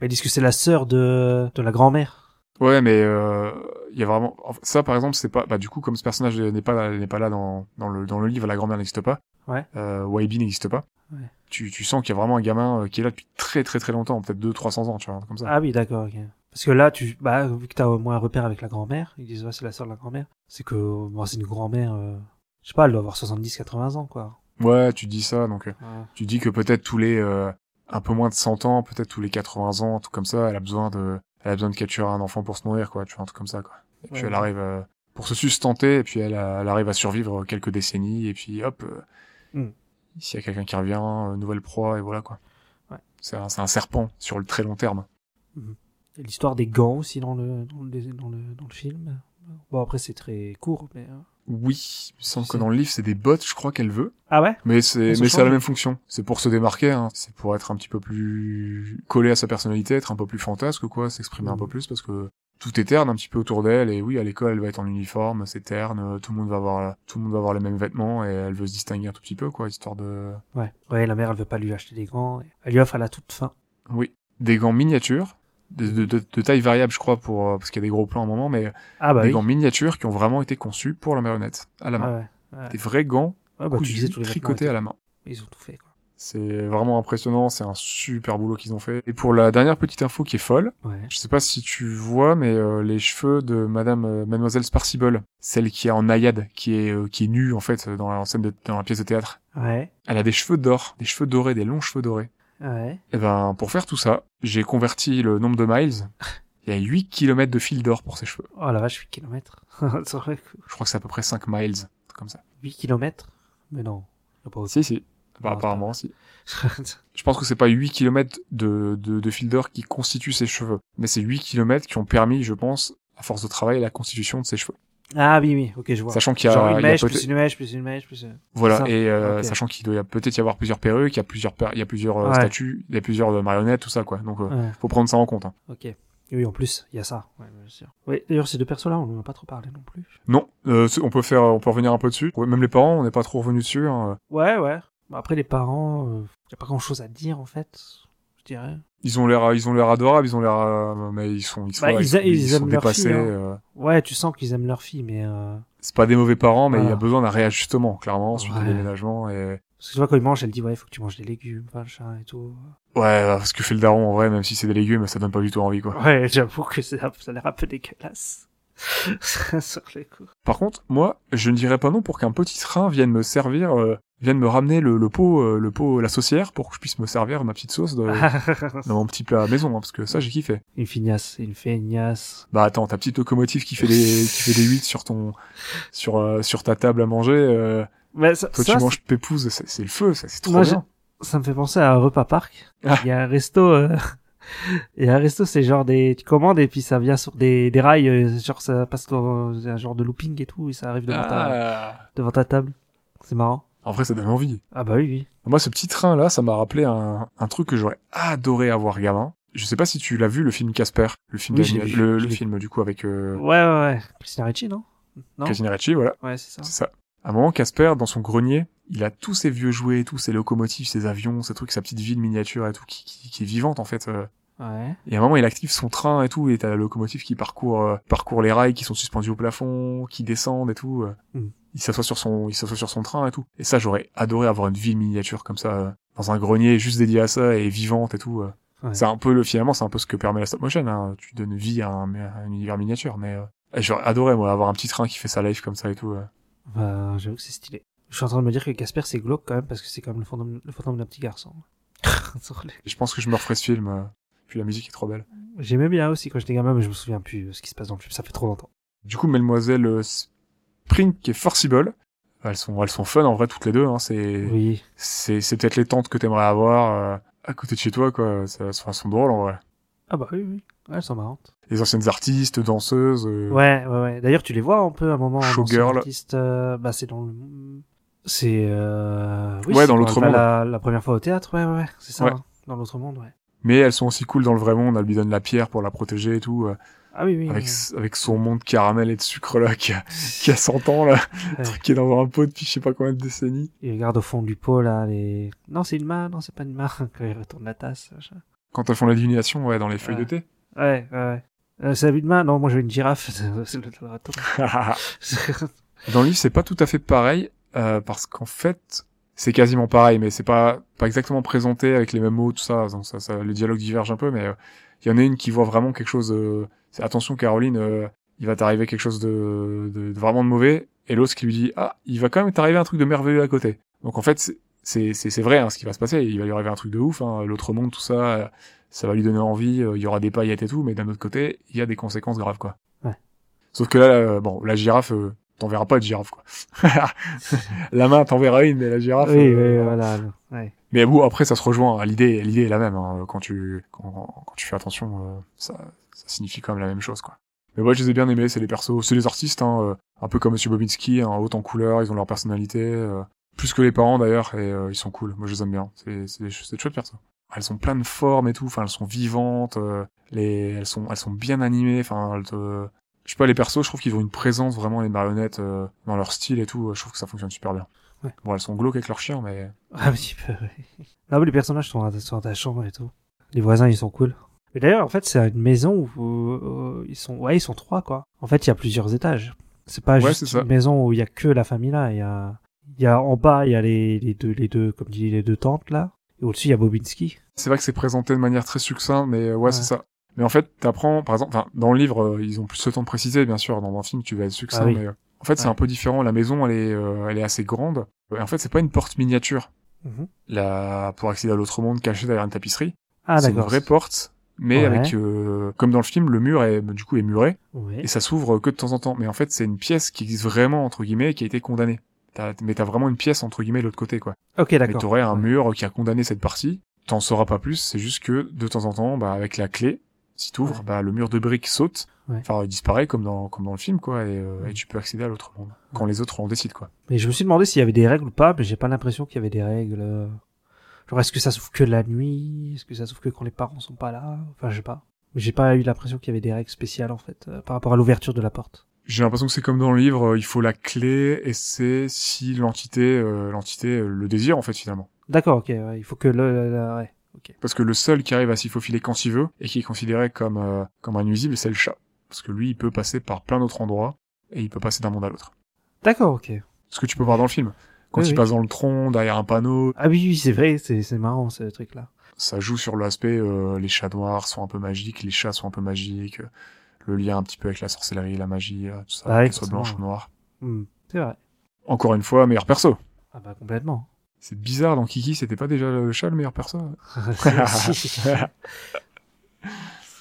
Speaker 5: Ils disent que c'est la sœur de, de la grand-mère.
Speaker 6: Ouais, mais euh, il y a vraiment en fait, ça par exemple, c'est pas bah du coup comme ce personnage n'est pas n'est pas là dans dans le dans le livre, la grand-mère n'existe pas.
Speaker 5: Ouais.
Speaker 6: Euh, YB n'existe pas.
Speaker 5: Ouais.
Speaker 6: Tu, tu sens qu'il y a vraiment un gamin euh, qui est là depuis très très très longtemps, peut-être 2 300 ans, tu vois, comme ça.
Speaker 5: Ah oui, d'accord. ok. Parce que là, tu, bah, vu que t'as au moins un repère avec la grand-mère, ils disent ouais, c'est la sœur de la grand-mère. C'est que, bon, c'est une grand-mère, euh, je sais pas, elle doit avoir 70-80 ans, quoi.
Speaker 6: Ouais, tu dis ça donc euh,
Speaker 5: Ouais.
Speaker 6: tu dis que peut-être tous les euh, un peu moins de 100 ans, peut-être tous les 80 ans, tout comme ça, elle a besoin de elle a besoin de capturer un enfant pour se nourrir quoi, tu vois, un truc comme ça quoi. Et puis
Speaker 5: Ouais.
Speaker 6: elle arrive euh, pour se sustenter et puis elle, euh, elle arrive à survivre quelques décennies et puis hop euh,
Speaker 5: Mm.
Speaker 6: s'il y a quelqu'un qui revient, euh, nouvelle proie et voilà quoi.
Speaker 5: Ouais.
Speaker 6: C'est un, c'est un serpent sur le très long terme.
Speaker 5: Il y a l'histoire des gants aussi dans le, dans le, dans le, dans le film. Bon, après, c'est très court, mais. euh,
Speaker 6: Oui, il me semble que
Speaker 5: C'est-
Speaker 6: dans le livre, c'est des bottes, je crois qu'elle veut.
Speaker 5: Ah ouais
Speaker 6: Mais c'est
Speaker 5: Elles ont
Speaker 6: mais c'est la
Speaker 5: changé.
Speaker 6: même fonction. C'est pour se démarquer, hein. c'est pour être un petit peu plus collé à sa personnalité, être un peu plus fantasque, quoi, s'exprimer un
Speaker 5: Mm.
Speaker 6: peu plus, parce que tout est terne un petit peu autour d'elle. Et oui, à l'école, elle va être en uniforme, c'est terne, euh, tout le monde va avoir la- tout le monde va avoir les mêmes vêtements et elle veut se distinguer un tout petit peu, quoi, histoire de
Speaker 5: Ouais. Ouais, la mère, elle veut pas lui acheter des gants. Elle lui offre à la toute fin.
Speaker 6: oui des gants miniatures. De, de- de- de taille variable, je crois, pour euh, parce qu'il y a des gros plans à un moment, mais
Speaker 5: Ah bah
Speaker 6: des
Speaker 5: oui.
Speaker 6: gants miniatures qui ont vraiment été conçus pour la marionnette à la main.
Speaker 5: Ah ouais. ouais.
Speaker 6: Des vrais gants
Speaker 5: Ah bah, tu
Speaker 6: cousus,
Speaker 5: disais tous les vêtements
Speaker 6: tricotés
Speaker 5: étaient-
Speaker 6: à la main.
Speaker 5: Ils ont tout fait, quoi.
Speaker 6: C'est vraiment impressionnant, c'est un super boulot qu'ils ont fait. Et pour la dernière petite info qui est folle,
Speaker 5: Ouais.
Speaker 6: je sais pas si tu vois, mais euh, les cheveux de Madame euh, Mademoiselle Sparsible, celle qui est en naïade, qui est euh, qui est nue en fait dans la en scène de, dans la pièce de théâtre,
Speaker 5: Ouais.
Speaker 6: elle a des cheveux d'or, des cheveux dorés, des longs cheveux dorés.
Speaker 5: Ouais.
Speaker 6: Et ben pour faire tout ça, j'ai converti le nombre de miles. Il y a 8 km de fil d'or pour ses cheveux.
Speaker 5: Oh la vache, 8 (laughs) km. c'est vrai que
Speaker 6: Je crois que c'est à peu près 5 miles, un truc comme ça.
Speaker 5: 8 km Mais non. c'est Pas aussi.
Speaker 6: Si si, Bah,
Speaker 5: Ah,
Speaker 6: apparemment si. Je pense que c'est pas 8 km de, de, de fil d'or qui constituent ses cheveux, mais c'est 8 km qui ont permis, je pense, à force de travail, la constitution de ses cheveux.
Speaker 5: (laughs) ah oui, oui, ok, je vois.
Speaker 6: Sachant qu'il y a,
Speaker 5: Genre
Speaker 6: il
Speaker 5: une
Speaker 6: y a
Speaker 5: mèche,
Speaker 6: peut-être-
Speaker 5: plus une mèche, plus une mèche, plus. une-
Speaker 6: voilà,
Speaker 5: c'est ça.
Speaker 6: et euh,
Speaker 5: Ok.
Speaker 6: sachant qu'il doit y a- peut-être y avoir plusieurs perruques, il y a plusieurs, per- il y a plusieurs euh,
Speaker 5: Ouais.
Speaker 6: statues, il y a plusieurs euh, marionnettes, tout ça quoi. Donc euh,
Speaker 5: Ouais,
Speaker 6: faut prendre ça en compte. hein.
Speaker 5: ok. Oui, en plus, il y a ça. Ouais, bien sûr. Oui, d'ailleurs, ces deux persos-là, on n'en a pas trop parlé non plus.
Speaker 6: Non, euh, c'est- on peut faire, on peut revenir un peu dessus. Ouais, Même les parents, on n'est pas trop revenu dessus. hein.
Speaker 5: Ouais, ouais. Bah, après, les parents, il n'y a pas grand-chose à dire, en fait, je dirais.
Speaker 6: Ils ont l'air, ils ont l'air adorables, ils ont l'air, euh, mais ils sont, ils sont,
Speaker 5: Bah,
Speaker 6: ouais,
Speaker 5: ils a- ils
Speaker 6: sont
Speaker 5: aiment leur
Speaker 6: dépassés.
Speaker 5: fille, hein.
Speaker 6: euh,
Speaker 5: Ouais, tu sens qu'ils aiment leur fille, mais... euh,
Speaker 6: c'est pas des mauvais parents, mais il y
Speaker 5: Voilà.
Speaker 6: a besoin d'un réajustement, clairement, suite au
Speaker 5: Ouais.
Speaker 6: déménagement et
Speaker 5: Parce que tu vois, quand ils mangent, elle dit, ouais, il faut que tu manges des légumes, machin et tout.
Speaker 6: Ouais, bah, ce que fait le daron en vrai, même si c'est des légumes, ça donne pas du tout envie quoi.
Speaker 5: Ouais, j'avoue que c'est un- ça a l'air un peu dégueulasse. (laughs) Sur les coups.
Speaker 6: Par contre, moi, je ne dirais pas non pour qu'un petit train vienne me servir, euh, vienne me ramener le, le pot, euh, le pot, la saucière, pour que je puisse me servir ma petite sauce de,
Speaker 5: Ah.
Speaker 6: dans mon petit plat à maison, hein, parce que ça j'ai kiffé.
Speaker 5: une feignasse, une feignasse.
Speaker 6: Bah attends, ta petite locomotive qui fait des, qui fait des 8 sur ton, sur, euh, sur ta table à manger, euh,
Speaker 5: Mais ça,
Speaker 6: toi
Speaker 5: ça,
Speaker 6: tu manges pépouze, c'est c'est le feu, ça c'est trop
Speaker 5: Moi,
Speaker 6: bien.
Speaker 5: ça me fait penser à un repas parc.
Speaker 6: Ah.
Speaker 5: Il y a un resto, euh, (laughs) il y a un resto, c'est genre des, tu commandes et puis ça vient sur des, des rails, euh, genre ça passe dans un genre de looping et tout, et ça arrive devant, ta,
Speaker 6: Ah.
Speaker 5: devant ta table. C'est marrant.
Speaker 6: En vrai, ça donne envie.
Speaker 5: Ah bah oui, oui.
Speaker 6: Moi, ce petit train là, ça m'a rappelé un, un truc que j'aurais adoré avoir gamin. Je sais pas si tu l'as vu, le film Casper, le film,
Speaker 5: Oui, je l'ai
Speaker 6: d'anima-
Speaker 5: vu,
Speaker 6: le,
Speaker 5: je
Speaker 6: le
Speaker 5: l'ai
Speaker 6: film du coup avec euh,
Speaker 5: Ouais, ouais, ouais. Christina Ricci, non? Non?
Speaker 6: Christina Ricci, voilà,
Speaker 5: Ouais, c'est ça.
Speaker 6: c'est ça. À un moment, Casper, dans son grenier, il a tous ses vieux jouets, tous ses locomotives, ses avions, ses trucs, sa petite ville miniature et tout, qui, qui, qui est vivante en fait. euh.
Speaker 5: Ouais.
Speaker 6: Et à un moment, il active son train et tout, et t'as la locomotive qui parcourt, euh, parcourt les rails qui sont suspendus au plafond, qui descendent et tout. euh.
Speaker 5: Mm.
Speaker 6: Il s'assoit sur son, il s'assoit sur son train et tout. Et ça, j'aurais adoré avoir une ville miniature comme ça, euh, dans un grenier juste dédié à ça et vivante et tout. euh.
Speaker 5: Ouais.
Speaker 6: C'est un peu le, finalement, c'est un peu ce que permet la stop motion. Hein. Tu donnes vie à un, à un univers miniature, mais euh, j'aurais adoré moi avoir un petit train qui fait sa live comme ça et tout. euh.
Speaker 5: Bah, j'avoue que c'est stylé. Je suis en train de me dire que Casper c'est glauque quand même parce que c'est quand même le fantôme, le fantôme d'un petit garçon. (laughs) Sur les-
Speaker 6: Et je pense que je me referais ce film. euh, Puis la musique est trop belle.
Speaker 5: J'aimais bien aussi quand j'étais gamin, mais je me souviens plus euh, ce qui se passe dans le film. Ça fait trop longtemps.
Speaker 6: Du coup, Mademoiselle euh, Sprink et Forcible, elles sont, elles sont fun en vrai toutes les deux. Hein. C'est,
Speaker 5: Oui.
Speaker 6: c'est, c'est peut-être les tentes que t'aimerais avoir euh, à côté de chez toi, quoi. Ça, ça, elles sont drôles, en vrai.
Speaker 5: Ah bah oui, oui. Ouais, elles sont marrantes.
Speaker 6: Les anciennes artistes, danseuses. euh,
Speaker 5: Ouais, ouais, ouais. D'ailleurs, tu les vois un peu à un moment. dans
Speaker 6: Showgirl.
Speaker 5: son artiste, euh, bah, c'est dans le. C'est. Euh... Oui,
Speaker 6: Ouais,
Speaker 5: c'est
Speaker 6: dans
Speaker 5: quand
Speaker 6: l'autre
Speaker 5: elle va
Speaker 6: monde.
Speaker 5: La, la première fois au théâtre, ouais, ouais, ouais, c'est ça.
Speaker 6: Ouais.
Speaker 5: hein, Dans l'autre monde, ouais.
Speaker 6: Mais elles sont aussi cool dans le vrai monde. Elle lui donne la pierre pour la protéger et tout. euh,
Speaker 5: Ah oui, oui.
Speaker 6: avec,
Speaker 5: ouais.
Speaker 6: s- avec son monde caramel et de sucre,
Speaker 5: (laughs)
Speaker 6: là, qui a, qui a 100 ans, là.
Speaker 5: Ouais.
Speaker 6: qui est dans un pot depuis je sais pas combien de décennies.
Speaker 5: Il regarde au fond du pot, là, les. Non, c'est une main, non, c'est pas une main. Quand il retourne la tasse, machin.
Speaker 6: Quand elles font la divination, ouais, dans les feuilles
Speaker 5: Ouais.
Speaker 6: de thé.
Speaker 5: Ouais, ouais, ouais. Euh, c'est la vue de main Non, moi j'ai une girafe. C'est le- le râteau.
Speaker 6: (laughs) Dans le livre, c'est pas tout à fait pareil, euh, parce qu'en fait, c'est quasiment pareil, mais c'est pas pas exactement présenté avec les mêmes mots, tout ça. Donc ça, ça- les dialogues divergent un peu, mais euh, il y en a une qui voit vraiment quelque chose. euh, c'est attention, Caroline, euh, il va t'arriver quelque chose de, de- de vraiment de mauvais, et l'autre qui lui dit ah, il va quand même t'arriver un truc de merveilleux à côté. Donc en fait, c'est- c'est c'est c'est vrai hein, ce qui va se passer. Il va lui arriver un truc de ouf, hein, l'autre monde, tout ça. euh, ça va lui donner envie, euh, il y aura des paillettes et tout, mais d'un autre côté, il y a des conséquences graves, quoi.
Speaker 5: Ouais.
Speaker 6: Sauf que là, euh, bon, la girafe, euh, t'en verras pas de girafe, quoi. (laughs) la main, t'en verras une, mais la girafe.
Speaker 5: oui,
Speaker 6: euh,
Speaker 5: oui, voilà. Ouais.
Speaker 6: Mais bon, après, ça se rejoint. hein, L'idée, l'idée est la même. hein, Quand tu, quand, quand tu fais attention, euh, ça, ça signifie quand même la même chose, quoi. Mais ouais, je les ai bien aimés, c'est les persos, c'est les artistes, hein, euh, un peu comme Monsieur Bobinski, hein, haute en couleur, ils ont leur personnalité, euh, plus que les parents d'ailleurs, et euh, ils sont cool, moi je les aime bien, c'est c'est des ch- c'est de chouettes persos. Elles sont pleines de formes et tout, enfin elles sont vivantes, euh, les, elles sont elles sont bien animées, enfin elles te- je sais pas les persos, je trouve qu'ils ont une présence vraiment les marionnettes euh, dans leur style et tout, euh, je trouve que ça fonctionne super bien.
Speaker 5: Ouais.
Speaker 6: Bon, elles sont glauques avec leur chien, mais
Speaker 5: Un petit peu, oui. Non, mais les personnages sont, atta- sont attachants et tout. Les voisins, ils sont cool. Mais d'ailleurs, en fait, c'est une maison où, où- où ils sont, ouais, ils sont trois, quoi. En fait, il y a plusieurs étages. C'est pas
Speaker 6: Ouais, c'est
Speaker 5: juste
Speaker 6: ça.
Speaker 5: une maison où il y a que la famille là. Il y a, il y a en bas, il y a les, les deux, les deux, comme dit les deux tantes là. Et au-dessus, il y a Bobinski.
Speaker 6: C'est vrai que c'est présenté de manière très succincte, mais euh, ouais,
Speaker 5: Ouais.
Speaker 6: c'est ça. Mais en fait, t'apprends, par exemple, enfin, dans le livre, euh, ils ont plus le temps de préciser, bien sûr, dans un film, tu vas être succinct,
Speaker 5: Ah oui.
Speaker 6: mais euh, en fait, c'est
Speaker 5: Ouais.
Speaker 6: un peu différent. La maison, elle est, euh, elle est assez grande. Et en fait, c'est pas une porte miniature.
Speaker 5: Mhm.
Speaker 6: Là, pour accéder à l'autre monde caché derrière une tapisserie.
Speaker 5: Ah
Speaker 6: c'est une
Speaker 5: d'accord.
Speaker 6: vraie porte, mais
Speaker 5: Ouais.
Speaker 6: avec, euh, comme dans le film, le mur est, du coup, est muré,
Speaker 5: Ouais.
Speaker 6: et ça s'ouvre que de temps en temps. Mais en fait, c'est une pièce qui existe vraiment, entre guillemets, et qui a été condamnée. T'as- mais t'as vraiment une pièce, entre guillemets, de l'autre côté, quoi.
Speaker 5: Ok,
Speaker 6: Mais
Speaker 5: d'accord.
Speaker 6: t'aurais un
Speaker 5: Ouais.
Speaker 6: mur qui a condamné cette partie. T'en sauras pas plus, c'est juste que de temps en temps, bah, avec la clé, si t'ouvres,
Speaker 5: Ouais.
Speaker 6: bah, le mur de briques saute,
Speaker 5: Ouais.
Speaker 6: enfin il disparaît comme dans, comme dans le film, quoi, et, euh,
Speaker 5: Ouais.
Speaker 6: et tu peux accéder à l'autre monde quand les autres en décident, quoi.
Speaker 5: Mais je me suis demandé s'il y avait des règles ou pas, mais j'ai pas l'impression qu'il y avait des règles. euh, Genre, est-ce que ça s'ouvre que la nuit Est-ce que ça s'ouvre que quand les parents sont pas là Enfin, je sais pas. J'ai pas eu l'impression qu'il y avait des règles spéciales en fait euh, par rapport à l'ouverture de la porte.
Speaker 6: J'ai l'impression que c'est comme dans le livre, euh, il faut la clé et c'est si l'entité, euh, l'entité euh, le désire en fait finalement.
Speaker 5: D'accord, ok. ouais, il faut que le, le- le- ouais.
Speaker 6: Parce que le seul qui arrive à s'y faufiler quand il veut et qui est considéré comme euh, comme un nuisible, c'est le chat, parce que lui, il peut passer par plein d'autres endroits et il peut passer d'un monde à l'autre.
Speaker 5: D'accord, ok.
Speaker 6: Ce que tu peux voir dans le film. Quand
Speaker 5: Oui,
Speaker 6: il
Speaker 5: oui.
Speaker 6: passe dans le tronc, derrière un panneau,
Speaker 5: Ah oui, oui, c'est vrai, c'est c'est marrant ce truc-là.
Speaker 6: ça joue sur l'aspect euh, les chats noirs sont un peu magiques, les chats sont un peu magiques, euh, le lien un petit peu avec la sorcellerie, la magie, euh, tout ça,
Speaker 5: Ah ouais,
Speaker 6: qu'elles soient blanches ou
Speaker 5: forcément.
Speaker 6: noires.
Speaker 5: Hmm, c'est vrai.
Speaker 6: Encore une fois, meilleur perso.
Speaker 5: Ah bah complètement. (laughs)
Speaker 6: C'est bizarre, dans Kiki, c'était pas déjà le chat le meilleur perso (laughs)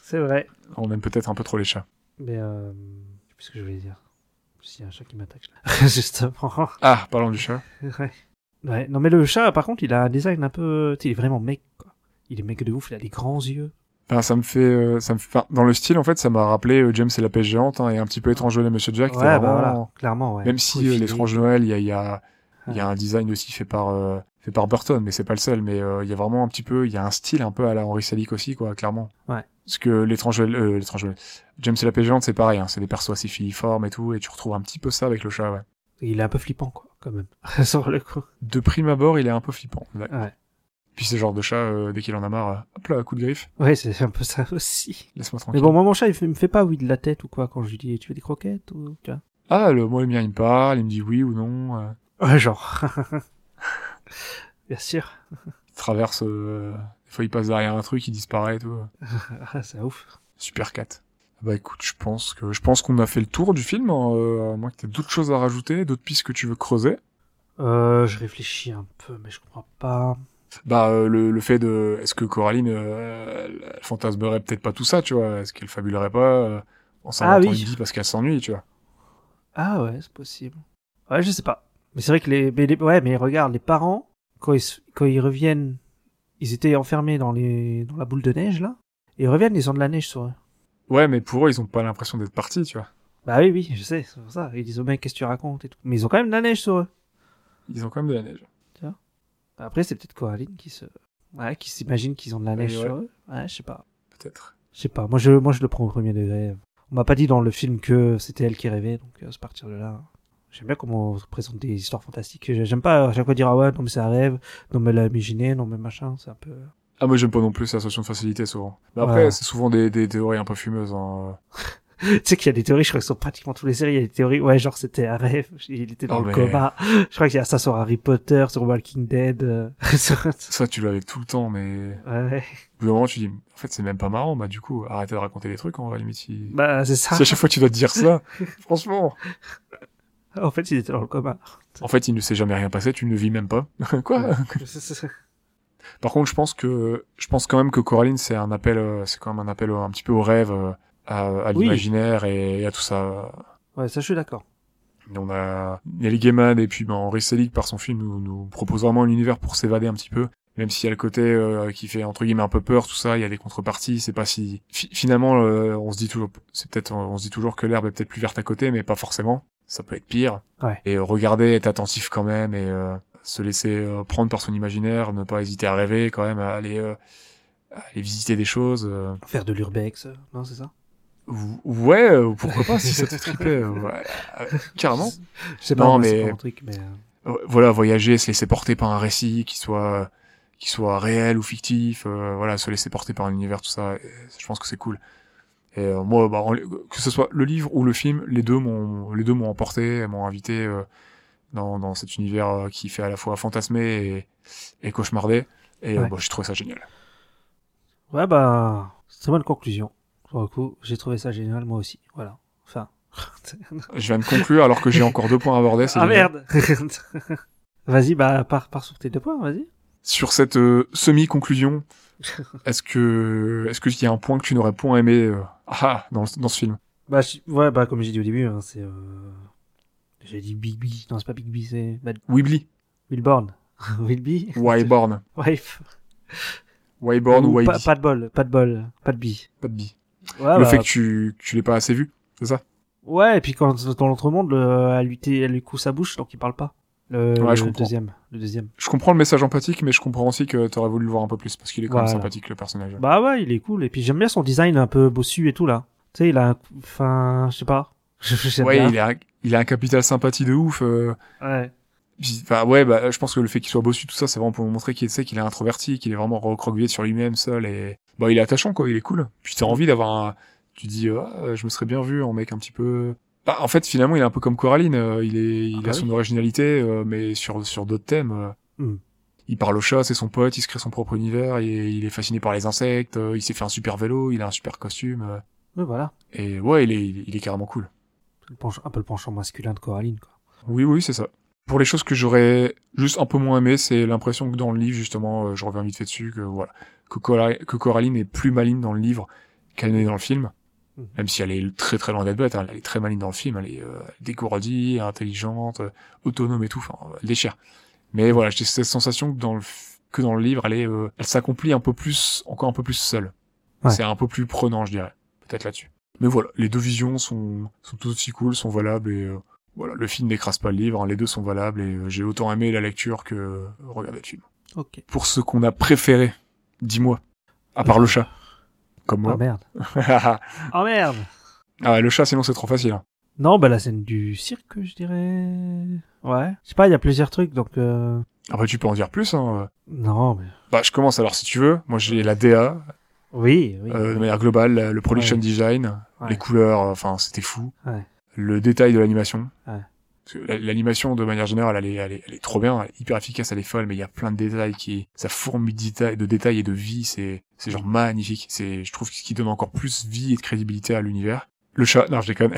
Speaker 5: c'est vrai.
Speaker 6: On aime peut-être un peu trop les chats.
Speaker 5: Mais euh, je sais plus ce que je voulais dire. S'il y a un chat qui m'attaque là. (laughs) Justement.
Speaker 6: Ah, parlant du chat.
Speaker 5: Ouais. Ouais, Non, mais le chat, par contre, il a un design un peu. tu sais, il est vraiment mec, quoi. Il est mec de ouf, il a des grands yeux.
Speaker 6: Ben, ça me fait, euh, ça me fait- enfin, dans le style en fait, ça m'a rappelé euh, James et la pêche géante hein, et un petit peu étrange Noël et Monsieur Jack.
Speaker 5: ouais,
Speaker 6: t'as
Speaker 5: bah
Speaker 6: vraiment-
Speaker 5: voilà, clairement, ouais.
Speaker 6: Même si
Speaker 5: Tout
Speaker 6: euh,
Speaker 5: effilé.
Speaker 6: l'étrange Noël, il y a, il y, a, il y a un design aussi fait par euh, fait par Burton, mais c'est pas le seul. Mais euh, il y a vraiment un petit peu, il y a un style un peu à la Henri Selick aussi, quoi, clairement.
Speaker 5: Ouais.
Speaker 6: Parce que l'étrange Noël, euh, l'étrange Noël, James et la Pêche Géante, c'est pareil, hein, c'est des persos assez filiformes et tout, et tu retrouves un petit peu ça avec le chat. Ouais.
Speaker 5: Il est un peu flippant, quoi, quand même. (laughs) Sur le coup.
Speaker 6: De prime abord, il est un peu flippant. Ouais.
Speaker 5: Ouais.
Speaker 6: Puis c'est le genre de chat, euh, dès qu'il en a marre, euh, hop là, coup de griffe,
Speaker 5: Ouais, c'est un peu ça aussi.
Speaker 6: laisse-moi tranquille.
Speaker 5: Mais bon, moi, mon chat, il fait- me fait pas oui de la tête ou quoi quand je lui dis tu veux des croquettes ou. Tu vois
Speaker 6: Ah, le moi le mien, il me parle, il me dit oui ou non. euh,
Speaker 5: Ouais, genre. (laughs) Bien sûr.
Speaker 6: il traverse, euh, des fois il passe derrière un truc, il disparaît et tout.
Speaker 5: Ah, c'est ouf.
Speaker 6: Super 4. Bah écoute, je pense que je pense qu'on a fait le tour du film. hein, Euh, à moins que t'aies d'autres choses à rajouter, d'autres pistes que tu veux creuser.
Speaker 5: Euh, je réfléchis un peu, mais je comprends pas.
Speaker 6: Bah euh, le, le fait de est-ce que Coraline euh, elle- elle fantasmerait peut-être pas tout ça, tu vois Est-ce qu'elle fabulerait pas euh, en s'inventant
Speaker 5: Ah oui.
Speaker 6: une vie parce qu'elle s'ennuie, tu vois
Speaker 5: Ah ouais, c'est possible. Ouais, je sais pas. Mais c'est vrai que les, mais les- ouais, mais regarde, les parents, quand ils, se- quand ils reviennent, ils étaient enfermés dans les, dans la boule de neige, là. Et ils reviennent, ils ont de la neige sur eux.
Speaker 6: Ouais, mais pour eux, ils ont pas l'impression d'être partis, tu vois.
Speaker 5: Bah oui, oui, je sais, c'est pour ça. Ils disent, oh mec, qu'est-ce que tu racontes et tout. Mais ils ont quand même de la neige sur eux.
Speaker 6: Ils ont quand même de la neige.
Speaker 5: Après, c'est peut-être Coraline qui se, ouais, qui s'imagine qu'ils ont de la neige
Speaker 6: ouais.
Speaker 5: sur eux. Ouais, je sais pas.
Speaker 6: Peut-être.
Speaker 5: Je sais pas. Moi, je, moi, je le prends au premier degré. On m'a pas dit dans le film que c'était elle qui rêvait, donc euh, c'est à partir de là. J'aime bien comment on présente des histoires fantastiques. J'aime pas à chaque fois dire ah ouais, non mais c'est un rêve, non mais elle a imaginé, non mais machin, c'est un peu. (laughs)
Speaker 6: Ah moi j'aime pas non plus la solution de facilité souvent. Mais après
Speaker 5: Ouais.
Speaker 6: c'est souvent des, des théories un peu fumeuses. hein.
Speaker 5: tu sais qu'il y a des théories, je crois que sur pratiquement toutes les séries, il y a des théories, ouais, genre c'était un rêve, (laughs) il était dans
Speaker 6: Oh,
Speaker 5: le
Speaker 6: mais-
Speaker 5: coma. Je crois qu'il y a ça sur Harry Potter, sur Walking Dead, euh, (laughs) sur-
Speaker 6: Ça tu l'as avec tout le temps, mais
Speaker 5: Ouais,
Speaker 6: au bout d'un moment tu dis en fait c'est même pas marrant. Bah du coup arrêtez de raconter des trucs en vrai limite. il-
Speaker 5: bah c'est
Speaker 6: (laughs)
Speaker 5: ça.
Speaker 6: Si à chaque fois tu dois te dire ça, franchement.
Speaker 5: En fait, il était dans le coma.
Speaker 6: En fait, il ne s'est jamais rien passé, tu ne vis même pas. (laughs) Quoi Par contre, je pense que je pense quand même que Coraline, c'est un appel, euh, c'est quand même un appel euh, un petit peu au rêve, euh, à, à
Speaker 5: Oui.
Speaker 6: l'imaginaire et à tout ça.
Speaker 5: (laughs) Ouais, ça je suis d'accord.
Speaker 6: On a Nelly Gaiman et puis ben, Henry Selick par son film nous, nous propose vraiment un univers pour s'évader un petit peu même s'il y a le côté euh, qui fait entre guillemets un peu peur, tout ça, il y a les contreparties, c'est pas si Fi- finalement euh, on se dit toujours c'est peut-être euh, on se dit toujours que l'herbe est peut-être plus verte à côté mais pas forcément, ça peut être pire.
Speaker 5: Ouais.
Speaker 6: Et euh, regarder, être attentif quand même et euh, se laisser euh, prendre par son imaginaire, ne pas hésiter à rêver quand même, à aller euh, à aller visiter des choses. euh.
Speaker 5: Faire de l'urbex, euh, non, c'est ça
Speaker 6: Ou- Ouais, euh, pourquoi pas si ça te fait triper, euh, ouais, euh, carrément.
Speaker 5: Je sais pas,
Speaker 6: Non,
Speaker 5: moi, c'est
Speaker 6: mais-
Speaker 5: pas mon truc, mais. euh,
Speaker 6: Euh, voilà, voyager, se laisser porter par un récit qui soit qui soit réel ou fictif, euh, voilà, se laisser porter par un univers, tout ça, et je pense que c'est cool. Et euh, moi, bah, en- que ce soit le livre ou le film, les deux m'ont les deux m'ont emporté, m'ont invité euh, dans dans cet univers euh, qui fait à la fois fantasmer et, et cauchemarder. Et euh,
Speaker 5: Ouais.
Speaker 6: bah, j'ai trouvé ça génial.
Speaker 5: Ouais, bah, c'est une bonne conclusion. Pour le coup, j'ai trouvé ça génial, moi aussi. Voilà. Enfin.
Speaker 6: Je viens de conclure alors que j'ai encore deux points à aborder. c'est
Speaker 5: ah
Speaker 6: génial.
Speaker 5: merde (laughs) Vas-y, bah, pars, pars sur tes deux points, vas-y.
Speaker 6: Sur cette euh, semi-conclusion, est-ce que est-ce qu'il y a un point que tu n'aurais point aimé euh, ah, dans, dans ce film
Speaker 5: Bah, je- ouais, bah, comme j'ai dit au début, hein, c'est. Euh... J'ai dit Bigby. Non, c'est pas Bigby, c'est. Bah,
Speaker 6: Weebly,
Speaker 5: Wilborn. (laughs) Wilby
Speaker 6: Wyborn,
Speaker 5: Wife.
Speaker 6: Wyborn ou
Speaker 5: Ou
Speaker 6: Wyby,
Speaker 5: pas,
Speaker 6: pas,
Speaker 5: pas de bol, pas de bol, pas de bi.
Speaker 6: de bi.
Speaker 5: Ouais,
Speaker 6: le
Speaker 5: bah,
Speaker 6: fait que tu, que tu l'aies pas assez vu, c'est ça
Speaker 5: ouais, et puis quand dans l'autre monde, le- elle, lui, t- elle lui coud sa bouche, donc il parle pas. Le,
Speaker 6: Ouais, je
Speaker 5: le
Speaker 6: comprends.
Speaker 5: deuxième. Le deuxième.
Speaker 6: Je comprends le message empathique, mais je comprends aussi que t'aurais voulu le voir un peu plus, parce qu'il est quand même
Speaker 5: Voilà.
Speaker 6: sympathique, le personnage.
Speaker 5: Bah ouais, il est cool. Et puis j'aime bien son design un peu bossu et tout là. Tu sais, il a un... Enfin, je sais pas. (laughs) J'aime
Speaker 6: ouais,
Speaker 5: bien.
Speaker 6: il a, il a un capital sympathie de ouf. euh,
Speaker 5: Ouais.
Speaker 6: puis- Enfin, ouais, bah, je pense que le fait qu'il soit bossu, tout ça, c'est vraiment pour montrer qu'il sait qu'il est introverti, qu'il est vraiment recroquevillé sur lui-même, seul, et... Bah, il est attachant, quoi, il est cool. Puis t'as envie d'avoir un... Tu dis, ah, je me serais bien vu en mec un petit peu... Bah, en fait, finalement, il est un peu comme Coraline. euh, il est, il
Speaker 5: Ah bah
Speaker 6: a son
Speaker 5: oui.
Speaker 6: originalité, euh, mais sur, sur d'autres thèmes. euh.
Speaker 5: Hmm.
Speaker 6: Il parle au chat, c'est son pote, il se crée son propre univers, il est, il est fasciné par les insectes, euh, il s'est fait un super vélo, il a un super costume. euh,
Speaker 5: Ouais, voilà.
Speaker 6: et ouais, il est, il est carrément cool.
Speaker 5: Le penchant- un peu le penchant masculin de Coraline, quoi.
Speaker 6: Oui, oui, c'est ça. Pour les choses que j'aurais juste un peu moins aimé, c'est l'impression que dans le livre, justement, euh, je reviens vite fait dessus, que voilà, que, Cora- que Coraline est plus maligne dans le livre qu'elle n'est dans le film.
Speaker 5: Mhm.
Speaker 6: Même si elle est très très loin d'être bête, hein, elle est très maligne dans le film, elle est euh, dégourdie, intelligente, euh, autonome et tout, enfin, euh, elle déchire. Mais voilà, j'ai cette sensation que dans le, f- que dans le livre, elle est, euh, elle s'accomplit un peu plus, encore un peu plus seule.
Speaker 5: Ouais.
Speaker 6: C'est un peu plus prenant, je dirais, peut-être là-dessus. Mais voilà, les deux visions sont, sont tout aussi cool, sont valables et euh, voilà, le film n'écrase pas le livre, hein, les deux sont valables et euh, j'ai autant aimé la lecture que euh, regarder le film.
Speaker 5: Ok.
Speaker 6: Pour ce qu'on a préféré, dis-moi, à part le chat, comme
Speaker 5: Oh
Speaker 6: moi.
Speaker 5: merde.
Speaker 6: (laughs) ah,
Speaker 5: Oh merde
Speaker 6: le chat, sinon c'est trop facile. hein.
Speaker 5: Non, bah la scène du cirque, je dirais. Ouais. Je sais pas, il y a plusieurs trucs, donc... Euh...
Speaker 6: Après, tu peux en dire plus. Hein.
Speaker 5: Non, mais...
Speaker 6: Bah, je commence alors si tu veux. Moi, j'ai la DA,
Speaker 5: Oui, oui.
Speaker 6: euh,
Speaker 5: (laughs)
Speaker 6: de manière globale, la- le production
Speaker 5: Ouais.
Speaker 6: design,
Speaker 5: Ouais.
Speaker 6: les couleurs, euh, enfin, c'était fou.
Speaker 5: Ouais.
Speaker 6: Le détail de l'animation.
Speaker 5: Ouais.
Speaker 6: Parce que la- L'animation, de manière générale, elle est, elle, est, elle est trop bien, elle est hyper efficace, elle est folle, mais il y a plein de détails qui, ça fourmille de détails, de détails et de vie, c'est, c'est genre magnifique. C'est, je trouve, ce qui donne encore plus vie et de crédibilité à l'univers. Le chat, non, je déconne.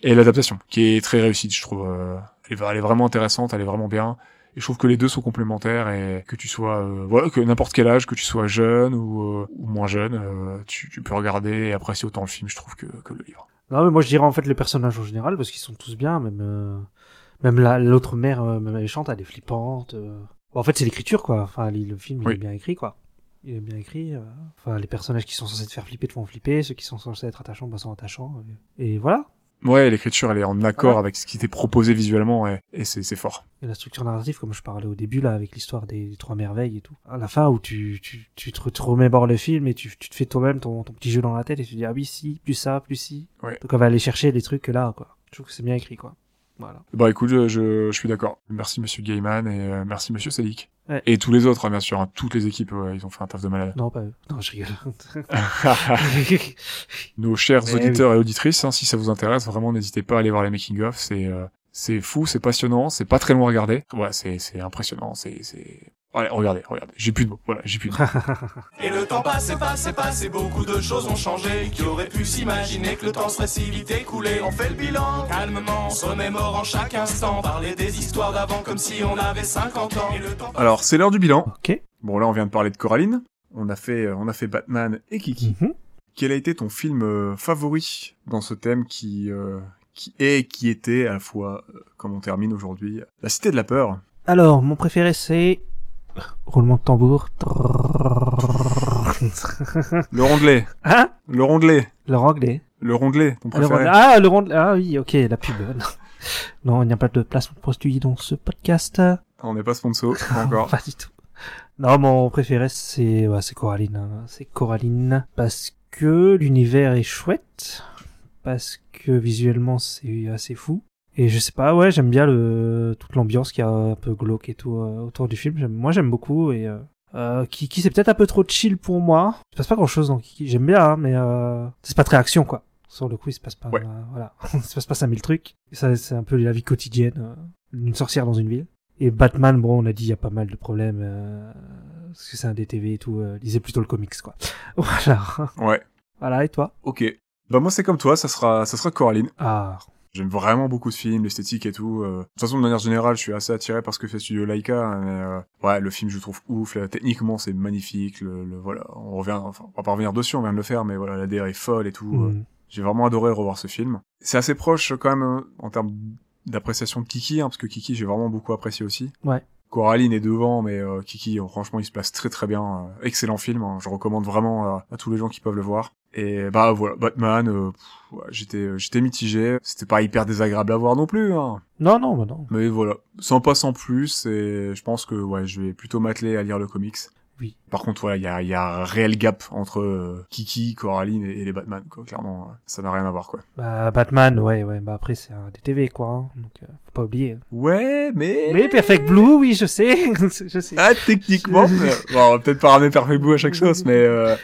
Speaker 6: et l'adaptation, qui est très réussie, je trouve. euh, elle, est, elle est vraiment intéressante, elle est vraiment bien. Et je trouve que les deux sont complémentaires et que tu sois, euh, voilà, que n'importe quel âge, que tu sois jeune ou, euh, ou moins jeune, euh, tu, tu peux regarder et apprécier autant le film, je trouve, que, que le livre.
Speaker 5: Non, mais moi je dirais en fait les personnages en général, parce qu'ils sont tous bien, même... euh, Même la- l'autre mère euh, même méchante, elle est flippante. euh. Bon, en fait, c'est l'écriture, quoi. Enfin, le le film, il
Speaker 6: Oui.
Speaker 5: est bien écrit, quoi. Il est bien écrit. euh. Enfin, les personnages qui sont censés te faire flipper te font flipper. Ceux qui sont censés être attachants, bah, sont attachants. Et, et voilà.
Speaker 6: Ouais, l'écriture, elle est en accord
Speaker 5: Ouais.
Speaker 6: avec ce qui t'est proposé visuellement et, et c'est, c'est fort.
Speaker 5: Et la structure narrative, comme je parlais au début, là, avec l'histoire des, des trois merveilles et tout. À la fin, où tu, tu, tu te, re- te remémores le film et tu, tu te fais toi-même ton, ton petit jeu dans la tête et tu te dis, ah oui, si, plus ça, plus si.
Speaker 6: Ouais.
Speaker 5: Donc, on va aller chercher des trucs là, quoi. Je trouve que c'est bien écrit, quoi. Voilà.
Speaker 6: Bah écoute, je, je, je suis d'accord. Merci Monsieur Gaiman et euh, merci Monsieur Selick.
Speaker 5: Ouais.
Speaker 6: Et tous les autres, hein, bien sûr, hein, toutes les équipes, ouais, ils ont fait un taf de malade.
Speaker 5: Non, pas eux. Non, je rigole.
Speaker 6: Nos chers
Speaker 5: Eh
Speaker 6: auditeurs et auditrices, hein, si ça vous intéresse, vraiment n'hésitez pas à aller voir les making of. C'est euh, c'est fou, c'est passionnant, c'est pas très long à regarder. Ouais, c'est c'est impressionnant, c'est c'est. Allez, regardez, regardez. J'ai plus de mots. Voilà, j'ai plus de
Speaker 5: (laughs)
Speaker 6: mots.
Speaker 7: Et le temps passe et passe et passe et beaucoup de choses ont changé. Qui aurait pu s'imaginer que le temps serait si vite écoulé On fait le bilan calmement, on se remémore en chaque instant. Parler des histoires d'avant comme si on avait 50 ans. Et le temps
Speaker 6: Alors, c'est l'heure du bilan.
Speaker 5: ok.
Speaker 6: Bon, là, on vient de parler de Coraline. On a fait euh, on a fait Batman et Kiki.
Speaker 5: Mhm.
Speaker 6: Quel a été ton film euh, favori dans ce thème qui euh, qui est et qui
Speaker 5: (laughs)
Speaker 6: était à la fois, euh, comme on termine aujourd'hui, La Cité de la Peur
Speaker 5: Alors, mon préféré, c'est Roulement de tambour.
Speaker 6: Le rondelet.
Speaker 5: Hein
Speaker 6: Le rondelet.
Speaker 5: Le anglais.
Speaker 6: Le rondelet,
Speaker 5: Le
Speaker 6: ton préféré.
Speaker 5: rondelet. Ah, le rondelet. Ah oui, ok, la pub. (laughs) Non. Non, il n'y a pas de placement de produit dans ce podcast.
Speaker 6: On n'est pas sponsor, pas
Speaker 5: (laughs)
Speaker 6: encore.
Speaker 5: Pas du tout. Non, mon préféré, c'est bah, c'est Coraline. hein. C'est Coraline parce que l'univers est chouette, parce que visuellement, c'est assez fou. Et je sais pas, ouais, j'aime bien le, toute l'ambiance qu'il y a un peu glauque et tout euh, autour du film. J'aime- Moi, j'aime beaucoup et euh, euh, Kiki, c'est peut-être un peu trop chill pour moi. Il se passe pas grand-chose dans Kiki. J'aime bien, hein, mais euh, c'est pas très action, quoi. Sur le coup, il se passe pas,
Speaker 6: Ouais.
Speaker 5: euh, voilà, (laughs) il se passe pas 5000 trucs. Ça, c'est un peu la vie quotidienne euh, d'une sorcière dans une ville. Et Batman, bon, on a dit, il y a pas mal de problèmes, euh, parce que c'est un DTV et tout, euh, lisez plutôt le comics, quoi. (laughs) Voilà.
Speaker 6: Ouais.
Speaker 5: Voilà, et toi?
Speaker 6: Ok. Bah moi c'est comme toi, ça sera, ça sera Coraline.
Speaker 5: Ah.
Speaker 6: J'aime vraiment beaucoup ce film, l'esthétique et tout. euh. De toute façon, de manière générale, je suis assez attiré par ce que fait Studio Laika. hein, mais, euh, ouais, le film, je le trouve ouf. là, techniquement, c'est magnifique. Le, le- voilà, on revient, enfin, on va pas revenir dessus, on vient de le faire, mais voilà, la DR est folle et tout. euh.
Speaker 5: Mm.
Speaker 6: J'ai vraiment adoré revoir ce film. C'est assez proche quand même euh, en termes d'appréciation de Kiki, hein, parce que Kiki j'ai vraiment beaucoup apprécié aussi.
Speaker 5: Ouais.
Speaker 6: Coraline est devant, mais euh, Kiki euh, franchement il se place très très bien. Euh, excellent film, hein. je recommande vraiment à, à tous les gens qui peuvent le voir. Et bah voilà, Batman, euh, pff, ouais, j'étais euh, j'étais mitigé, c'était pas hyper désagréable à voir non plus. Hein.
Speaker 5: Non, non, bah non.
Speaker 6: Mais voilà, sans pas sans plus, et je pense que ouais, je vais plutôt m'atteler à lire le comics.
Speaker 5: Oui.
Speaker 6: Par contre, voilà, il y a, il y a un réel gap entre euh, Kiki, Coraline et, et les Batman, quoi. Clairement, euh, ça n'a rien à voir, quoi.
Speaker 5: Bah, Batman, ouais, ouais, bah après, c'est un DTV, quoi, hein, donc, euh, faut pas oublier.
Speaker 6: Ouais, mais...
Speaker 5: Mais Perfect Blue, oui, je sais, (laughs) je sais.
Speaker 6: Ah,
Speaker 5: (laughs)
Speaker 6: techniquement, mais- bon, on va peut-être pas ramener Perfect Blue à chaque sauce, mais... euh,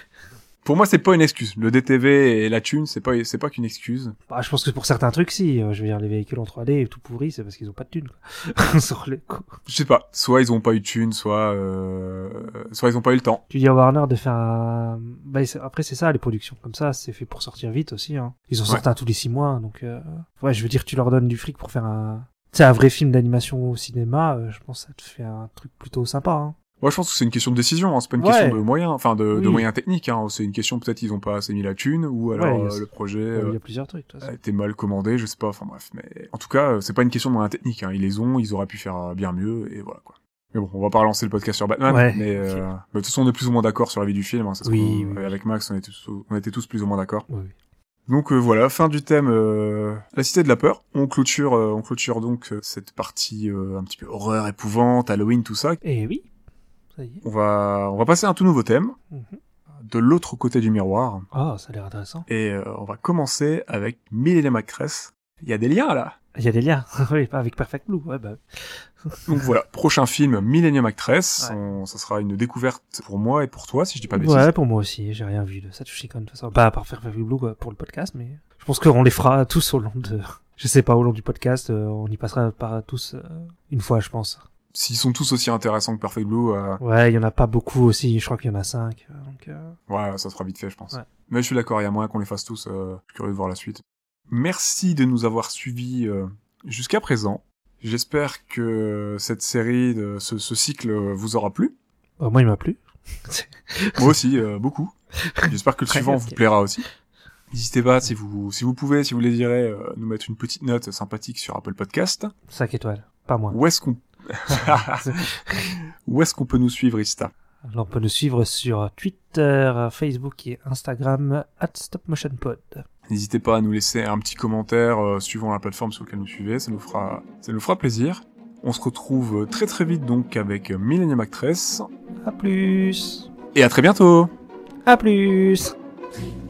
Speaker 6: Pour moi, c'est pas une excuse. Le DTV et la thune, c'est pas, c'est pas qu'une excuse.
Speaker 5: Bah, je pense que pour certains trucs, si, euh, je veux dire, les véhicules en 3D et tout pourri, c'est parce qu'ils ont pas de thunes, quoi. (laughs) Sur le coup.
Speaker 6: Je sais pas. Soit ils ont pas eu de thune, soit, euh, soit ils ont pas eu le temps.
Speaker 5: Tu dis à Warner de faire un... Bah, c'est- après, c'est ça, les productions comme ça, c'est fait pour sortir vite aussi. Hein. Ils en sortent un tous les six mois, donc... euh, Ouais, je veux dire, tu leur donnes du fric pour faire un... Tu sais, un vrai film d'animation au cinéma, euh, je pense que ça te fait un truc plutôt sympa. Hein.
Speaker 6: Moi, je pense que c'est une question de décision, hein. c'est pas une
Speaker 5: Ouais.
Speaker 6: question de moyens, enfin de, de
Speaker 5: Oui.
Speaker 6: moyens techniques. Hein. C'est une question peut-être ils ont pas assez mis la thune ou alors
Speaker 5: Ouais, il y a-
Speaker 6: euh, le projet
Speaker 5: Ouais,
Speaker 6: euh,
Speaker 5: Il y a plusieurs trucs, de toute façon.
Speaker 6: a été mal commandé, je sais pas. Enfin bref, mais en tout cas, euh, c'est pas une question de moyens techniques. Hein. Ils les ont, ils auraient pu faire euh, bien mieux et voilà quoi. Mais bon, on va pas relancer le podcast sur Batman,
Speaker 5: Ouais,
Speaker 6: mais,
Speaker 5: ok.
Speaker 6: euh, mais de toute façon, on est plus ou moins d'accord sur la vie du film. Hein, ça se
Speaker 5: Oui,
Speaker 6: trouve,
Speaker 5: oui,
Speaker 6: euh, Avec Max, on était, tous, on était tous plus ou moins d'accord.
Speaker 5: Oui, oui.
Speaker 6: Donc euh, voilà, fin du thème euh, La Cité de la Peur. On clôture, euh, on clôture donc euh, cette partie euh, un petit peu horreur, épouvante, Halloween, tout ça.
Speaker 5: Et Eh oui, ça y est.
Speaker 6: On va, on va passer à un tout nouveau thème,
Speaker 5: Mhm.
Speaker 6: de l'autre côté du miroir,
Speaker 5: Ah, ça a l'air intéressant.
Speaker 6: et euh, on va commencer avec Millennium Actress. Il y a des liens là.
Speaker 5: Il y a des liens, (laughs) oui, pas avec Perfect Blue, ouais, bah...
Speaker 6: Donc voilà, (laughs) prochain film Millennium Actress.
Speaker 5: Ouais.
Speaker 6: On- ça sera une découverte pour moi et pour toi si je dis pas de bêtises.
Speaker 5: Ouais, pour moi aussi, j'ai rien vu de Satoshi Kon, de toute façon. Pas à part faire Fairview Blue quoi, pour le podcast, mais je pense qu'on les fera tous au long de. (laughs) Je sais pas, au long du podcast, euh, on y passera par tous euh, une fois, je pense.
Speaker 6: S'ils sont tous aussi intéressants que Perfect Blue, euh,
Speaker 5: Ouais, il y en a pas beaucoup aussi, je crois qu'il y en a cinq. euh, Donc, euh,
Speaker 6: ouais, ça sera vite fait je pense.
Speaker 5: Ouais.
Speaker 6: Mais je suis d'accord, il y a moyen qu'on les fasse tous. euh, je suis curieux de voir la suite. Merci de nous avoir suivis euh, jusqu'à présent. J'espère que cette série, de, ce, ce cycle euh, vous aura plu.
Speaker 5: bah, moi, il m'a plu.
Speaker 6: Moi aussi, euh, beaucoup. J'espère que le
Speaker 5: Très
Speaker 6: suivant
Speaker 5: bien,
Speaker 6: vous
Speaker 5: ok.
Speaker 6: plaira aussi. N'hésitez pas, si vous, si vous pouvez, si vous le désirez, euh, nous mettre une petite note sympathique sur Apple Podcast.
Speaker 5: Cinq étoiles, pas moins.
Speaker 6: Où est-ce qu'on... (laughs) Où est-ce qu'on peut nous suivre, Ista
Speaker 5: Alors, on peut nous suivre sur Twitter, Facebook et Instagram, at StopMotionPod.
Speaker 6: N'hésitez pas à nous laisser un petit commentaire euh, suivant la plateforme sur laquelle nous suivez, ça nous fera, ça nous fera plaisir. On se retrouve très très vite donc avec Millennium Actress,
Speaker 5: À plus!
Speaker 6: et à très bientôt
Speaker 5: À plus!
Speaker 4: Très